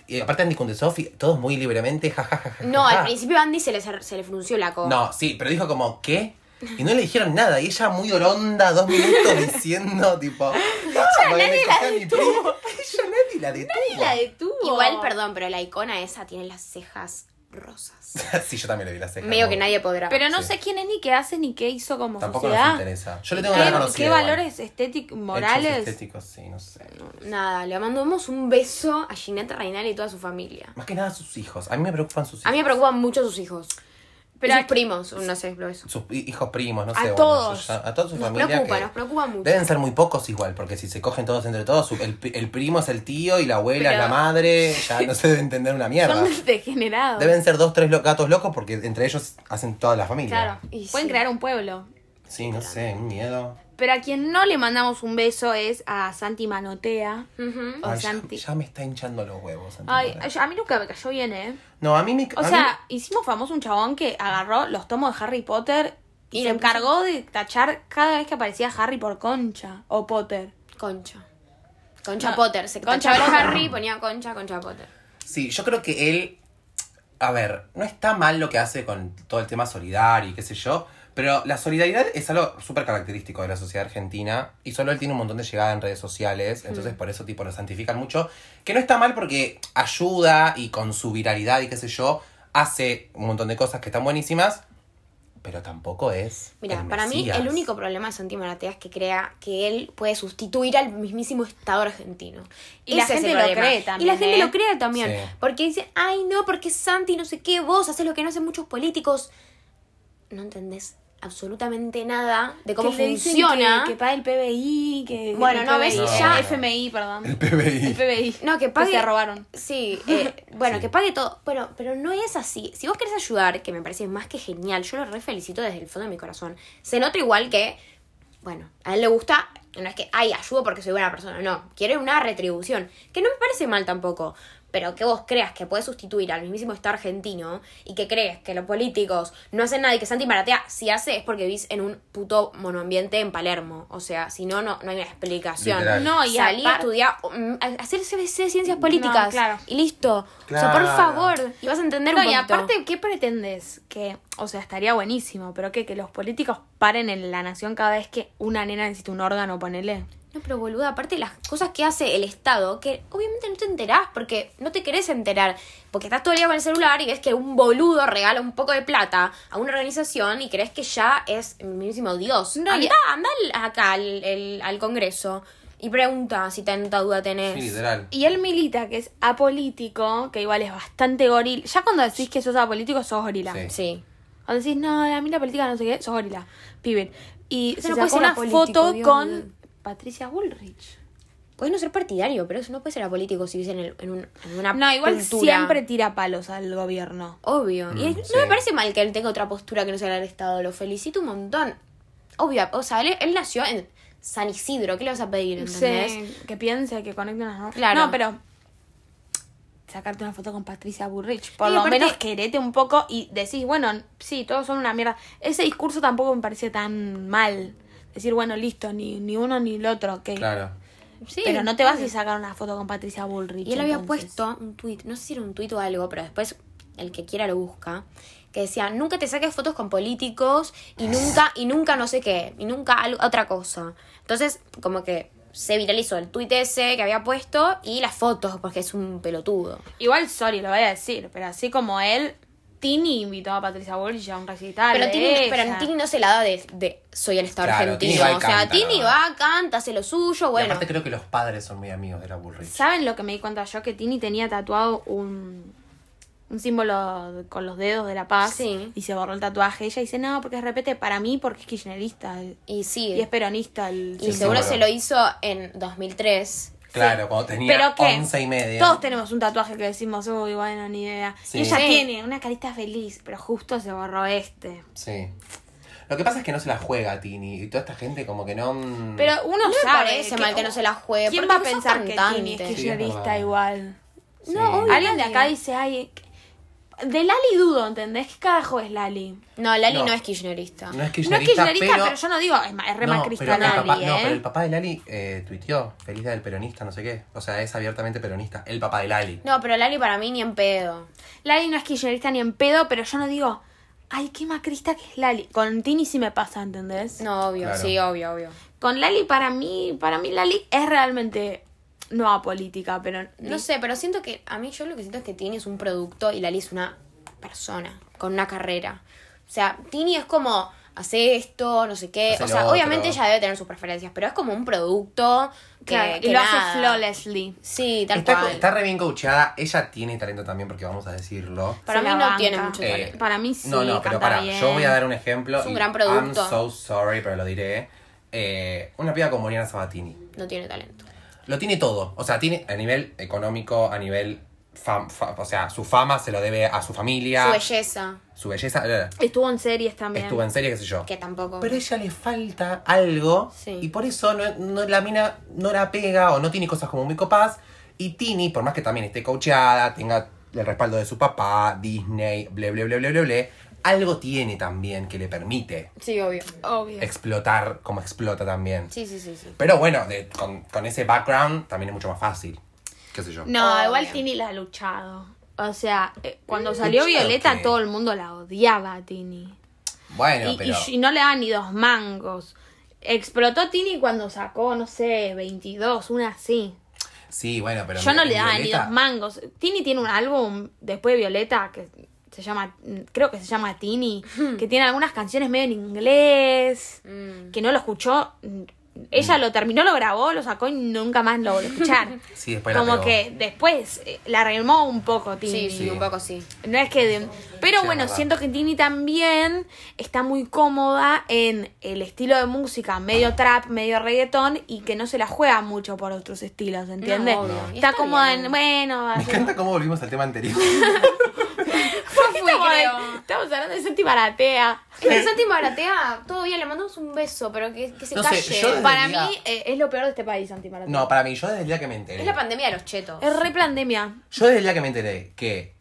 [SPEAKER 2] y aparte Andy Kundesofi, todos muy libremente, jajajaja.
[SPEAKER 3] No, al principio a Andy se le, cer- se le frunció la cola.
[SPEAKER 2] No, sí, pero dijo como, ¿qué? Y no le dijeron nada. Y ella muy oronda, dos minutos diciendo, tipo. Ella
[SPEAKER 1] nadie la detuvo.
[SPEAKER 2] Ella nadie la detuvo.
[SPEAKER 1] La detuvo.
[SPEAKER 3] Igual, perdón, pero la icona esa tiene las cejas rosas.
[SPEAKER 2] sí, yo también le vi la ceja.
[SPEAKER 3] Medio
[SPEAKER 2] no.
[SPEAKER 3] que nadie podrá.
[SPEAKER 1] Pero no
[SPEAKER 2] Sí.
[SPEAKER 1] sé quién es, ni qué hace, ni qué hizo como
[SPEAKER 2] Tampoco nos
[SPEAKER 1] sociedad.
[SPEAKER 2] interesa. Yo le tengo que
[SPEAKER 1] ¿Qué,
[SPEAKER 2] dar conocida.
[SPEAKER 1] qué
[SPEAKER 2] igual.
[SPEAKER 1] valores estéticos,
[SPEAKER 2] Hechos
[SPEAKER 1] morales?
[SPEAKER 2] estéticos, sí, no sé.
[SPEAKER 3] Nada, le mandamos un beso a Ginette Reinal y toda su familia.
[SPEAKER 2] Más que nada sus hijos. A mí me preocupan sus hijos.
[SPEAKER 3] A mí me preocupan mucho sus hijos.
[SPEAKER 1] Pero
[SPEAKER 3] Pero sus
[SPEAKER 1] aquí-
[SPEAKER 3] primos, no sé, lo eso.
[SPEAKER 2] Sus hi- hijos primos, no
[SPEAKER 1] A
[SPEAKER 2] sé. bueno,
[SPEAKER 1] todos.
[SPEAKER 2] yo ya- a toda su
[SPEAKER 3] Nos
[SPEAKER 2] familia.
[SPEAKER 3] preocupa,
[SPEAKER 2] que
[SPEAKER 3] nos preocupa mucho.
[SPEAKER 2] Deben ser muy pocos igual, porque si se cogen todos entre todos, su- el, pri- el primo es el tío y la abuela
[SPEAKER 3] Pero-
[SPEAKER 2] es la madre. Ya no se debe entender una mierda.
[SPEAKER 1] Son degenerados.
[SPEAKER 2] Deben ser dos, tres lo- gatos locos porque entre ellos hacen toda la familia.
[SPEAKER 1] Claro.
[SPEAKER 3] Y
[SPEAKER 1] Pueden
[SPEAKER 3] sí.
[SPEAKER 1] crear un pueblo.
[SPEAKER 2] Sí, no sé, un miedo.
[SPEAKER 1] Pero a quien no le mandamos un beso es a Santi Manotea.
[SPEAKER 3] Ujú.
[SPEAKER 1] O
[SPEAKER 2] Ay, ya,
[SPEAKER 1] Santi.
[SPEAKER 2] ya me está hinchando los huevos. Santi
[SPEAKER 1] Ay,
[SPEAKER 2] Moreno.
[SPEAKER 1] yo- a mí nunca me cayó bien, ¿eh?
[SPEAKER 2] No, a mí me.
[SPEAKER 1] O
[SPEAKER 2] a mí-
[SPEAKER 1] sea, hicimos famoso un chabón que agarró los tomos de Harry Potter y,
[SPEAKER 3] Y
[SPEAKER 1] se
[SPEAKER 3] le puso-
[SPEAKER 1] encargó de tachar cada vez que aparecía Harry por Concha o Potter.
[SPEAKER 3] Concha. Concha
[SPEAKER 1] No,
[SPEAKER 3] Potter. Se
[SPEAKER 1] Concha
[SPEAKER 3] concha
[SPEAKER 1] Potter.
[SPEAKER 3] Harry, ponía concha, concha Potter.
[SPEAKER 2] Sí, yo creo que él. A ver, no está mal lo que hace con todo el tema solidario y qué sé yo, pero la solidaridad es algo súper característico de la sociedad argentina y solo él tiene un montón de llegada en redes
[SPEAKER 3] Mm.
[SPEAKER 2] sociales, entonces por eso tipo lo santifican mucho, que no está mal porque ayuda y con su viralidad y qué sé yo, hace un montón de cosas que están buenísimas, pero tampoco es...
[SPEAKER 3] Mira,
[SPEAKER 2] el
[SPEAKER 3] para mí
[SPEAKER 2] Mesías.
[SPEAKER 3] el único problema de Santi Maratea es que crea que él puede sustituir al mismísimo Estado argentino.
[SPEAKER 1] Y la
[SPEAKER 3] Ese es el
[SPEAKER 1] gente lo
[SPEAKER 3] problema.
[SPEAKER 1] cree también,
[SPEAKER 3] Y la gente
[SPEAKER 1] ¿eh?
[SPEAKER 3] lo cree también.
[SPEAKER 2] Sí.
[SPEAKER 3] Porque dice, ay no, porque Santi no sé qué, vos haces lo que no hacen muchos políticos. No entendés absolutamente nada de cómo
[SPEAKER 1] Que le dicen
[SPEAKER 3] funciona.
[SPEAKER 1] Que, que paga el PBI, que...
[SPEAKER 3] Bueno,
[SPEAKER 1] el
[SPEAKER 3] no,
[SPEAKER 1] PBI,
[SPEAKER 2] ves, ya-
[SPEAKER 1] FMI, perdón.
[SPEAKER 2] El PBI.
[SPEAKER 1] El PBI.
[SPEAKER 3] No, que
[SPEAKER 1] Pues
[SPEAKER 3] pague.
[SPEAKER 1] se robaron.
[SPEAKER 3] Sí, eh, bueno,
[SPEAKER 2] Sí.
[SPEAKER 3] que pague todo. Bueno, pero no es así. Si vos querés ayudar, que me parece más que genial, yo lo re felicito desde el fondo de mi corazón. Se nota igual que, bueno, a él le gusta, no es que, ay, ayudo porque soy buena persona, no, quiere una retribución, que no me parece mal tampoco. Pero que vos creas que puedes sustituir al mismísimo Estado argentino y que crees que los políticos no hacen nada y que Santi Maratea si hace es porque vivís en un puto monoambiente en Palermo. O sea, si no, no no hay una explicación.
[SPEAKER 2] Literal.
[SPEAKER 1] No,
[SPEAKER 3] No,
[SPEAKER 1] y
[SPEAKER 3] y salí a
[SPEAKER 1] aparte-
[SPEAKER 3] estudiar, mm, a hacer CBC de ciencias políticas.
[SPEAKER 1] No, claro.
[SPEAKER 3] Y listo. O sea,
[SPEAKER 2] Claro.
[SPEAKER 3] por favor. Y vas a entender
[SPEAKER 1] No,
[SPEAKER 3] un
[SPEAKER 1] y
[SPEAKER 3] poquito.
[SPEAKER 1] aparte, ¿qué pretendes? Que, o sea, estaría buenísimo, pero ¿qué? Que los políticos paren en la nación cada vez que una nena necesita un órgano, ponele.
[SPEAKER 3] No, pero boluda, aparte las cosas que hace el Estado, que obviamente no te enterás porque no te querés enterar. Porque estás todo el día con el celular y ves que un boludo regala un poco de plata a una organización y crees que ya es el mismísimo Dios.
[SPEAKER 1] No, y-
[SPEAKER 3] anda, anda al- acá al, el- al Congreso y pregunta si tanta duda tenés.
[SPEAKER 2] Sí, literal.
[SPEAKER 1] Y él milita, que es apolítico, que igual es bastante goril. Ya cuando decís que sos apolítico, sos gorila.
[SPEAKER 2] Sí.
[SPEAKER 3] Sí.
[SPEAKER 1] Cuando decís, no, a mí la política no sé qué, sos gorila. Pibe. Y
[SPEAKER 3] Eso
[SPEAKER 1] se
[SPEAKER 3] no puede
[SPEAKER 1] sacó
[SPEAKER 3] ser
[SPEAKER 1] una
[SPEAKER 3] apolítico,
[SPEAKER 1] foto
[SPEAKER 3] Dios.
[SPEAKER 1] con Patricia Bullrich.
[SPEAKER 3] Puedes no ser partidario, pero eso no puede ser apolítico si vives en, el- en, un- en una
[SPEAKER 1] No, igual
[SPEAKER 3] cultura.
[SPEAKER 1] siempre tira palos al gobierno.
[SPEAKER 3] Obvio. y
[SPEAKER 2] Mm,
[SPEAKER 3] es- no
[SPEAKER 2] sí.
[SPEAKER 3] me parece mal que él tenga otra postura que no sea la del Estado. Lo felicito un montón. Obvio, o sea, él, él nació en San Isidro. ¿Qué le vas a pedir, entendés?
[SPEAKER 1] Sí, que piense, que conecte unas no-
[SPEAKER 3] Claro.
[SPEAKER 1] No, pero sacarte una foto con Patricia Burrich. Por
[SPEAKER 3] Y
[SPEAKER 1] lo
[SPEAKER 3] aparte-
[SPEAKER 1] menos querete un poco y decís, bueno, sí, todos son una mierda. Ese discurso tampoco me parece tan mal. Decir, bueno, listo, ni, ni uno ni el otro. que
[SPEAKER 2] Claro.
[SPEAKER 3] Sí,
[SPEAKER 1] Pero no te vas a sacar una foto con Patricia Bullrich.
[SPEAKER 3] Y él había
[SPEAKER 1] entonces.
[SPEAKER 3] puesto un tuit, no sé si era un tuit o algo, pero después el que quiera lo busca, que decía, nunca te saques fotos con políticos y nunca, y nunca no sé qué, y nunca al- otra cosa. Entonces, como que se viralizó el tuit ese que había puesto y las fotos, porque es un pelotudo.
[SPEAKER 1] Igual, sorry, lo voy a decir, pero así como él, Tini invitó a Patricia Bullrich a un recital.
[SPEAKER 3] Pero
[SPEAKER 1] de
[SPEAKER 3] Tini, pero
[SPEAKER 1] ella.
[SPEAKER 3] Tini no se la da de, de soy el Estado
[SPEAKER 2] Claro,
[SPEAKER 3] argentino.
[SPEAKER 2] Tini va y
[SPEAKER 3] o sea,
[SPEAKER 2] canta,
[SPEAKER 3] Tini
[SPEAKER 2] ¿no?
[SPEAKER 3] va, canta, hace lo suyo,
[SPEAKER 2] Y
[SPEAKER 3] bueno.
[SPEAKER 2] aparte creo que los padres son muy amigos de la Bullrich.
[SPEAKER 1] ¿Saben lo que me di cuenta yo? Que Tini tenía tatuado un, un símbolo con los dedos de la paz.
[SPEAKER 3] Sí.
[SPEAKER 1] Y se borró el tatuaje. Ella dice, no, porque repete para mí, porque es kirchnerista. el-
[SPEAKER 3] Y sí.
[SPEAKER 1] Y es peronista. El,
[SPEAKER 3] Y
[SPEAKER 2] Sí,
[SPEAKER 3] seguro
[SPEAKER 2] seguro.
[SPEAKER 3] se lo hizo en 2003.
[SPEAKER 2] Claro, cuando tenía
[SPEAKER 1] Pero que
[SPEAKER 2] 11 y media.
[SPEAKER 1] todos tenemos un tatuaje que decimos, uy, bueno, ni idea.
[SPEAKER 2] Sí.
[SPEAKER 1] Y ella
[SPEAKER 3] Sí.
[SPEAKER 1] tiene una carita feliz, pero justo se borró este.
[SPEAKER 2] Sí. Lo que pasa es que no se la juega Tini y toda esta gente como que no... mm,
[SPEAKER 1] Pero uno
[SPEAKER 3] No me
[SPEAKER 1] sabe
[SPEAKER 3] parece mal que no se la juegue,
[SPEAKER 1] ¿Quién
[SPEAKER 3] porque
[SPEAKER 1] va a
[SPEAKER 3] no sos
[SPEAKER 1] pensar que Tini es
[SPEAKER 3] cantante?
[SPEAKER 2] Sí, es
[SPEAKER 1] kirchnerista
[SPEAKER 2] verdad.
[SPEAKER 1] igual?
[SPEAKER 2] sí.
[SPEAKER 3] no, obvio.
[SPEAKER 1] Alguien de acá dice, ay... De Lali dudo, ¿entendés? ¿Qué carajo es Lali?
[SPEAKER 3] No, Lali
[SPEAKER 2] No.
[SPEAKER 3] no, es kirchnerista.
[SPEAKER 2] No es
[SPEAKER 1] No es
[SPEAKER 2] kirchnerista,
[SPEAKER 1] kirchnerista, pero,
[SPEAKER 2] pero...
[SPEAKER 1] yo no digo, es, ma- es re
[SPEAKER 2] No,
[SPEAKER 1] más
[SPEAKER 2] pero el papá-
[SPEAKER 1] Lali,
[SPEAKER 2] no,
[SPEAKER 1] ¿eh?
[SPEAKER 2] pero el papá de Lali eh, tuiteó, feliz día del peronista, no sé qué. O sea, es abiertamente peronista. El papá de Lali.
[SPEAKER 3] No, pero Lali para mí ni en pedo.
[SPEAKER 1] Lali no es kirchnerista ni en pedo, pero yo no digo, ay, qué macrista que es Lali. Con Tini sí me pasa, ¿entendés?
[SPEAKER 3] No, obvio,
[SPEAKER 2] Claro.
[SPEAKER 3] sí, obvio, obvio.
[SPEAKER 1] Con Lali, para mí, para mí Lali es realmente no apolítica, pero...
[SPEAKER 3] No sé, pero siento que a mí yo lo que siento es que Tini es un producto y Lali es una persona con una carrera. O sea, Tini es como hace esto, no sé qué.
[SPEAKER 2] Hace
[SPEAKER 3] o
[SPEAKER 2] lo
[SPEAKER 3] sea,
[SPEAKER 2] otro.
[SPEAKER 3] obviamente ella debe tener sus preferencias, pero es como un producto que,
[SPEAKER 1] Claro,
[SPEAKER 3] que
[SPEAKER 1] y lo
[SPEAKER 3] nada.
[SPEAKER 1] hace flawlessly.
[SPEAKER 3] Sí, tal
[SPEAKER 2] Está,
[SPEAKER 3] cual.
[SPEAKER 2] está re bien coachada. Ella tiene talento también, porque vamos a decirlo.
[SPEAKER 3] Para
[SPEAKER 1] Se
[SPEAKER 3] mí
[SPEAKER 1] la
[SPEAKER 3] no
[SPEAKER 1] banca.
[SPEAKER 3] tiene mucho
[SPEAKER 2] Eh,
[SPEAKER 3] talento.
[SPEAKER 1] Para mí sí,
[SPEAKER 2] no, no, pero
[SPEAKER 1] canta
[SPEAKER 2] para,
[SPEAKER 1] bien.
[SPEAKER 2] yo voy a dar un ejemplo.
[SPEAKER 3] Es un
[SPEAKER 2] y
[SPEAKER 3] gran producto.
[SPEAKER 2] I'm so sorry, pero lo diré. Eh, una piba como Mariana Sabatini.
[SPEAKER 3] No tiene talento.
[SPEAKER 2] Lo tiene todo. O sea, tiene a nivel económico, a nivel. fam- fa- o sea, su fama se lo debe a su familia.
[SPEAKER 3] Su belleza,
[SPEAKER 2] su belleza, eh,
[SPEAKER 1] Estuvo en series también.
[SPEAKER 2] Estuvo en serie, qué sé yo.
[SPEAKER 3] que tampoco.
[SPEAKER 2] Pero a ella le falta algo.
[SPEAKER 3] Sí.
[SPEAKER 2] Y por eso no, no- la mina no la pega o no tiene cosas como muy copadas. Y Tini, por más que también esté coacheada, tenga el respaldo de su papá, Disney, ble, ble, ble, ble, ble, ble, algo tiene también que le permite
[SPEAKER 3] Sí, obvio.
[SPEAKER 1] Obvio.
[SPEAKER 2] explotar como explota también.
[SPEAKER 3] Sí, sí, sí, sí.
[SPEAKER 2] Pero bueno, de- con, con ese background también es mucho más fácil. ¿Qué sé yo?
[SPEAKER 1] No,
[SPEAKER 3] Obvio.
[SPEAKER 1] igual Tini la ha luchado. O sea, eh, cuando salió
[SPEAKER 2] luchado
[SPEAKER 1] Violeta
[SPEAKER 2] qué?
[SPEAKER 1] todo el mundo la odiaba a Tini.
[SPEAKER 2] Bueno,
[SPEAKER 1] y,
[SPEAKER 2] pero.
[SPEAKER 1] y- y no le daban ni dos mangos. Explotó Tini cuando sacó, no sé, 22, una así.
[SPEAKER 2] Sí, bueno, pero.
[SPEAKER 1] Yo no le daba ni
[SPEAKER 2] Violeta-
[SPEAKER 1] dos mangos. Tini tiene un álbum después de Violeta que se llama, creo que se llama Tini, que tiene algunas canciones medio en inglés,
[SPEAKER 3] Mm.
[SPEAKER 1] que no lo escuchó. Ella
[SPEAKER 2] Hmm.
[SPEAKER 1] lo terminó, lo grabó, lo sacó y nunca más lo volvió a escuchar.
[SPEAKER 2] Sí, después la
[SPEAKER 1] Como
[SPEAKER 2] pegó.
[SPEAKER 1] que después eh, la arrimó un poco Tini.
[SPEAKER 3] Sí, sí, un poco sí.
[SPEAKER 1] No es que. de- pero
[SPEAKER 2] Sí,
[SPEAKER 1] bueno,
[SPEAKER 2] es verdad.
[SPEAKER 1] siento que Tini también está muy cómoda en el estilo de música, medio trap, medio reggaetón, y que no se la juega mucho por otros estilos, ¿entiendes?
[SPEAKER 3] No, obvio. Y
[SPEAKER 1] Está
[SPEAKER 3] está
[SPEAKER 1] cómoda
[SPEAKER 3] bien.
[SPEAKER 1] en. Bueno,
[SPEAKER 2] Me encanta cómo volvimos al tema anterior.
[SPEAKER 3] Yo fui,
[SPEAKER 1] estamos,
[SPEAKER 3] creo.
[SPEAKER 1] estamos hablando de Santi Baratea.
[SPEAKER 3] Es Santi Maratea, todavía le mandamos un beso, pero que, que se
[SPEAKER 2] No sé,
[SPEAKER 3] calle.
[SPEAKER 2] yo desde-
[SPEAKER 1] Para
[SPEAKER 2] Mira.
[SPEAKER 1] mí eh, es lo peor de este país, Santi Baratea.
[SPEAKER 2] No, para mí, yo desde el día que me enteré.
[SPEAKER 3] Es la pandemia de los chetos.
[SPEAKER 1] Es re pandemia.
[SPEAKER 2] Yo desde el día que me enteré que.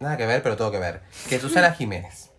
[SPEAKER 2] Nada que ver, pero todo que ver. Que Susana Jiménez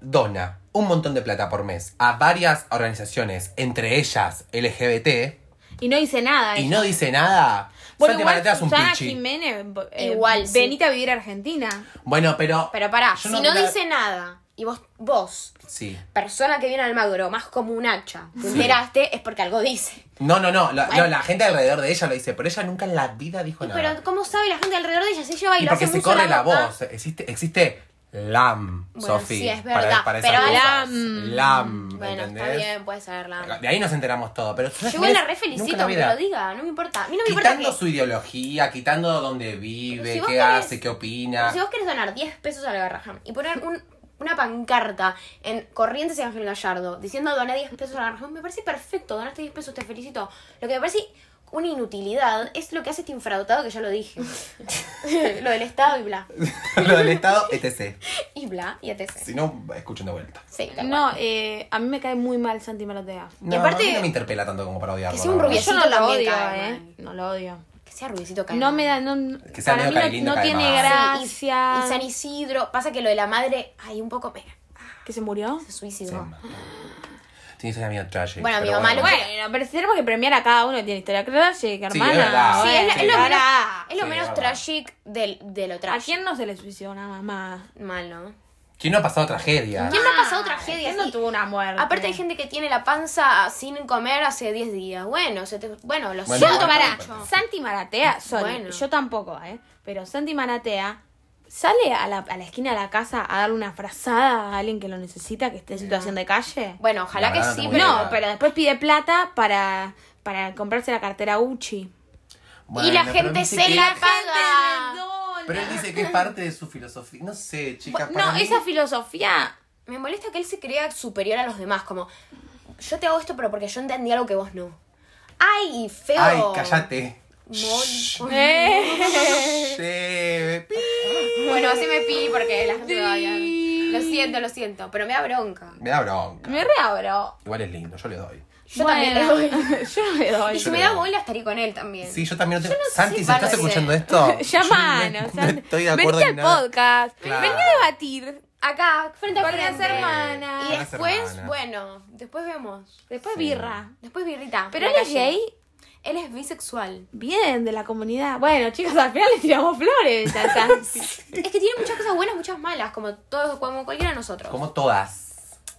[SPEAKER 2] dona un montón de plata por mes a varias organizaciones, entre ellas LGBT,
[SPEAKER 1] Y no dice nada.
[SPEAKER 2] y
[SPEAKER 1] ella.
[SPEAKER 2] no dice nada.
[SPEAKER 1] bueno,
[SPEAKER 2] Santi
[SPEAKER 1] igual
[SPEAKER 2] Maratea es un
[SPEAKER 1] Susana
[SPEAKER 2] pichi.
[SPEAKER 1] Jiménez, eh,
[SPEAKER 3] Igual, sí.
[SPEAKER 1] venite a vivir a Argentina.
[SPEAKER 2] Bueno, pero.
[SPEAKER 3] Pero pará,
[SPEAKER 2] yo
[SPEAKER 3] si no
[SPEAKER 2] la-
[SPEAKER 3] dice nada y vos, vos,
[SPEAKER 2] Sí.
[SPEAKER 3] persona que viene al magro, más como un hacha, te enteraste, es porque algo dice.
[SPEAKER 2] No, no, no. La,
[SPEAKER 3] Bueno.
[SPEAKER 2] no, la gente alrededor de ella lo dice, pero ella nunca en la vida dijo nada.
[SPEAKER 3] Pero ¿cómo sabe la gente alrededor de ella? Si ella va y,
[SPEAKER 2] y
[SPEAKER 3] lo
[SPEAKER 2] porque
[SPEAKER 3] hace
[SPEAKER 2] se
[SPEAKER 3] mucho
[SPEAKER 2] corre la
[SPEAKER 3] boca.
[SPEAKER 2] voz. Existe, existe LAM,
[SPEAKER 3] Bueno,
[SPEAKER 2] Sofi.
[SPEAKER 3] sí, es
[SPEAKER 2] para-
[SPEAKER 3] verdad,
[SPEAKER 2] para esas
[SPEAKER 3] pero
[SPEAKER 2] cosas.
[SPEAKER 1] LAM.
[SPEAKER 2] LAM. ¿me
[SPEAKER 3] Bueno,
[SPEAKER 2] entendés?
[SPEAKER 3] está bien, puede saberla.
[SPEAKER 2] De ahí nos enteramos todo, pero
[SPEAKER 3] Yo igual la re felicito, aunque lo
[SPEAKER 2] vida
[SPEAKER 3] diga, no me importa. A mí no me importa
[SPEAKER 2] Quitando
[SPEAKER 3] que...
[SPEAKER 2] su ideología, quitando dónde vive,
[SPEAKER 3] Si vos
[SPEAKER 2] qué
[SPEAKER 3] querés-
[SPEAKER 2] hace, qué opina.
[SPEAKER 3] Si vos querés donar 10 pesos a la Garrahan y poner un- una pancarta en Corrientes y Ángel Gallardo diciendo doné 10 pesos a la Garrahan, me parece perfecto, donaste 10 pesos, te felicito. Lo que me parece una inutilidad es lo que hace este infradotado que ya lo dije. lo del Estado y bla.
[SPEAKER 2] Lo del Estado, etc.
[SPEAKER 3] Y bla, y etc.
[SPEAKER 2] Si no, escuchen de vuelta.
[SPEAKER 3] Sí, tal
[SPEAKER 1] No,
[SPEAKER 3] cual.
[SPEAKER 1] eh, a mí me cae muy mal Santi Maratea.
[SPEAKER 2] No,
[SPEAKER 3] aparte-
[SPEAKER 2] a mí no me interpela tanto como para odiarlo.
[SPEAKER 3] Que sea un
[SPEAKER 2] la verdad.
[SPEAKER 3] rubiecito
[SPEAKER 1] Yo no lo
[SPEAKER 3] también
[SPEAKER 1] odio,
[SPEAKER 3] cae
[SPEAKER 1] eh.
[SPEAKER 3] mal.
[SPEAKER 1] No lo odio.
[SPEAKER 3] Que sea rubiecito Caimán.
[SPEAKER 1] No me da, no,
[SPEAKER 2] Que sea
[SPEAKER 1] para
[SPEAKER 2] medio
[SPEAKER 1] mí no-
[SPEAKER 2] Cailín de
[SPEAKER 1] no, tiene
[SPEAKER 2] Caimán.
[SPEAKER 3] Sí, y-
[SPEAKER 1] gracia.
[SPEAKER 3] Y San Isidro. Pasa que lo de la madre, ay, un poco me
[SPEAKER 1] ¿Que se murió?
[SPEAKER 3] se
[SPEAKER 2] Sí,
[SPEAKER 3] suicidó.
[SPEAKER 2] ma. Tienes una amiga tragic.
[SPEAKER 3] Bueno, mi
[SPEAKER 2] pero
[SPEAKER 3] mamá lo-
[SPEAKER 1] Bueno, pero tenemos que premiar a cada uno que tiene historia que
[SPEAKER 2] Sí,
[SPEAKER 1] hermana.
[SPEAKER 2] es verdad.
[SPEAKER 3] Sí, es, la-
[SPEAKER 2] Sí.
[SPEAKER 3] es lo menos,
[SPEAKER 1] Pará.
[SPEAKER 3] es lo
[SPEAKER 2] Sí,
[SPEAKER 3] menos
[SPEAKER 2] es verdad.
[SPEAKER 3] tragic del, de lo
[SPEAKER 1] ¿A
[SPEAKER 3] tragic.
[SPEAKER 1] quién no se le suicidó una mamá?
[SPEAKER 3] Mal, ¿no?
[SPEAKER 2] ¿Quién no ha pasado tragedia?
[SPEAKER 3] ¿Quién no ha pasado tragedia?
[SPEAKER 1] ¿Quién no
[SPEAKER 3] Sí.
[SPEAKER 1] tuvo una muerte?
[SPEAKER 3] Aparte hay gente que tiene la panza sin comer hace 10 días. Bueno, se te- bueno, lo
[SPEAKER 2] Bueno,
[SPEAKER 1] Yo,
[SPEAKER 3] siento
[SPEAKER 2] igual
[SPEAKER 1] pará,
[SPEAKER 2] tampoco.
[SPEAKER 3] mucho.
[SPEAKER 1] Santi Maratea, sorry,
[SPEAKER 3] Bueno.
[SPEAKER 1] yo tampoco, ¿eh? Pero Santi Maratea sale a la, a la esquina de la casa a darle una frazada a alguien que lo necesita, que esté en situación de calle.
[SPEAKER 3] Bueno, ojalá
[SPEAKER 2] La
[SPEAKER 3] que
[SPEAKER 2] verdad,
[SPEAKER 3] sí,
[SPEAKER 2] no tengo
[SPEAKER 3] pero...
[SPEAKER 2] idea.
[SPEAKER 1] No, pero después pide plata para, para comprarse la cartera Gucci.
[SPEAKER 2] Bueno,
[SPEAKER 3] y la
[SPEAKER 2] pero
[SPEAKER 3] gente
[SPEAKER 2] dice
[SPEAKER 3] se
[SPEAKER 2] que-
[SPEAKER 3] la
[SPEAKER 1] Antes del
[SPEAKER 3] paga.
[SPEAKER 1] dólar.
[SPEAKER 2] Pero él dice que es parte de su filosofía. No sé, chica. para
[SPEAKER 1] No,
[SPEAKER 2] mí-
[SPEAKER 1] esa filosofía.
[SPEAKER 3] Me molesta que él se crea superior a los demás, como yo te hago esto pero porque yo entendí algo que vos no. Ay, feo.
[SPEAKER 2] Ay, cállate.
[SPEAKER 3] Mol-
[SPEAKER 2] Che, pi.
[SPEAKER 3] Bueno, así me pi porque la gente me va a odiar. Lo siento, lo siento, pero me da bronca.
[SPEAKER 2] Me da bronca.
[SPEAKER 1] Me reabro.
[SPEAKER 2] Igual es lindo, yo le doy.
[SPEAKER 3] Yo también le doy.
[SPEAKER 1] yo le
[SPEAKER 3] Y
[SPEAKER 1] doy.
[SPEAKER 3] si me da bola estaría con él también.
[SPEAKER 2] Sí, yo también lo tengo. Santi,
[SPEAKER 3] si
[SPEAKER 2] si estás
[SPEAKER 3] parece.
[SPEAKER 2] escuchando esto,
[SPEAKER 1] Llámanos.
[SPEAKER 2] yo no- no estoy de acuerdo
[SPEAKER 1] Venite
[SPEAKER 2] en
[SPEAKER 1] al
[SPEAKER 2] nada.
[SPEAKER 1] podcast.
[SPEAKER 2] Claro.
[SPEAKER 1] Vení a debatir.
[SPEAKER 3] Acá, frente a
[SPEAKER 1] Con las
[SPEAKER 3] frente.
[SPEAKER 1] hermanas.
[SPEAKER 3] Y
[SPEAKER 2] Con las
[SPEAKER 3] después,
[SPEAKER 2] hermanas.
[SPEAKER 3] bueno, después vemos.
[SPEAKER 1] Después
[SPEAKER 2] Sí.
[SPEAKER 1] birra.
[SPEAKER 3] Después birrita.
[SPEAKER 1] Pero
[SPEAKER 3] en
[SPEAKER 1] él
[SPEAKER 3] la
[SPEAKER 1] es
[SPEAKER 3] calle.
[SPEAKER 1] gay.
[SPEAKER 3] Él es bisexual.
[SPEAKER 1] Bien, de la comunidad. Bueno, chicos, al final le tiramos flores a Santi.
[SPEAKER 3] Es que tiene muchas cosas buenas, muchas malas, como todos, como cualquiera de nosotros.
[SPEAKER 2] Como todas.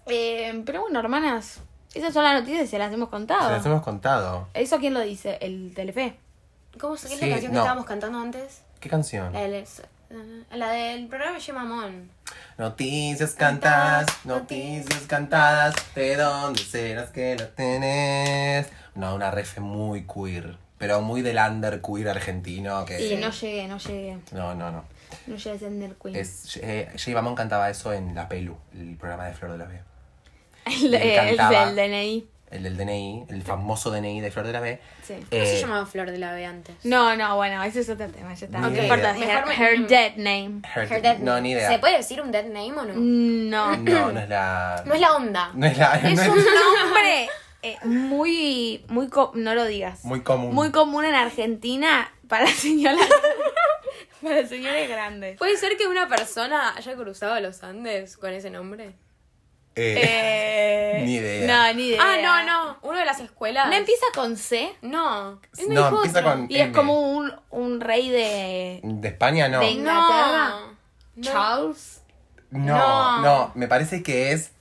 [SPEAKER 1] Eh, pero bueno, hermanas, esas son las noticias y se las hemos contado.
[SPEAKER 2] Se las hemos contado.
[SPEAKER 1] ¿Eso quién lo dice? El Telefe.
[SPEAKER 3] ¿Cómo se qué es
[SPEAKER 2] Sí,
[SPEAKER 3] la canción
[SPEAKER 2] no.
[SPEAKER 3] que estábamos cantando antes?
[SPEAKER 2] ¿Qué canción?
[SPEAKER 3] La del, la del programa Ye Mamón.
[SPEAKER 2] Noticias cantadas, noticias cantadas, ¿de dónde serás que lo tenés? No, una refe muy queer, pero muy del under queer argentino que...
[SPEAKER 1] Y no llegué, no llegué.
[SPEAKER 2] No, no, no.
[SPEAKER 1] No llegué a Sender Queen.
[SPEAKER 2] Es, eh, Jay Mamón cantaba eso en La Pelu, el programa de Flor de la B.
[SPEAKER 1] el,
[SPEAKER 2] le
[SPEAKER 1] el
[SPEAKER 2] encantaba.
[SPEAKER 1] del DNI.
[SPEAKER 2] El del DNI, el famoso DNI de Flor de la B.
[SPEAKER 1] Sí.
[SPEAKER 2] Eh,
[SPEAKER 3] ¿Cómo se llamaba Flor de la B antes?
[SPEAKER 1] No, no, bueno, ese es otro tema, ya está. No
[SPEAKER 2] Ok,
[SPEAKER 1] importa.
[SPEAKER 3] mejor
[SPEAKER 1] Her,
[SPEAKER 3] me-
[SPEAKER 1] her dead name.
[SPEAKER 2] Her-
[SPEAKER 3] Her dead
[SPEAKER 2] no,
[SPEAKER 3] name.
[SPEAKER 2] ni idea.
[SPEAKER 3] ¿Se puede decir un dead name o no?
[SPEAKER 1] No.
[SPEAKER 2] No, no es la...
[SPEAKER 3] No es la onda.
[SPEAKER 2] No es la...
[SPEAKER 1] Es
[SPEAKER 2] no es-
[SPEAKER 1] un nombre eh, muy, muy, co- no lo digas.
[SPEAKER 2] Muy común.
[SPEAKER 1] Muy común en Argentina para señoras, para señores grandes.
[SPEAKER 3] ¿Puede ser que una persona haya cruzado los Andes con ese nombre?
[SPEAKER 2] Eh,
[SPEAKER 1] Eh,
[SPEAKER 2] Ni idea.
[SPEAKER 1] No, ni idea.
[SPEAKER 3] Ah, no, no. Uno de las escuelas.
[SPEAKER 1] ¿No empieza con C?
[SPEAKER 3] No. Él me
[SPEAKER 2] No,
[SPEAKER 3] dijo
[SPEAKER 2] empieza
[SPEAKER 3] otro.
[SPEAKER 2] con-
[SPEAKER 1] Y es
[SPEAKER 2] M.
[SPEAKER 1] como un, un rey de...
[SPEAKER 2] de España no.
[SPEAKER 1] De- Inglaterra.
[SPEAKER 3] No. no.
[SPEAKER 1] Charles.
[SPEAKER 2] No,
[SPEAKER 3] No.
[SPEAKER 2] no, me parece que es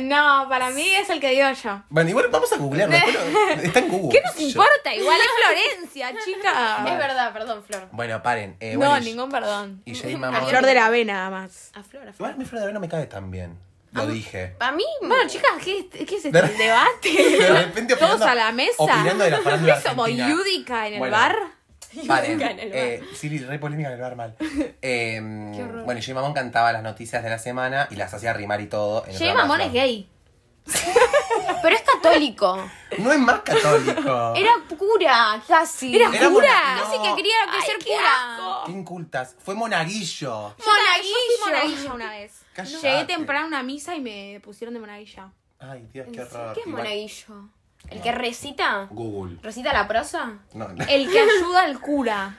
[SPEAKER 1] No, para mí es el que digo yo.
[SPEAKER 2] Bueno, igual vamos a googlearlo. después lo- está en Google.
[SPEAKER 1] ¿Qué nos
[SPEAKER 2] sé yo.
[SPEAKER 1] importa? Igual es Florencia, chica.
[SPEAKER 3] Es verdad, perdón, Flor.
[SPEAKER 2] Bueno, paren. Eh,
[SPEAKER 1] No,
[SPEAKER 2] bueno, y-
[SPEAKER 1] ningún perdón.
[SPEAKER 2] Y Jay
[SPEAKER 3] Flor
[SPEAKER 2] Mamón.
[SPEAKER 1] Flor de la B nada más.
[SPEAKER 3] A Flor, a Flor.
[SPEAKER 2] Igual mi Flor de la no me cae tan bien.
[SPEAKER 1] Ah,
[SPEAKER 2] Lo dije.
[SPEAKER 3] Para mí,
[SPEAKER 1] Bueno, chicas, ¿qué, qué es este
[SPEAKER 2] De-
[SPEAKER 1] el debate?
[SPEAKER 2] De repente
[SPEAKER 1] Todos
[SPEAKER 2] opinando-
[SPEAKER 1] a la mesa.
[SPEAKER 2] Opinando de la farándula
[SPEAKER 1] ¿Qué somos
[SPEAKER 2] argentina.
[SPEAKER 1] Yudica en el
[SPEAKER 2] Bueno,
[SPEAKER 1] bar?
[SPEAKER 2] Paren.
[SPEAKER 3] Yudica en el bar.
[SPEAKER 2] Eh, Siri, re polémica en el bar mal. Eh, bueno, Jay Mamón cantaba las noticias de la semana y las hacía rimar y todo. en el
[SPEAKER 1] Jay
[SPEAKER 2] programa
[SPEAKER 1] Mamón
[SPEAKER 2] de
[SPEAKER 1] es
[SPEAKER 2] Flor.
[SPEAKER 1] gay.
[SPEAKER 3] pero es católico.
[SPEAKER 2] No es más católico.
[SPEAKER 3] Era cura, casi.
[SPEAKER 1] Era cura.
[SPEAKER 2] Era mona-
[SPEAKER 3] Así
[SPEAKER 2] no.
[SPEAKER 3] que quería que
[SPEAKER 1] Ay,
[SPEAKER 3] ser
[SPEAKER 1] qué
[SPEAKER 3] cura.
[SPEAKER 1] asco.
[SPEAKER 2] Qué incultas. Fue monaguillo.
[SPEAKER 1] Monaguillo. Yo fui
[SPEAKER 3] Monaguillo.
[SPEAKER 1] monaguilla una vez.
[SPEAKER 2] Cállate.
[SPEAKER 1] Llegué temprano a una misa y me pusieron de monaguilla.
[SPEAKER 2] Ay, Dios, qué horror.
[SPEAKER 3] ¿Qué es
[SPEAKER 2] Igual- Eh,
[SPEAKER 3] monaguillo? ¿El que recita?
[SPEAKER 2] Google.
[SPEAKER 3] ¿Recita la prosa?
[SPEAKER 2] No,
[SPEAKER 1] El que ayuda al cura.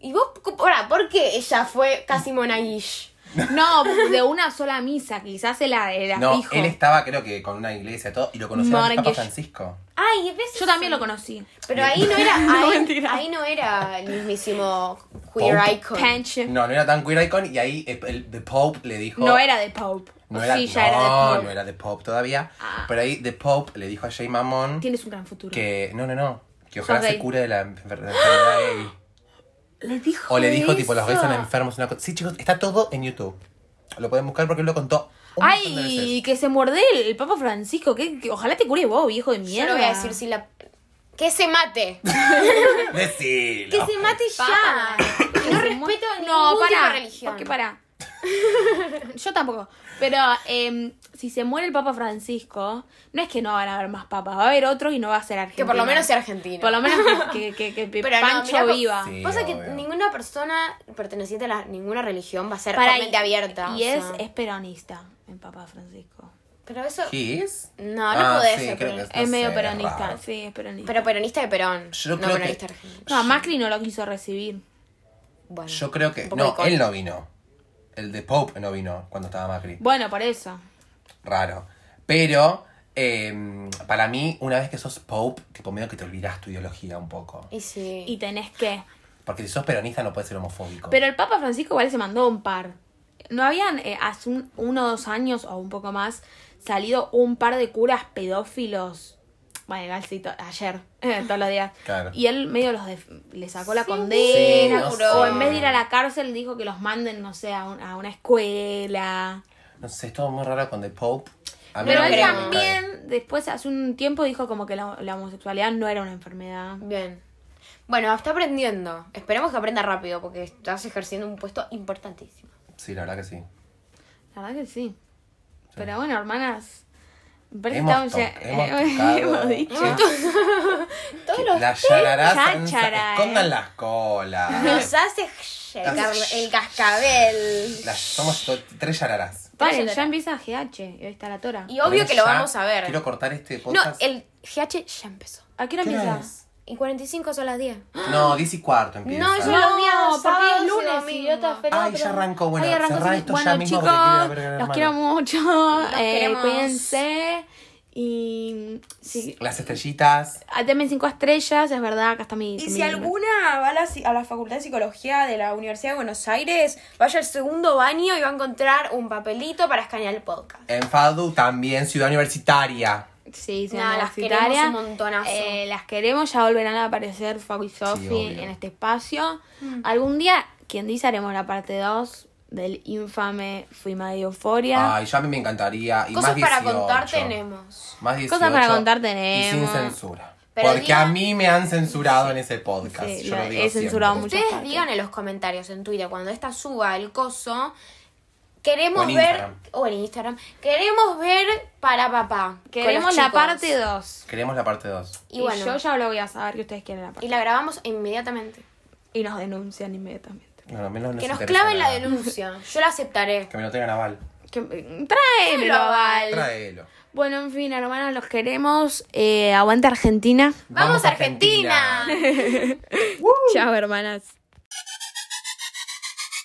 [SPEAKER 3] ¿Y vos, cu- ahora, por qué ella fue casi monaguillo?
[SPEAKER 1] No, de una sola misa, quizás se la, era
[SPEAKER 2] No,
[SPEAKER 1] fijo.
[SPEAKER 2] él estaba creo que con una iglesia y todo y lo conocía el Papa
[SPEAKER 1] Monaguillo.
[SPEAKER 2] Francisco.
[SPEAKER 3] Ay, ¿ves?
[SPEAKER 1] Yo también lo conocí.
[SPEAKER 3] Pero ahí no era.
[SPEAKER 1] No,
[SPEAKER 3] ahí,
[SPEAKER 1] mentira.
[SPEAKER 3] ahí no era el mismísimo queer
[SPEAKER 2] Pope.
[SPEAKER 3] icon.
[SPEAKER 1] Panche.
[SPEAKER 2] No, no era tan queer icon y ahí el, el- The Pope le dijo...
[SPEAKER 1] No era de Pope.
[SPEAKER 2] No
[SPEAKER 1] O
[SPEAKER 2] era,
[SPEAKER 1] sí, ya
[SPEAKER 2] no,
[SPEAKER 1] era de Pope.
[SPEAKER 2] no era The Pope todavía.
[SPEAKER 1] Ah.
[SPEAKER 2] Pero ahí The Pope le dijo a Jay Mamón
[SPEAKER 1] Tienes un gran futuro.
[SPEAKER 2] que... No, no, no. Que ojalá
[SPEAKER 1] Sos
[SPEAKER 2] se
[SPEAKER 1] gay.
[SPEAKER 2] cure de la enfer- de la enfermedad gay.
[SPEAKER 1] Le dijo
[SPEAKER 2] O le dijo tipo, los gays son
[SPEAKER 1] eso.
[SPEAKER 2] enfermos. Una cosa. Sí, chicos, está todo en YouTube. Lo pueden buscar porque él lo contó un montón de
[SPEAKER 1] Ay, que se muerde el, el Papa Francisco. Que, que ojalá te cure vos, viejo de
[SPEAKER 3] Yo
[SPEAKER 1] mierda.
[SPEAKER 3] lo voy a decir si la. ¡Que se mate!
[SPEAKER 2] veces. Decilo.
[SPEAKER 3] ¡Que se mate ya!
[SPEAKER 1] Papa.
[SPEAKER 3] Y no respeto
[SPEAKER 1] No,
[SPEAKER 3] ningún tipo
[SPEAKER 1] para.
[SPEAKER 3] de religión.
[SPEAKER 1] Porque para. Yo tampoco. Pero em, si se muere el Papa Francisco, no es que no van a haber más papas. Va a haber otro y no va a ser
[SPEAKER 3] Que
[SPEAKER 1] argentino.
[SPEAKER 3] por lo menos sea argentino.
[SPEAKER 1] Por lo menos que, que, que- que
[SPEAKER 3] Pero no,
[SPEAKER 1] Pancho
[SPEAKER 3] mirá vos-
[SPEAKER 1] viva.
[SPEAKER 2] Sí,
[SPEAKER 3] Pasa que
[SPEAKER 2] obvio.
[SPEAKER 3] ninguna persona perteneciente a la- ninguna religión va a ser
[SPEAKER 1] Para-
[SPEAKER 3] realmente abierta.
[SPEAKER 1] Y
[SPEAKER 3] o
[SPEAKER 1] es,
[SPEAKER 3] sea.
[SPEAKER 1] es peronista el Papa Francisco.
[SPEAKER 3] Pero eso.
[SPEAKER 2] ¿He is?
[SPEAKER 3] No, no
[SPEAKER 2] Ah,
[SPEAKER 3] podés
[SPEAKER 2] sí, creo
[SPEAKER 3] ser
[SPEAKER 2] que
[SPEAKER 3] peronista.
[SPEAKER 2] no
[SPEAKER 1] es medio
[SPEAKER 2] sé,
[SPEAKER 1] peronista.
[SPEAKER 2] raro.
[SPEAKER 1] Sí, es peronista.
[SPEAKER 3] Pero peronista de Perón.
[SPEAKER 2] Yo creo
[SPEAKER 3] no
[SPEAKER 2] que-
[SPEAKER 3] peronista argentino.
[SPEAKER 1] no, a Macri no lo quiso recibir.
[SPEAKER 3] Bueno,
[SPEAKER 2] Yo creo que.
[SPEAKER 3] un poco
[SPEAKER 2] No,
[SPEAKER 3] icónico.
[SPEAKER 2] él no vino. El de Pope no vino cuando estaba Macri.
[SPEAKER 1] Bueno, por eso.
[SPEAKER 2] Raro. Pero, eh, para mí, una vez que sos Pope, tipo medio que te olvidas tu ideología un poco.
[SPEAKER 3] Y sí.
[SPEAKER 1] Y tenés que.
[SPEAKER 2] Porque si sos peronista no puedes ser homofóbico.
[SPEAKER 1] Pero el Papa Francisco igual se mandó un par. No habían eh, hace un- uno o dos años o un poco más salido un par de curas pedófilos. Bueno, igual sí, to- ayer, todos los días.
[SPEAKER 2] Claro.
[SPEAKER 1] Y él medio los def- le sacó la
[SPEAKER 3] Sí,
[SPEAKER 1] condena.
[SPEAKER 2] Sí, no
[SPEAKER 1] o
[SPEAKER 2] sé.
[SPEAKER 1] en vez de ir a la cárcel dijo que los manden, no sé, a, un- a una escuela.
[SPEAKER 2] No sé, es todo muy raro con The Pope. A mí
[SPEAKER 1] Pero
[SPEAKER 2] no
[SPEAKER 1] él
[SPEAKER 2] me
[SPEAKER 3] creo.
[SPEAKER 1] también, después, hace un tiempo dijo como que la, la homosexualidad no era una enfermedad.
[SPEAKER 3] Bien. Bueno, está aprendiendo. Esperemos que aprenda rápido porque estás ejerciendo un puesto importantísimo.
[SPEAKER 2] cae. Sí, la verdad que sí.
[SPEAKER 1] La verdad que sí. Pero bueno, hermanas. me parece que
[SPEAKER 2] Hemos, to-
[SPEAKER 1] estamos ya-
[SPEAKER 2] hemos
[SPEAKER 1] hemos
[SPEAKER 2] tocado.
[SPEAKER 1] dicho.
[SPEAKER 3] eh, Todos los
[SPEAKER 2] La yararás.
[SPEAKER 1] Ya,
[SPEAKER 2] en-
[SPEAKER 1] chará,
[SPEAKER 2] Escondan
[SPEAKER 1] eh.
[SPEAKER 2] las colas.
[SPEAKER 3] nos hace llegar el cascabel.
[SPEAKER 2] Las- somos to- tres yararás.
[SPEAKER 1] Paren,
[SPEAKER 3] Cállate.
[SPEAKER 1] ya empieza GH. Y hoy está la tora.
[SPEAKER 3] Y obvio
[SPEAKER 2] Pero
[SPEAKER 3] que lo
[SPEAKER 2] ya
[SPEAKER 3] vamos a ver.
[SPEAKER 2] Quiero cortar este
[SPEAKER 3] No,
[SPEAKER 2] podcast.
[SPEAKER 3] el GH ya empezó.
[SPEAKER 1] ¿A qué hora
[SPEAKER 2] ¿Qué hora
[SPEAKER 1] empieza?
[SPEAKER 2] es?
[SPEAKER 3] Y 45 son las 10.
[SPEAKER 2] No, 10 y cuarto empieza.
[SPEAKER 3] No, eso
[SPEAKER 1] No,
[SPEAKER 3] los días
[SPEAKER 1] porque
[SPEAKER 3] sábados
[SPEAKER 1] es
[SPEAKER 3] y
[SPEAKER 1] lunes,
[SPEAKER 3] domingo.
[SPEAKER 1] idiota feliz.
[SPEAKER 2] Ay, ya arrancó. Oh, Bueno,
[SPEAKER 1] Ay, arrancó
[SPEAKER 2] cerrá
[SPEAKER 1] sin-
[SPEAKER 2] esto ya
[SPEAKER 1] bueno,
[SPEAKER 2] mismo porque
[SPEAKER 1] chicos,
[SPEAKER 2] quiero ver a la
[SPEAKER 1] los
[SPEAKER 2] hermana.
[SPEAKER 1] quiero mucho. eh,
[SPEAKER 3] queremos.
[SPEAKER 1] Cuídense. Y sí,
[SPEAKER 2] Las estrellitas.
[SPEAKER 1] ah, denme cinco estrellas, es verdad, acá está mi...
[SPEAKER 4] Y
[SPEAKER 1] mi-
[SPEAKER 4] si alguna va a la, ci- a la Facultad de Psicología de la Universidad de Buenos Aires, vaya al segundo baño y va a encontrar un papelito para escanear el podcast.
[SPEAKER 2] En FADU también, Ciudad Universitaria.
[SPEAKER 1] Sí, sí,
[SPEAKER 3] Nada, las
[SPEAKER 1] universitaria.
[SPEAKER 3] queremos un montonazo.
[SPEAKER 1] Eh, las queremos, ya volverán a aparecer Fabi y Sofi
[SPEAKER 2] obvio.
[SPEAKER 1] en este espacio.
[SPEAKER 3] Mm.
[SPEAKER 1] Algún día, quien dice, haremos la parte 2 del infame Fui Madre de Euforia.
[SPEAKER 2] Ay, ya a mí me encantaría. Y
[SPEAKER 3] Cosas
[SPEAKER 2] más
[SPEAKER 3] para
[SPEAKER 2] 18.
[SPEAKER 3] contar tenemos.
[SPEAKER 2] Más
[SPEAKER 1] Cosas
[SPEAKER 2] 18
[SPEAKER 1] para contar
[SPEAKER 2] Y sin
[SPEAKER 1] tenemos.
[SPEAKER 2] censura.
[SPEAKER 3] Pero
[SPEAKER 2] Porque
[SPEAKER 3] digan-
[SPEAKER 2] a mí me han censurado en ese podcast.
[SPEAKER 1] Sí,
[SPEAKER 2] yo
[SPEAKER 1] lo-
[SPEAKER 2] lo digo
[SPEAKER 1] he censurado
[SPEAKER 2] siempre.
[SPEAKER 1] mucho.
[SPEAKER 3] Ustedes
[SPEAKER 1] partes.
[SPEAKER 3] digan en los comentarios en Twitter cuando esta suba el coso. Queremos
[SPEAKER 2] O en
[SPEAKER 3] ver.
[SPEAKER 2] Instagram.
[SPEAKER 3] O en Instagram. Queremos ver para papá. con
[SPEAKER 1] queremos
[SPEAKER 3] los
[SPEAKER 1] la
[SPEAKER 3] chicos.
[SPEAKER 1] parte 2.
[SPEAKER 2] Queremos la parte 2.
[SPEAKER 1] Y,
[SPEAKER 3] Y bueno.
[SPEAKER 1] yo ya lo voy a saber que ustedes quieren la parte
[SPEAKER 3] Y la grabamos inmediatamente.
[SPEAKER 1] Y nos denuncian inmediatamente.
[SPEAKER 2] No, no, menos no
[SPEAKER 3] que
[SPEAKER 2] se
[SPEAKER 3] nos
[SPEAKER 2] interesa
[SPEAKER 3] claven la
[SPEAKER 2] nada.
[SPEAKER 3] denuncia. Yo la aceptaré.
[SPEAKER 2] Que me lo tengan aval.
[SPEAKER 1] Que-
[SPEAKER 3] mm,
[SPEAKER 1] Tráemelo, Val.
[SPEAKER 2] Tráelo.
[SPEAKER 1] Bueno, en fin, hermanos, los queremos. Eh, aguante Argentina.
[SPEAKER 3] ¡Vamos, Argentina!
[SPEAKER 1] Chao, hermanas.